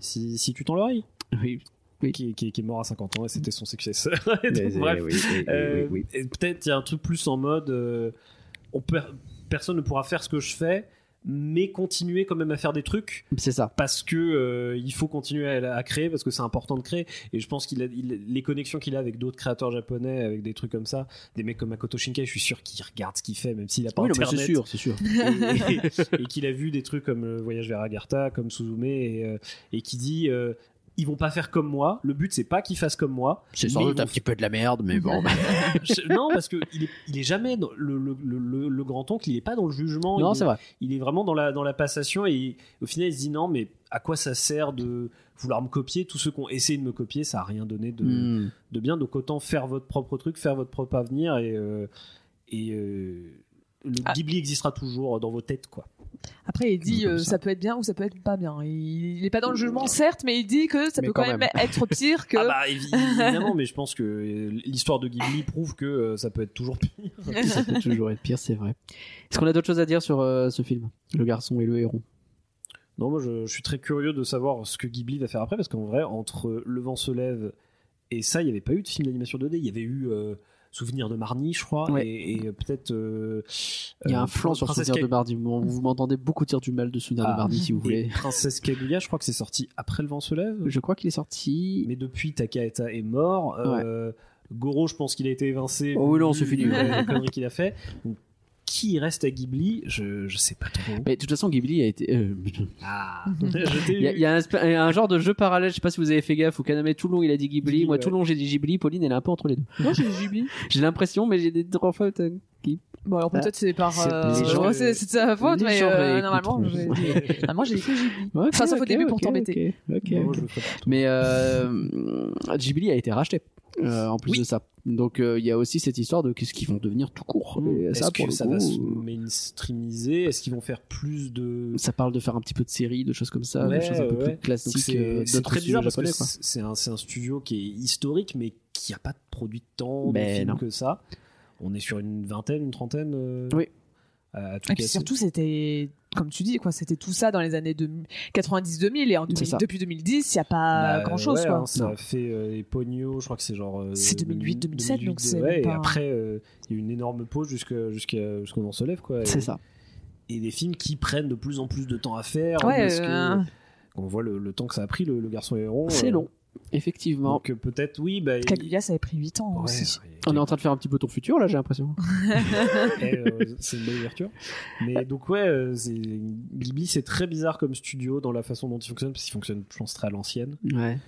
si, si tu tends l'oreille. Oui. qui, qui- qui est mort à 50 ans et c'était son successeur. Et donc, Mais, euh, bref, oui, oui, euh, oui, oui. et peut-être il y a un truc plus en mode euh, on peut- personne ne pourra faire ce que je fais, mais continuer quand même à faire des trucs C'est ça. parce que euh, il faut continuer à, à créer parce que c'est important de créer. Et je pense qu'il a il- les connexions qu'il a avec d'autres créateurs japonais, avec des trucs comme ça, des mecs comme Makoto Shinkai, je suis sûr qu'il regarde ce qu'il fait, même s'il a pas Oui, non, mais internet c'est sûr, c'est sûr. et, et- et qu'il a vu des trucs comme le voyage vers Agartha, comme Suzume, et, euh, et qui dit euh, ils vont pas faire comme moi. Le but c'est pas qu'ils fassent comme moi. C'est sans mais doute ils un vont- petit peu de la merde, mais bon. Je- non parce que il est, il est jamais dans le, le, le- le- le grand oncle, il est pas dans le jugement. Non, il, c'est est, vrai. il est vraiment dans la dans la passation et il- au final il se dit non mais à quoi ça sert de vouloir me copier Tous ceux qui ont essayé de me copier, ça a rien donné de Hmm. de bien. Donc autant faire votre propre truc, faire votre propre avenir et euh, et euh, le Ah. Ghibli existera toujours dans vos têtes quoi. Après, il dit Comme euh, ça. ça. peut être bien ou ça peut être pas bien. Il, il est pas dans le jugement, certes, mais il dit que ça Mais peut quand quand même, être pire que. Ah bah évi- évidemment, mais je pense que euh, l'histoire de Ghibli prouve que euh, ça peut être toujours pire. Hmm. Ça peut toujours être pire, c'est vrai. Est-ce qu'on a d'autres choses à dire sur euh, ce film Le garçon et le héron. Non, moi je, je suis très curieux de savoir ce que Ghibli va faire après, parce qu'en vrai, entre Le vent se lève et ça, il n'y avait pas eu de film d'animation 2D. Il y avait eu euh, Souvenir de Marnie, je crois, Ouais. et, et, euh, peut-être. euh, Il y a euh, un flanc sur Princesse Souvenir de Ka- Mardi. Vous vous m'entendez beaucoup dire du mal de Souvenir Ah. de Mardi si vous et voulez. Princesse Kaguya, je crois que c'est sorti après Le vent se lève. Je crois qu'il est sorti. Mais depuis, Takaeta est mort. Euh, Goro, je pense qu'il a été évincé. Oh oui, non, vu c'est fini, le- ouais. La connerie qu'il a fait. Donc, qui reste à Ghibli, je, je sais pas trop. Mais de toute façon, Ghibli a été. euh, Ah, je t'ai Il y a, eu. il y a un, espèce- un genre de jeu parallèle, je sais pas si vous avez fait gaffe, où Kaname tout le long il a dit Ghibli, Ghibli, moi ouais. tout le long j'ai dit Ghibli, Pauline elle est un peu entre les deux. Moi, j'ai Ghibli. J'ai l'impression, mais j'ai des trois fois. t'as- Bon, alors peut-être c'est par. C'est- euh, les gens- ouais, c'est c'est de sa faute, les mais gens euh, réécouteront. normalement, j'ai normalement, j'ai que Ghibli. Ok, Enfin, sauf au ok, début pour ok, t'embêter. ok, ok, Non, ok. je le fais pas. Mais euh, Ghibli a été racheté euh, en plus Oui. de ça. Donc euh, il y a aussi cette histoire de qu'est-ce qu'ils vont devenir tout court. Et Mmh. Est-ce ça, que pour le ça coup, va se euh, mainstreamiser Est-ce qu'ils vont faire plus de. ça parle de faire un petit peu de série, de choses comme ça, Ouais, des choses un peu ouais. plus Donc classiques, euh, c'est c'est d'autres très sujets bizarre parce que japonais. quoi. c'est c'est un, c'est un studio qui est historique mais qui n'a pas produit tant de Ben films non. que ça. On est sur une vingtaine, une trentaine. euh, Oui. à- à tout Ah, Et puis casser. surtout, c'était, comme tu dis, quoi, c'était tout ça dans les années 90-2000 et en 2000 C'est ça. depuis 2010, il n'y a pas Bah, grand-chose. ouais, quoi. hein, ça Non. a fait euh, les Pogno, je crois que c'est genre. euh, C'est 2008, 2007, donc c'est ouais, même et pas un- après, euh, il y a eu une énorme pause jusqu'à jusqu'à jusqu'au on se lève quoi. C'est Et- ça. Et des films qui prennent de plus en plus de temps à faire. Ouais, parce que- euh, on voit le, le temps que ça a pris le, le garçon héros. C'est long, effectivement. Donc euh, peut-être oui, bah. il- Caligula, ça avait pris 8 ans Ouais, aussi. ouais, on est en train de faire un petit peu ton futur là, j'ai l'impression. Et, euh, c'est une belle ouverture. Mais donc ouais, euh, c'est- Ghibli c'est très bizarre comme studio dans la façon dont il fonctionne parce qu'il fonctionne, je pense, très à l'ancienne. Mm, Ouais.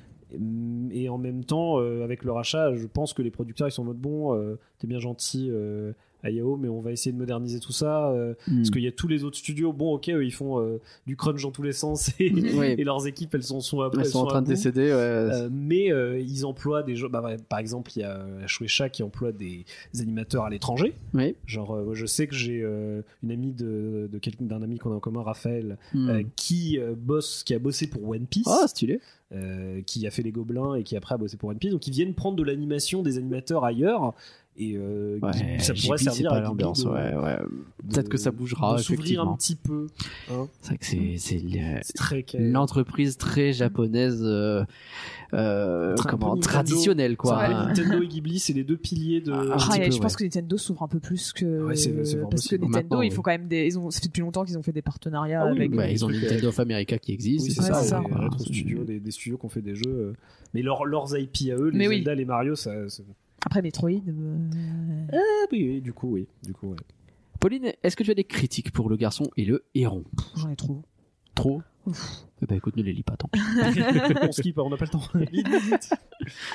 Et, et en même temps, euh, avec le rachat, je pense que les producteurs ils sont en mode bon, euh, t'es bien gentil. Euh, Ayao, mais on va essayer de moderniser tout ça euh, Hmm. Mm. parce qu'il y a tous les autres studios. Bon, ok, eux, ils font euh, du crunch dans tous les sens et, Ouais. et leurs équipes, elles sont, sont, à- Ils elles sont en à train de bout. décéder. ouais. Euh, mais euh, ils emploient des gens. bah, bah, par exemple, il y a euh, Shueisha qui emploie des, des animateurs à l'étranger. Oui. Genre, euh, moi, je sais que j'ai euh, une amie de, de quelqu'un d'un ami qu'on a en commun, Raphaël, Hmm. euh, qui euh, bosse, qui a bossé pour One Piece, Oh, stylé. euh, qui a fait les Gobelins et qui après a bossé pour One Piece. Donc, ils viennent prendre de l'animation des animateurs ailleurs. Et euh, qui- ça pourrait servir à l'ambiance. Ghibli Ouais, de- ouais. de- Peut-être que ça bougera, de s'ouvrir effectivement. Euh, un petit peu. hein. C'est vrai que c'est- Hmm. c'est le- C'est très l'entreprise très japonaise, euh, euh, Très comment, peu Nintendo. traditionnelle Ça quoi. rappelle Hein. Nintendo et Ghibli, c'est les deux piliers de. Ah, Ah, petit et peu, je pense ouais. que Nintendo s'ouvre un peu plus que. Ouais, c'est- c'est fort Parce que possible. Nintendo, Maintenant, ils font quand même des. Ils ont... Ça fait depuis longtemps qu'ils ont fait des partenariats Ah oui, avec. bah, Ouais, ils ont des trucs, Nintendo of America qui existe. Oui, et Ah, c'est ça, ça, des voilà. rétro studios, des, des studios qui ont fait des jeux. euh, Mais leurs- leurs IP à eux, les Mais oui. Zelda, les Mario, ça. ça- Après Metroid. euh, Ah oui, oui, du coup, oui. Du coup, ouais. Pauline, est-ce que tu as des critiques pour le garçon et le héron J'en ai trop. Trop Ouf. Eh ben écoute, ne les lis pas tant. pis. on skip, hein, on n'a pas le temps. Vite, vite, vite.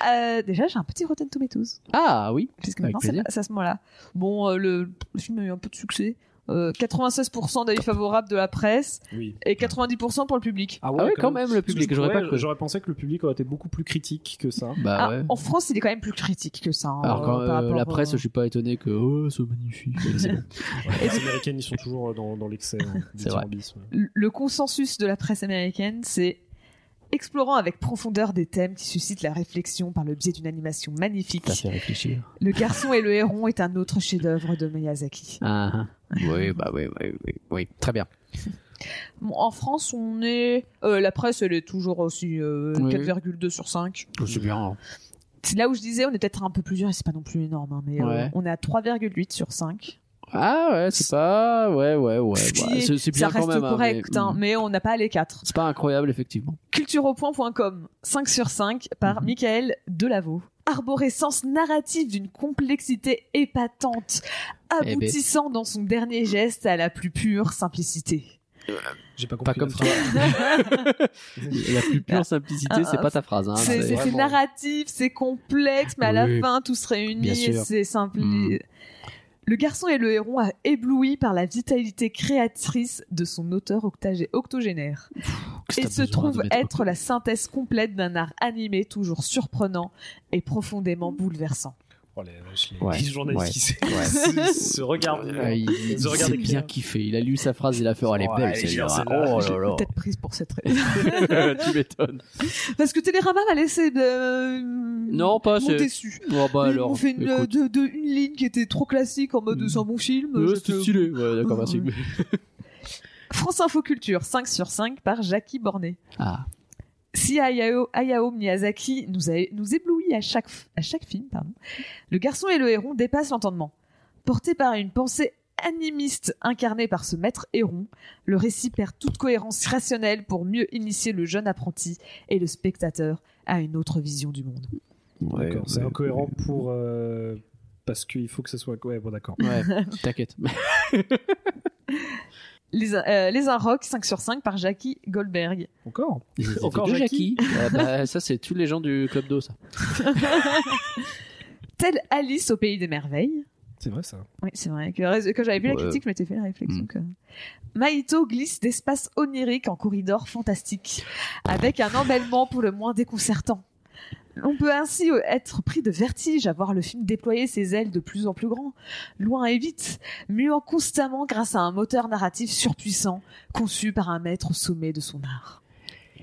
Euh, déjà, j'ai un petit Rotten Tomatoes. Ah oui, Puisque Avec maintenant, c'est plaisir. c'est à ce moment-là. Bon, euh, le, le film a eu un peu de succès. Euh, 96% d'avis favorables de la presse oui. et 90% pour le public. Ah ah ouais, quand même le Parce que public, je- j'aurais ouais, pas cru. J'aurais pensé que le public aurait été beaucoup plus critique que ça. Bah Ah, ouais. En France, il est quand même plus critique que ça. hein, Alors quand euh, par euh, rapport, la presse, euh, je suis pas étonné que oh c'est magnifique. C'est bon. les Américaines, ils sont toujours dans, dans l'excès. hein, C'est des vrai. tyrannismes. le- le consensus de la presse américaine, c'est explorant avec profondeur des thèmes qui suscitent la réflexion par le biais d'une animation magnifique. Ça fait réfléchir. Le garçon et le héron est un autre chef-d'œuvre de Miyazaki. Ah, ah. oui, bah oui, oui, oui, oui. très bien. Bon, en France, on est euh, la presse, elle est toujours aussi euh, Oui. 4,2 sur 5. C'est bien. hein. C'est là où je disais, on est peut-être un peu plus dur, et c'est pas non plus énorme, hein, mais euh, Ouais. on est à 3,8 sur 5. Ah ouais, c'est pas, ouais, ouais, ouais, ouais. Bah, Ce qui est- C'est c'est bien ça reste quand même. hein, correct, mais- hein, mais on n'a pas les 4. C'est pas incroyable effectivement. Cultureaupoint.com, 5 sur 5, par Mhm. Michael Delaveau. Arborescence narrative d'une complexité épatante, ben. aboutissant dans son dernier geste à la plus pure simplicité. J'ai pas compris. Pas comme la toi. phrase. la plus pure simplicité, c'est pas ta phrase. Hein, Ah, c'est c'est- c'est- c'est vraiment- narratif, c'est complexe, mais à Oui, la fin, tout se réunit bien et sûr. c'est simple. Mm. Le garçon et le héron a ébloui par la vitalité créatrice de son auteur octagé- octogénaire. Qu'est-ce que t'as et se besoin de trouve mettre être la synthèse complète d'un art animé toujours surprenant et profondément bouleversant. Oh, les, vaches, les, Ouais, les journalistes ouais, qui se, ouais. se- se regardent. Ouais, Ah, il il Ils ont regardé s'est bien clair. kiffé. Il a lu sa phrase et l'a fait. Oh, elle est Oh, belle elle est celle-là. bien, celle-là. Oh J'ai là là. peut-être prise pour cette raison. tu m'étonnes. Parce que Télérama m'a laissé euh, Non, pas mon c'est- déçu. Bon bah Ils m'ont alors. fait une, euh, écoute. de- de- une ligne qui était trop classique en mode Mm. c'est un bon film. Ouais, je c'était fais- stylé. Ouais, d'accord, merci. France Info Culture, 5 sur 5 par Jackie Bornet. Ah, Si Hayao, Hayao Miyazaki nous, a- nous éblouit à chaque, f- à chaque film, pardon, le garçon et le héron dépassent l'entendement. Porté par une pensée animiste incarnée par ce maître héron, le récit perd toute cohérence rationnelle pour mieux initier le jeune apprenti et le spectateur à une autre vision du monde. D'accord, C'est incohérent pour, euh, parce qu'il faut que ça soit. Ouais, bon, d'accord. Ouais, t'inquiète. Les, euh, les Un Rock, 5 sur 5 par Jackie Goldberg. Encore Ils étaient Encore deux Jackie. Ah bah, ça, c'est tous les gens du club d'eau, ça. Telle Alice au Pays des Merveilles. C'est vrai ça. Oui, c'est vrai. que- Quand j'avais vu la Ouais. critique, je m'étais fait la réflexion. Mm. que- Maito glisse d'espace onirique en corridor fantastique, avec un embellement pour le moins déconcertant. On peut ainsi être pris de vertige à voir le film déployer ses ailes de plus en plus grand, loin et vite, muant constamment grâce à un moteur narratif surpuissant, conçu par un maître au sommet de son art.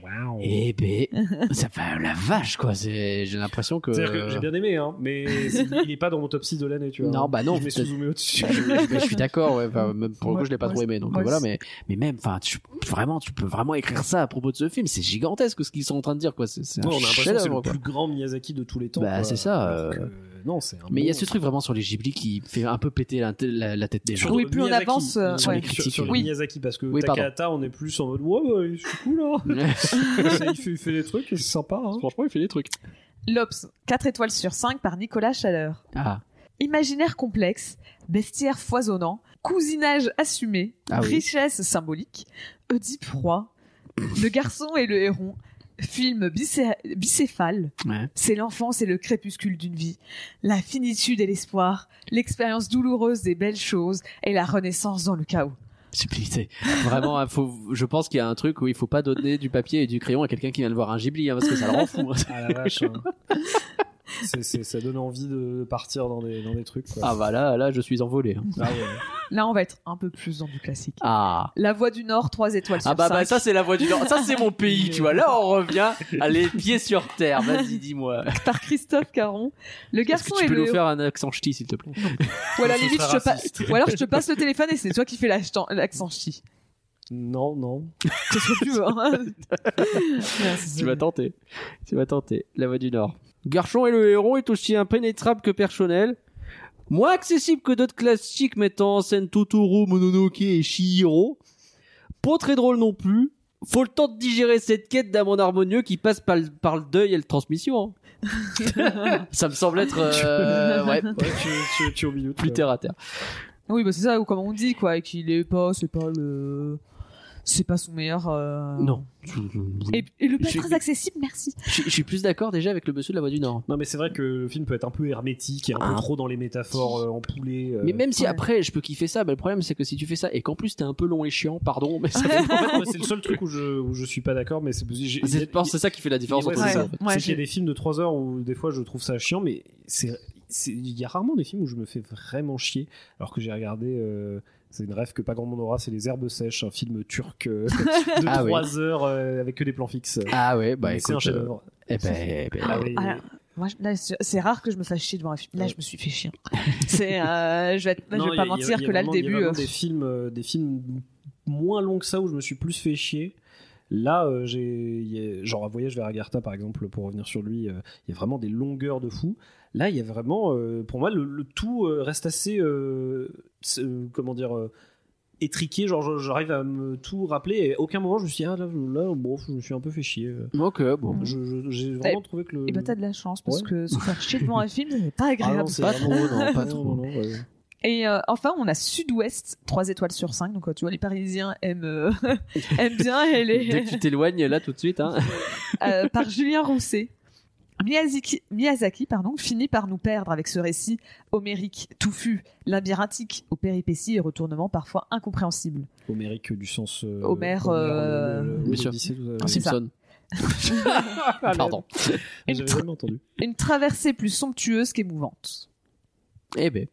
Waouh. Eh ben, ça va la vache quoi. C'est- J'ai l'impression que. C'est-à-dire que j'ai bien aimé, hein, mais c'est- il est pas dans mon top 6 de l'année, tu vois. Non, bah non, Je mets peut-être- sous au-dessus. je, je suis d'accord, ouais, enfin, même pour le Moi- coup, je l'ai pas moi trop aimé, donc moi voilà, aussi. mais, mais même, enfin, tu, vraiment, tu peux vraiment écrire ça à propos de ce film, c'est gigantesque ce qu'ils sont en train de dire, quoi, c'est, c'est un Ouais, on a l'impression que c'est chef-d'œuvre, le quoi. plus grand Miyazaki de tous les temps. Bah, quoi. c'est ça, euh, Alors que- Non, c'est un. Mais il bon- y a ce truc vraiment sur les Ghibli qui fait un peu péter la, la- la tête des gens. Sur Oui, plus on Miyazaki, avance, euh, sur, ouais. les critiques, sur le Oui. Miyazaki, parce que Oui, pardon. Takahata, on est plus en mode ouais, bah, je suis cool, hein. C'est- il, fait, il fait des trucs, et c'est sympa. Hein. Franchement, il fait des trucs. L'Obs, 4 étoiles sur 5 par Nicolas Chaleur. Ah, Imaginaire complexe, bestiaire foisonnant, cousinage assumé, Ah oui. richesse symbolique, Oedipe roi, le garçon et le héron, film bicé- bicéphale, Ouais. c'est l'enfance et le crépuscule d'une vie, la finitude et l'espoir, l'expérience douloureuse des belles choses et la renaissance dans le chaos. subtilité. Vraiment, hein, faut, je pense qu'il y a un truc où il faut pas donner du papier et du crayon à quelqu'un qui vient de voir un Ghibli, hein, parce que ça le rend fou. hein. Ah la vache. hein. C'est- c'est- ça donne envie de partir dans des, dans des trucs. Quoi. Ah bah là, là, je suis envolé. hein. Ah ouais. Là, on va être un peu plus dans du classique. Ah. La voix du Nord, 3 étoiles sur Ah bah, cinq. bah ça c'est la voix du Nord, ça c'est mon pays, tu vois. Là on revient à les pieds sur terre, vas-y dis-moi. par Christophe Caron. Le Est-ce garçon que tu et peux le nous héron. faire un accent ch'ti s'il te plaît Ou, à la Ce limite, serait je te pa- raciste. Ou alors je te passe le téléphone et c'est toi qui fais l'accent l'accent chi. Non, non. Qu'est-ce que tu veux hein Tu vas tenter. Tu vas tenter. La voix du Nord. Garchon et le héron est aussi impénétrable que personnel. Moins accessible que d'autres classiques mettant en scène Totoro, Mononoke et Shihiro. Pas très drôle non plus. Faut le temps de digérer cette quête d'un monde harmonieux qui passe par le, par le deuil et la transmission. hein. Ça me semble être euh, ouais, Ouais, tu, tu, tu es au milieu. plus quoi. terre à terre. Oui, bah c'est ça, ou comme on dit, quoi, et qu'il est pas, c'est pas le. C'est pas son meilleur. euh, Non. Et, et le pas J'ai- très accessible, merci. Je je suis plus d'accord déjà avec le monsieur de la voix du Nord. Non, mais c'est vrai que le film peut être un peu hermétique et un Ah. peu trop dans les métaphores euh, en poulet. euh. Mais même si ouais. après je peux kiffer ça, bah, le problème c'est que si tu fais ça et qu'en plus t'es un peu long et chiant, pardon, mais ça En fait, moi, c'est le seul truc où je, où je suis pas d'accord, mais c'est parce que j'ai- Je pense que Ah, c'est ça qui fait la différence Ouais, entre c'est les ça. deux. en fait. Ouais, c'est qu'il y a j'ai- des films de 3 heures où des fois je trouve ça chiant, mais c'est c'est- il y a rarement des films où je me fais vraiment chier. Alors que j'ai regardé, euh, c'est une rêve que pas grand monde aura, c'est Les Herbes Sèches, un film turc euh, de Ah oui. 3 heures euh, avec que des plans fixes. Ah ouais, bah Mais c'est un écoute. euh, chef-d'œuvre. eh ben, eh ben, Ah oui. Alors, moi, je- là, c'est c'est rare que je me fasse chier devant un film. Là, je me suis fait chier. C'est, euh, je vais, être- Non, je il vais y pas a- il y a- mentir il y a que là, le vraiment- il y a début. vraiment euh, des films, euh, des films moins longs que ça où je me suis plus fait chier. Là, euh, j'ai il y a- genre à voyage vers Agartha par exemple pour revenir sur lui, euh, il y a vraiment des longueurs de fou. Là, il y a vraiment, euh, pour moi, le, le tout euh, reste assez, euh, c'est, euh, comment dire. euh, étriqué genre je- j'arrive à me tout rappeler et à aucun moment je me suis dit, ah là, là bon je me suis un peu fait chier euh, Ok, bon. Je- je- j'ai vraiment trouvé que le Et bah, Mmh. t'as de la chance, parce Ouais. que se faire chier devant un film, c'est pas Ah non, agréable. c'est Pas vraiment- trop, non, pas trop. non, non, ouais. Et euh, enfin, on a Sud-Ouest, 3 étoiles sur 5. Donc, euh, tu vois, les Parisiens aiment, euh, aiment bien. Et Dès que les, tu t'éloignes là tout de suite, hein. euh, par Julien Rousset. Miyazaki, Miyazaki pardon, finit par nous perdre avec ce récit homérique, touffu, labyrinthique, aux péripéties et retournements parfois incompréhensibles. Homérique du sens euh, Homer, euh, le- le- Bien sûr. l'Odyssée, tout ça. C'est ça. Simpson. Pardon. Une J'avais tra- jamais entendu. Une traversée plus somptueuse qu'émouvante. Eh ben.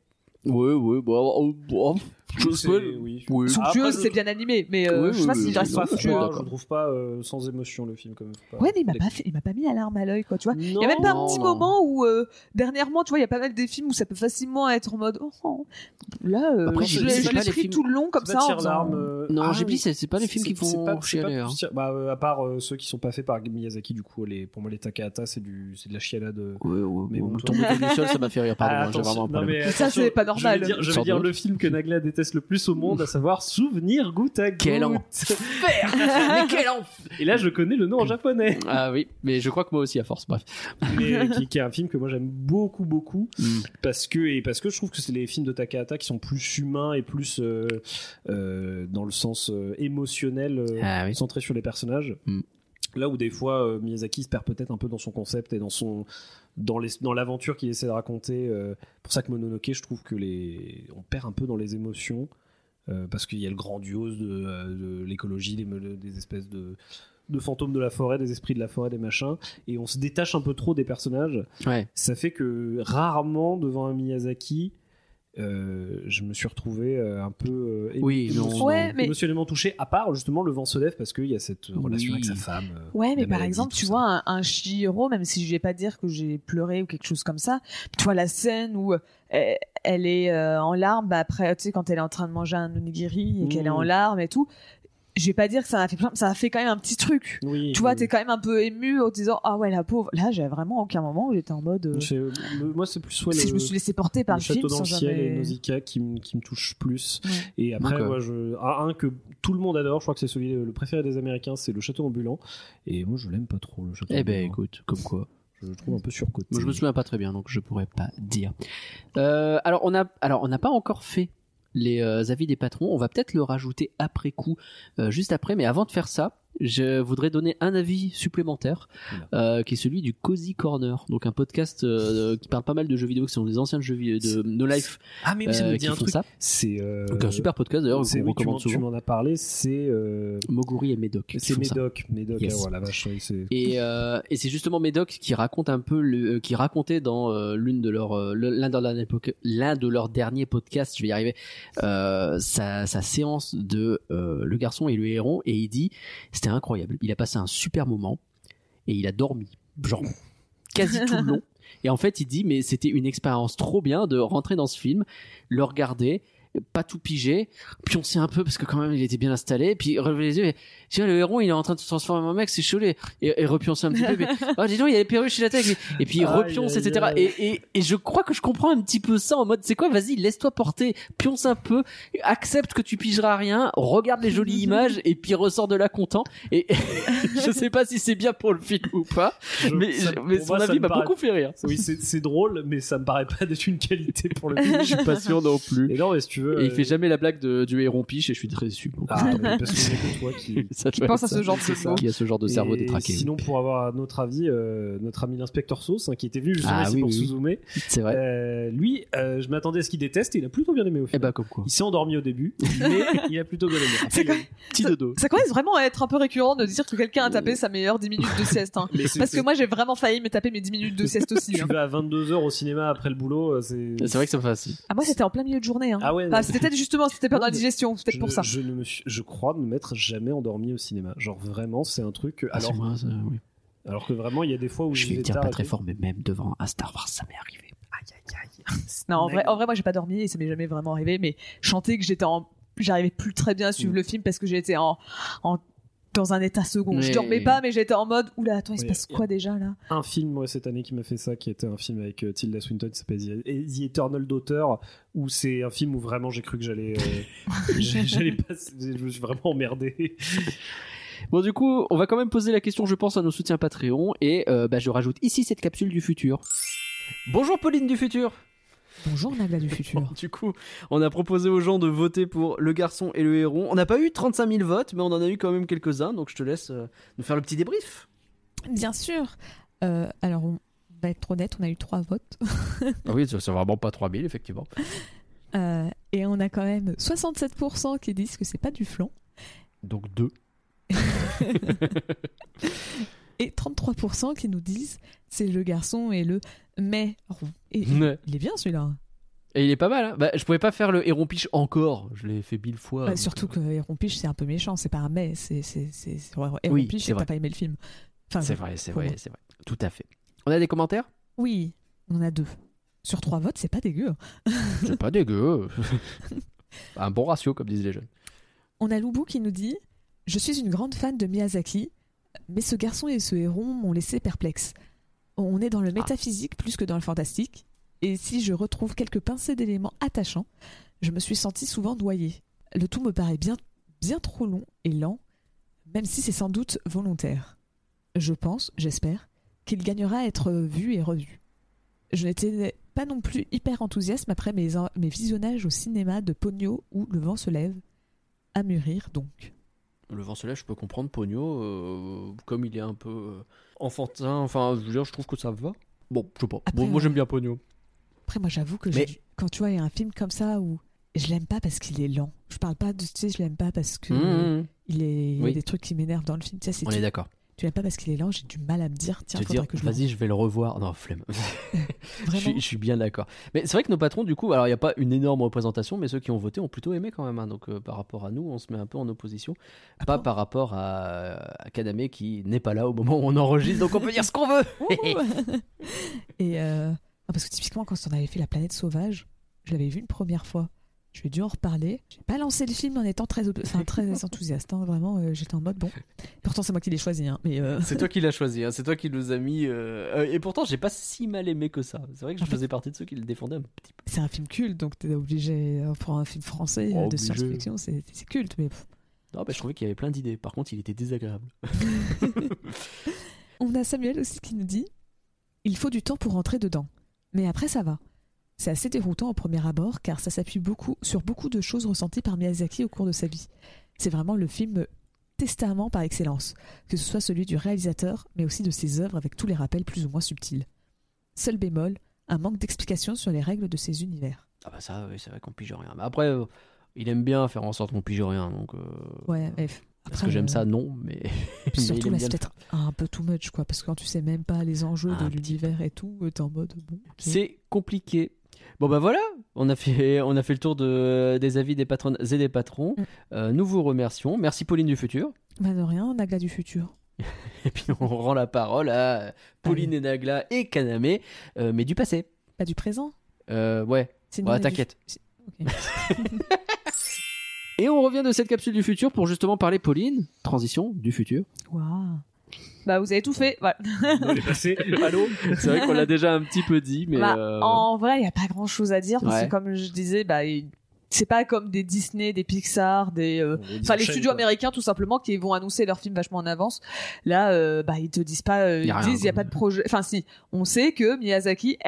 Ouais, ouais, bon, oh, bon, je sais- C'est- oui. oui. Ah, Somptueuse, après, je- c'est bien animé, mais euh, bah, Oui, je sais pas oui, si oui, je Je reste oui, non, pas trouve pas je suis somptueux. froid, d'accord. je trouve pas euh, sans émotion le film quand même. Faut pas- Ouais, mais il m'a pas, fait- il m'a pas mis la larme à l'œil, quoi, tu vois. Il y a même pas un petit Non. moment où, euh, dernièrement, tu vois, il y a pas mal des films où ça peut facilement être en mode, oh, oh. là, euh, Après, je c'est- l'ai c'est je pas l'ai les pris films- tout le long comme C'est ça. pas en Tire faisant- l'arme, euh, Non, ah, j'ai oui. dit, c'est c'est pas les films qui C'est- c'est font pas- c'est chialer. pas hein. plus tir- bah, euh, à part euh, ceux qui sont pas faits par Miyazaki du coup, les, pour moi les Takahata c'est du c'est de la chialade. euh. Ouais, ouais, Mais bon, bon, tomber du sol, ça m'a fait rire, pardon, Ah, hein, j'ai attention, vraiment un non, problème. mais Ça, attention, c'est pas normal. Je vais dire, je vais Sans dire doute. le film que Nagla déteste le plus au monde, à savoir souvenir goutte à goutte. Quel enfer Mais quel enfer Et là, je connais le nom en japonais, Ah oui, mais je crois que moi aussi à force, bref. mais qui, qui est un film que moi j'aime beaucoup, beaucoup, parce que et parce que je trouve que c'est les films de Takahata qui sont plus humains et plus euh, euh, dans le sens euh, émotionnel, euh, Ah oui. centré sur les personnages. Mm. Là où des fois euh, Miyazaki se perd peut-être un peu dans son concept et dans son dans les dans l'aventure qu'il essaie de raconter. euh, pour ça que Mononoke, je trouve que les on perd un peu dans les émotions euh, parce qu'il y a le grandiose de, euh, de l'écologie, des, me- des espèces de de fantômes de la forêt, des esprits de la forêt, des machins, et on se détache un peu trop des personnages Ouais. ça fait que rarement devant un Miyazaki, euh, je me suis retrouvé euh, un peu euh, émo- Oui, émo- non, Ouais, non. mais- émotionnellement touché, à part justement le vent se lève parce qu'il y a cette relation Oui. avec sa femme. euh, Ouais, mais la par maladie, exemple, tout tu ça. vois un, un Chihiro, même si je vais pas dire que j'ai pleuré ou quelque chose comme ça, tu vois la scène où euh, elle, elle est euh, en larmes après, tu sais, quand elle est en train de manger un onigiri et qu'elle est en Mmh. larmes et tout. Je vais pas dire que ça m'a fait plein, ça a fait quand même un petit truc. Oui, Tu vois, oui. t'es quand même un peu ému en te disant ah ouais la pauvre. Là, j'ai vraiment aucun moment où j'étais en mode. euh, C'est- euh, le- Moi, c'est plus soit le, si je me suis laissé porter le par le, film château dans sans le ciel et jamais. Nausicaa qui, me- qui me touche plus. Ouais. Et après, D'accord. moi, je, ah, un que tout le monde adore, je crois que c'est celui le préféré des Américains, c'est le château ambulant. Et moi, je l'aime pas trop, le château Eh ambulant. ben écoute, comme quoi. Je le trouve un peu surcoté. Moi, je me souviens pas très bien, donc je pourrais pas dire. Euh, alors on a, alors on n'a pas encore fait les euh, avis des patrons. On va peut-être le rajouter après coup, euh, juste après. Mais avant de faire ça, je voudrais donner un avis supplémentaire, euh, qui est celui du Cozy Corner, donc un podcast euh, qui parle pas mal de jeux vidéo, qui sont des anciens jeux vi- de No Life Ah, mais oui, ça euh, me qui dit un font truc. ça. C'est euh, Donc un super podcast d'ailleurs c'est- qu'on oui, tu m'en- recommande tu souvent. m'en as parlé, c'est euh, Moguri et Médoc. qui C'est font ça. Médoc, Médoc, Yes. ah ouais, la vache, oui, c'est. Et, euh, et c'est justement Médoc qui raconte un peu, le, euh, qui racontait dans euh, l'une de leurs, euh, le- l'un de leurs derniers poc- l'un de leurs derniers podcasts, je vais y arriver, euh, sa, sa séance de euh, le garçon et le héron, et il dit c'était incroyable. Il a passé un super moment et il a dormi, genre quasi tout le long. Et en fait, il dit mais c'était une expérience trop bien de rentrer dans ce film, le regarder, pas tout piger, pioncer un peu parce que quand même il était bien installé, puis relever les yeux. Et, Tiens, le héron, il est en train de se transformer en mec, c'est chaud, et, et repioncer un petit peu. Mais, oh, dis donc, il y a les perruches chez la tête. Et puis, il Aïe, repionce, aïe, etc. aïe. Et, et, et je crois que je comprends un petit peu ça en mode, c'est quoi, vas-y, laisse-toi porter, pionce un peu, accepte que tu pigeras rien, regarde les jolies images, et puis ressors de là content. Et je sais pas si c'est bien pour le film ou pas, Je- mais, ça- je- mais pour son moi, ça avis me m'a paraît- beaucoup fait rire. Oui, c'est c'est drôle, mais ça me paraît pas d'être une qualité pour le film. pas sûr non plus. Et non, mais si tu veux. Et euh, il fait jamais la blague de, du héron piche, et je suis très déçu. Ah, mais parce que c'est que toi qui. Ça, tu vois, Pense à ça. ce genre de ça. mots. Qui a ce genre de cerveau Et détraqué. Sinon, pour avoir notre avis, euh, notre ami l'inspecteur Sauce, hein, qui était venu justement Ah, ici oui, pour oui, oui. Suzume, C'est vrai. euh, lui, euh, je m'attendais à ce qu'il déteste et il a plutôt bien aimé au Eh film. ben, comme quoi. Il s'est endormi au début, mais il a plutôt bien aimé. C'est Après, Petit dodo. Ça commence vraiment à être un peu récurrent de dire que quelqu'un a tapé sa meilleure 10 minutes de sieste. hein. Mais Euh. c'est- Parce que c'est- moi, j'ai vraiment failli me taper mes 10 minutes de sieste aussi. tu hein. vas à 22h au cinéma après le boulot, euh, c'est. C'est vrai que ça me fait assez. Ah, moi, c'était en plein milieu de journée. Hein. Ah ouais, Enfin, non. c'était peut-être justement, c'était pendant la Non, mais digestion, c'est peut-être Je- pour ça. Je, ne me suis- je crois ne m'être jamais endormi au cinéma. Genre vraiment, c'est un truc. que- Alors, Alors, alors que vraiment, il y a des fois où Ah, je vais vais le dire tard pas et très tout. fort, mais même devant un Star Wars, ça m'est arrivé. Non, en vrai, en vrai, moi, j'ai pas dormi et ça m'est jamais vraiment arrivé, mais chanter que j'étais en, j'arrivais plus très bien à suivre Mm. le film parce que j'étais en, en, dans un état second. Je Mais- dormais pas, mais j'étais en mode, oula, attends, il se Oui. passe quoi déjà là Un film moi, cette année qui m'a fait ça, qui était un film avec euh, Tilda Swinton, qui s'appelle The The Eternal Daughter, où c'est un film où vraiment j'ai cru que j'allais, euh, j'allais pas, je me suis vraiment emmerdé. Bon, du coup, on va quand même poser la question, je pense, à nos soutiens Patreon. Et euh, bah, je rajoute ici cette capsule du futur. Bonjour Pauline du futur Bonjour, Nagla du futur. Du coup, on a proposé aux gens de voter pour Le Garçon et le Héron. On n'a pas eu 35 000 votes, mais on en a eu quand même quelques-uns, donc je te laisse euh, nous faire le petit débrief. Bien sûr. Euh, alors, on va être honnête, on a eu trois votes. Ah oui, c'est vraiment pas 3 000, effectivement. Euh, et on a quand même 67% qui disent que c'est pas du flan. Donc 2. Et 33% qui nous disent c'est le garçon et le mais rond. Et il est bien celui-là. Et il est pas mal, hein. Bah, je pouvais pas faire le Héron Piche encore, je l'ai fait mille fois. Bah, surtout que Héron Piche, c'est un peu méchant. C'est pas un mais. C'est, c'est, c'est, c'est- Héron Oui, Piche, c'est c'est que vrai. t'as pas aimé le film. Enfin, C'est bon. vrai, c'est hein. pour vrai, moi. c'est vrai. Tout à fait. On a des commentaires Oui, on en a deux. Sur trois votes, c'est pas dégueu. hein. C'est pas dégueu. Un bon ratio, comme disent les jeunes. On a Loubou qui nous dit Je suis une grande fan de Miyazaki, mais ce garçon et ce héron m'ont laissé perplexe. On est dans le métaphysique plus que dans le fantastique, et si je retrouve quelques pincées d'éléments attachants, je me suis sentie souvent noyée. Le tout me paraît bien, bien trop long et lent, même si c'est sans doute volontaire. Je pense, j'espère, qu'il gagnera à être vu et revu. Je n'étais pas non plus hyper enthousiaste après mes, en- mes visionnages au cinéma de Pogno où le vent se lève. À mûrir donc. Le vent se lève, je peux comprendre. Pogno, euh, comme il est un peu euh, enfantin, enfin, je veux dire, je trouve que ça va. Bon, je sais pas. Après, euh, Bon, moi, j'aime bien Pogno. Après, moi, j'avoue que Mais- j'ai- quand tu vois, il y a un film comme ça où je l'aime pas parce qu'il est lent. Je parle pas de, tu sais, je l'aime pas parce que Mmh, mmh. il, est, il y a Oui. des trucs qui m'énervent dans le film. Tu sais, c'est On est tu- d'accord. tu l'aimes pas parce qu'il est lent, j'ai du mal à me dire, tiens, Te faudrait dire, que je le vas-y, je vais le revoir. Non, flemme. Je Vraiment, suis, je suis bien d'accord. Mais c'est vrai que nos patrons, du coup, alors il n'y a pas une énorme représentation, mais ceux qui ont voté ont plutôt aimé quand même. hein. Donc euh, par rapport à nous, on se met un peu en opposition. Ah pas bon par rapport à, à Kaname qui n'est pas là au moment où on enregistre, donc on peut dire ce qu'on veut. Ouh. et euh, non, parce que typiquement quand on avait fait la planète sauvage je l'avais vu une première fois je lui ai dû en reparler j'ai pas lancé le film en étant très op- enfin, très enthousiaste hein. vraiment euh, j'étais en mode bon pourtant c'est moi qui l'ai choisi hein, mais euh, C'est toi qui l'as choisi, hein. c'est toi qui nous as mis. euh, euh, Et pourtant, j'ai pas si mal aimé que ça. C'est vrai que je En fait- faisais partie de ceux qui le défendaient un petit peu. c'est un film culte donc t'es obligé euh, pour un film français euh, Oh, de obligé. science-fiction c'est c'est culte mais pff. Non, bah, je trouvais qu'il y avait plein d'idées. Par contre, il était désagréable. on a Samuel aussi qui nous dit il faut du temps pour rentrer dedans mais après ça va c'est assez déroutant au premier abord car ça s'appuie beaucoup sur beaucoup de choses ressenties par Miyazaki au cours de sa vie C'est vraiment le film testament par excellence, que ce soit celui du réalisateur, mais aussi de ses œuvres avec tous les rappels plus ou moins subtils. Seul bémol, un manque d'explication sur les règles de ses univers. Ah bah ça, oui, c'est vrai qu'on pige rien. Mais après, euh, il aime bien faire en sorte qu'on pige rien. Donc, euh, Ouais, F. est-ce que euh, j'aime ça Non, mais. mais il Surtout aime là, bien c'est le peut-être un peu too much, quoi, parce que quand tu sais même pas les enjeux Un de petit l'univers et tout, euh, t'es en mode bon. ok. C'est compliqué. Bon bah voilà, on a fait, on a fait le tour de, des avis des patronnes et des patrons. Mm. Euh, nous vous remercions. Merci Pauline du futur. Bah de rien, Nagla du futur. Et puis on rend la parole à Pauline et Nagla et Kaname, euh, mais du passé. Pas Bah, du présent Euh, ouais, c'est ouais, t'inquiète. Ok. Et on revient de cette capsule du futur pour justement parler Pauline, transition du futur. Waouh. Bah, vous avez tout fait. Voilà. On est passé. Allô C'est vrai qu'on l'a déjà un petit peu dit, mais Bah, euh, En vrai, il n'y a pas grand chose à dire parce Ouais. que, comme je disais, bah, il- c'est pas comme des Disney, des Pixar, des. euh, Enfin, les studios américains, tout simplement, qui vont annoncer leurs films vachement en avance. Là, euh, bah, ils te disent pas, euh, Y a ils rien, disent, il n'y a quoi. pas de projet. Enfin, si, on sait que Miyazaki, eh,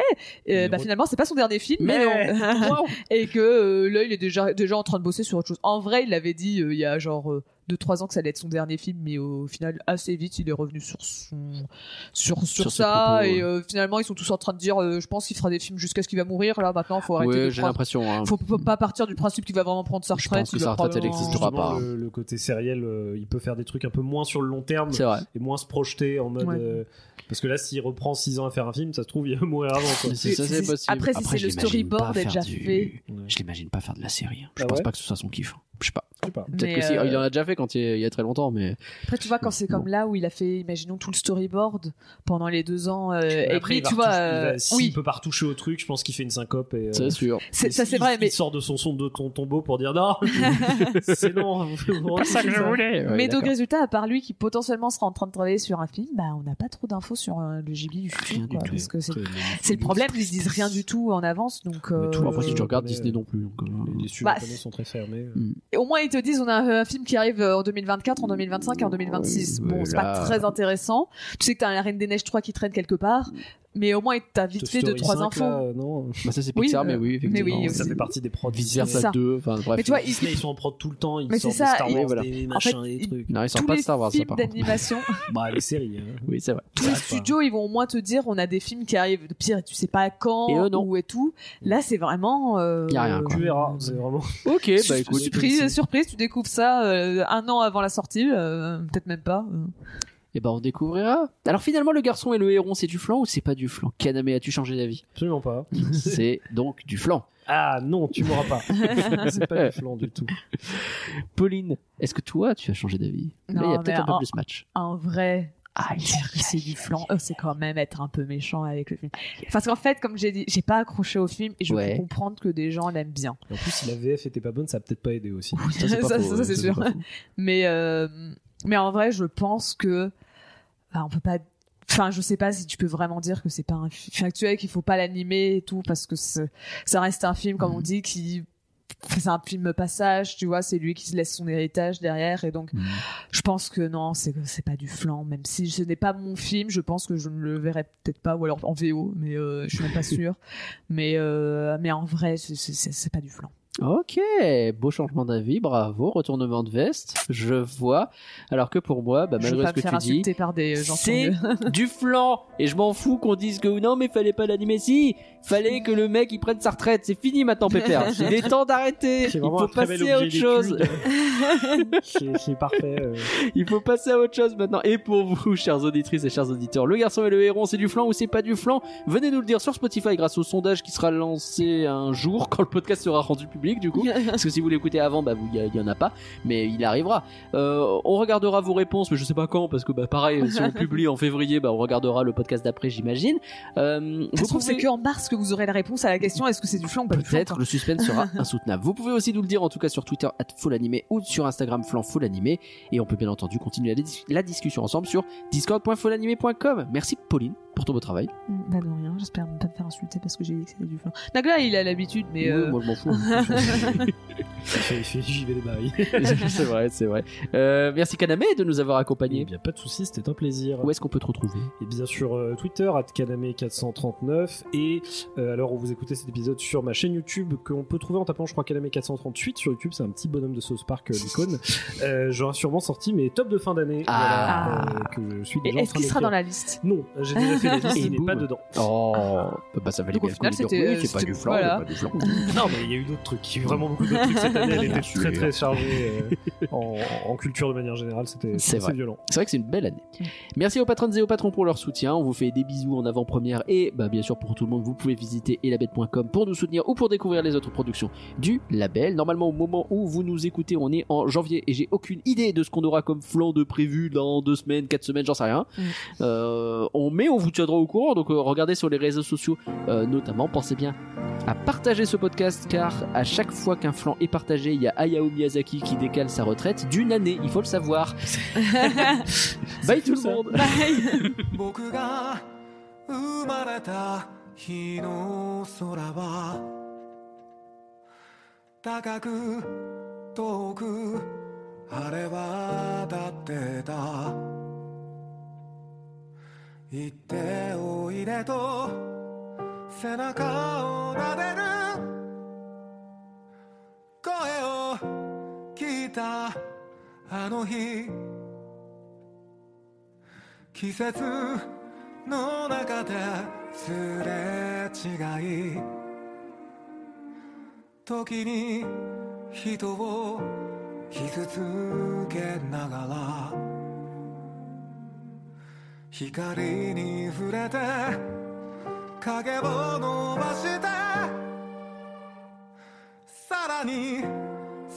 euh, Il bah, re- finalement, c'est pas son dernier film, mais, Mais non. Et que euh, là, il est déjà, déjà en train de bosser sur autre chose. En vrai, il l'avait dit euh, il y a genre 2-3 ans que ça allait être son dernier film, mais au final, assez vite, il est revenu sur son, sur, sur, Sur ses ça. propos, et euh, finalement, ils sont tous en train de dire, euh, je pense qu'il fera des films jusqu'à ce qu'il va mourir. Là, maintenant, faut arrêter. ouais, de j'ai prendre- l'impression. hein. faut, faut pas partir du principe qu'il va vraiment prendre sa Je retraite. pense que il sa va retraite, elle probablement- existera Justement, pas. hein. Le, le côté sériel, euh, il peut faire des trucs un peu moins sur le long terme C'est vrai. et moins se projeter en mode. Ouais. euh, parce que là, s'il reprend 6 ans à faire un film, ça se trouve, il va mourir avant. Quoi. C'est- ça, si, c'est si. possible. Après, si c'est je le l'imagine storyboard pas faire déjà du- fait. Ouais. Je l'imagine pas faire de la série. hein. Je Ah pense ouais pas que ce soit son kiff. Je sais pas. Euh, Je sais pas. Peut-être Mais, que si. euh, Ah, il en a déjà fait quand il y a, il y a très longtemps, mais Après, tu vois, quand c'est comme là où il a fait, imaginons, tout le storyboard pendant les deux ans euh, Mais et après, demi, il va tu vois. retoucher- il va- euh, s'il oui, peut pas retoucher au truc, je pense qu'il fait une syncope. Et, euh, c'est sûr. c'est- ça il- c'est il- vrai, il mais sort de son son de ton tombeau pour dire non. c'est hein, non. Pas voulais. mais donc résultat, à part lui qui potentiellement sera en train de travailler sur un film, bah on n'a pas trop d'infos sur euh, le gibier du Rien futur, du quoi, tout. parce que c'est c'est le problème, ils disent rien du tout en avance, donc Mais tout euh, le Après, si tu Euh, regardes mais, Disney euh, non plus. donc, euh, Les studios Bah, japonais sont très fermés. et au moins ils te disent on a un, un film qui arrive euh, en 2024, en 2025 et en 2026. Ouais, Bon, ouais, c'est pas là- très intéressant. Tu sais que t'as la Reine des Neiges 3 qui traîne quelque part, mais au moins t'as vite Toy fait deux Story trois 5, infos. là, euh, non. Bah, ça, c'est Oui, Pixar, euh, mais oui, mais oui, effectivement. aussi. Ça fait partie des prods. Vice versa C'est ça. 2. Enfin, bref. Mais tu vois, ils- Disney, ils sont en prod tout le temps. Ils Mais sortent c'est des ça, Star et- Wars, voilà. des En fait, machins, des trucs. Non, ils tous sortent pas les de Star Wars, ça, films par contre. d'animation, Bah, les séries. hein. Oui, c'est vrai. tous les Arrête pas. studios, ils vont au moins te dire on a des films qui arrivent de pire et tu sais pas quand Et eux, non. où et tout. Là, c'est vraiment euh, Y a rien, quoi. Tu verras. C'est vraiment. Ok, bah Sur- écoute. surprise, surprise, tu découvres ça euh, un an avant la sortie, euh, peut-être même pas. euh. Et bah, on découvrira. Alors, finalement, le garçon et le héron, c'est du flan ou c'est pas du flan Kaname, as-tu changé d'avis Absolument pas. C'est donc du flan. Ah non, tu m'auras pas. c'est pas du flan du tout. Pauline, est-ce que toi, tu as changé d'avis Là, il y Non, a mais peut-être un peu en- plus match. En vrai, Ah, c'est du flan. Euh, c'est quand même être un peu méchant avec le film. Parce qu'en fait, comme j'ai dit, j'ai pas accroché au film et je Ouais. peux comprendre que des gens l'aiment bien. Et en plus, si la VF était pas bonne, ça a peut-être pas aidé aussi. Ça, c'est pas Ça, faux, ça, ouais, c'est ça, c'est sûr. pas faux. Mais, euh, mais en vrai, je pense que. bah, on peut pas. Enfin, je sais pas si tu peux vraiment dire que c'est pas un film. Enfin, tu vois, qu'il faut pas l'animer et tout, parce que c'est- ça reste un film, comme on dit, qui c'est un film passage, tu vois, c'est lui qui se laisse son héritage derrière et donc Mhm. je pense que non, c'est c'est pas du flan même si ce n'est pas mon film, je pense que je ne le verrai peut-être pas ou alors en VO mais euh, je suis même pas sûre. mais euh, mais en vrai, c'est- c'est c'est- c'est pas du flan. Ok, beau changement d'avis, bravo, retournement de veste, je vois. Alors que pour moi, bah, je vais malgré pas ce me que faire tu dis, insulter par des gens sans c'est gueule. du flan et je m'en fous qu'on dise que non mais fallait pas l'animer si fallait que le mec il prenne sa retraite c'est fini maintenant Pépère il est temps d'arrêter C'est il vraiment faut un très bel passer à objet autre chose d'étude. C'est- C'est parfait. euh. il faut passer à autre chose maintenant et pour vous chères auditrices et chers auditeurs le garçon et le héron c'est du flan ou c'est pas du flan venez nous le dire sur Spotify grâce au sondage qui sera lancé un jour quand le podcast sera rendu public du coup parce que si vous l'écoutez avant, bah, vous- il y, a- il y en a pas, mais il arrivera. Euh, on regardera vos réponses, mais je sais pas quand, parce que bah, pareil, si on le publie en février, bah, on regardera le podcast d'après, j'imagine. Euh, Ça vous se trouve, c'est pouvez- que en mars que vous aurez la réponse à la question est-ce que c'est du flan ou pas du flan Peut-être quoi. le suspense sera insoutenable. Vous pouvez aussi nous le dire en tout cas sur Twitter at animé ou sur Instagram flan animé et on peut bien entendu continuer la, dis- la discussion ensemble sur discord.fullanimé.com. Merci Pauline pour ton beau travail. Mm, Bah de rien, j'espère ne pas me faire insulter parce que j'ai dit que c'était du flan. Nagla, il a l'habitude mais Oui, euh, moi je m'en fous. C'est- c'est- J'y vais les barils. c'est vrai, c'est vrai. Euh, merci Kaname de nous avoir Eh accompagnés. bien, pas de soucis, c'était un plaisir. Où est-ce qu'on peut te retrouver Et bien sur euh, Twitter, @kaname439 et euh, alors vous écoutez cet épisode sur ma chaîne YouTube qu'on peut trouver en tapant je crois kaname438 sur YouTube, c'est un petit bonhomme de Sauce Park euh, l'icône. Euh, J'aurai sûrement sorti mes top de fin d'année Ah. voilà, euh, que je suis et déjà en est-ce train qu'il sera dans d'écrire. la liste Non, j'ai déjà fait la liste, Et il n'est boum. pas dedans. Oh, bah ça valait Donc, au bien final, le coup de c'était, dire, oui, euh, c'est pas c'était- du flan, voilà. c'est pas du flan. Non, mais il y a eu d'autres trucs, il y a eu vraiment beaucoup d'autres trucs cette année, elle était très très chargée euh, en, en culture de manière générale, c'était C'est c'était vrai. assez violent. C'est vrai que c'est une belle année. Merci aux patronnes et aux patrons pour leur soutien. On vous fait des bisous en avant-première et bah, bien sûr pour tout le monde, vous pouvez visiter elabel.com pour nous soutenir ou pour découvrir les autres productions du label. Normalement au moment où vous nous écoutez, on est en janvier et j'ai aucune idée de ce qu'on aura comme flan de prévu dans deux semaines, quatre semaines, j'en sais rien. Mm. Euh, on met, on vous tiendra au courant. Donc euh, regardez sur les réseaux sociaux euh, notamment. Pensez bien à partager ce podcast car à chaque fois qu'un flan est partagé, il y a Hayao Miyazaki qui décale sa retraite d'une année. Il faut le savoir. Bye tout le ça. monde. 僕が生まれた日の空は高く遠く晴れ渡ってた行っておいでと背中を撫でる声を聞いたあの日季節の中ですれ違い時に人を傷つけながら光に触れて影を伸ばしてさらに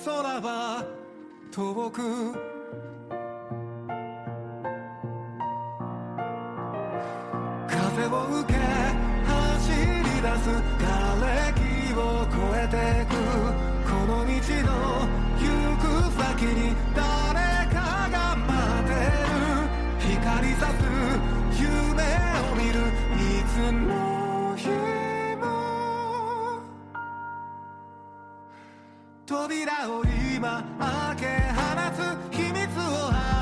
空は遠く風を受け走り出す瓦礫を越えてくこの道の行く先に誰かが待ってる光さす夢を見るいつの日も扉を今開け放つ秘密を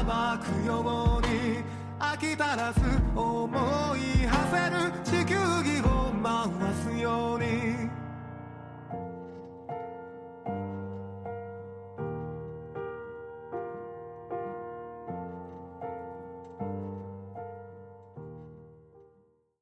暴くように飽きたらす思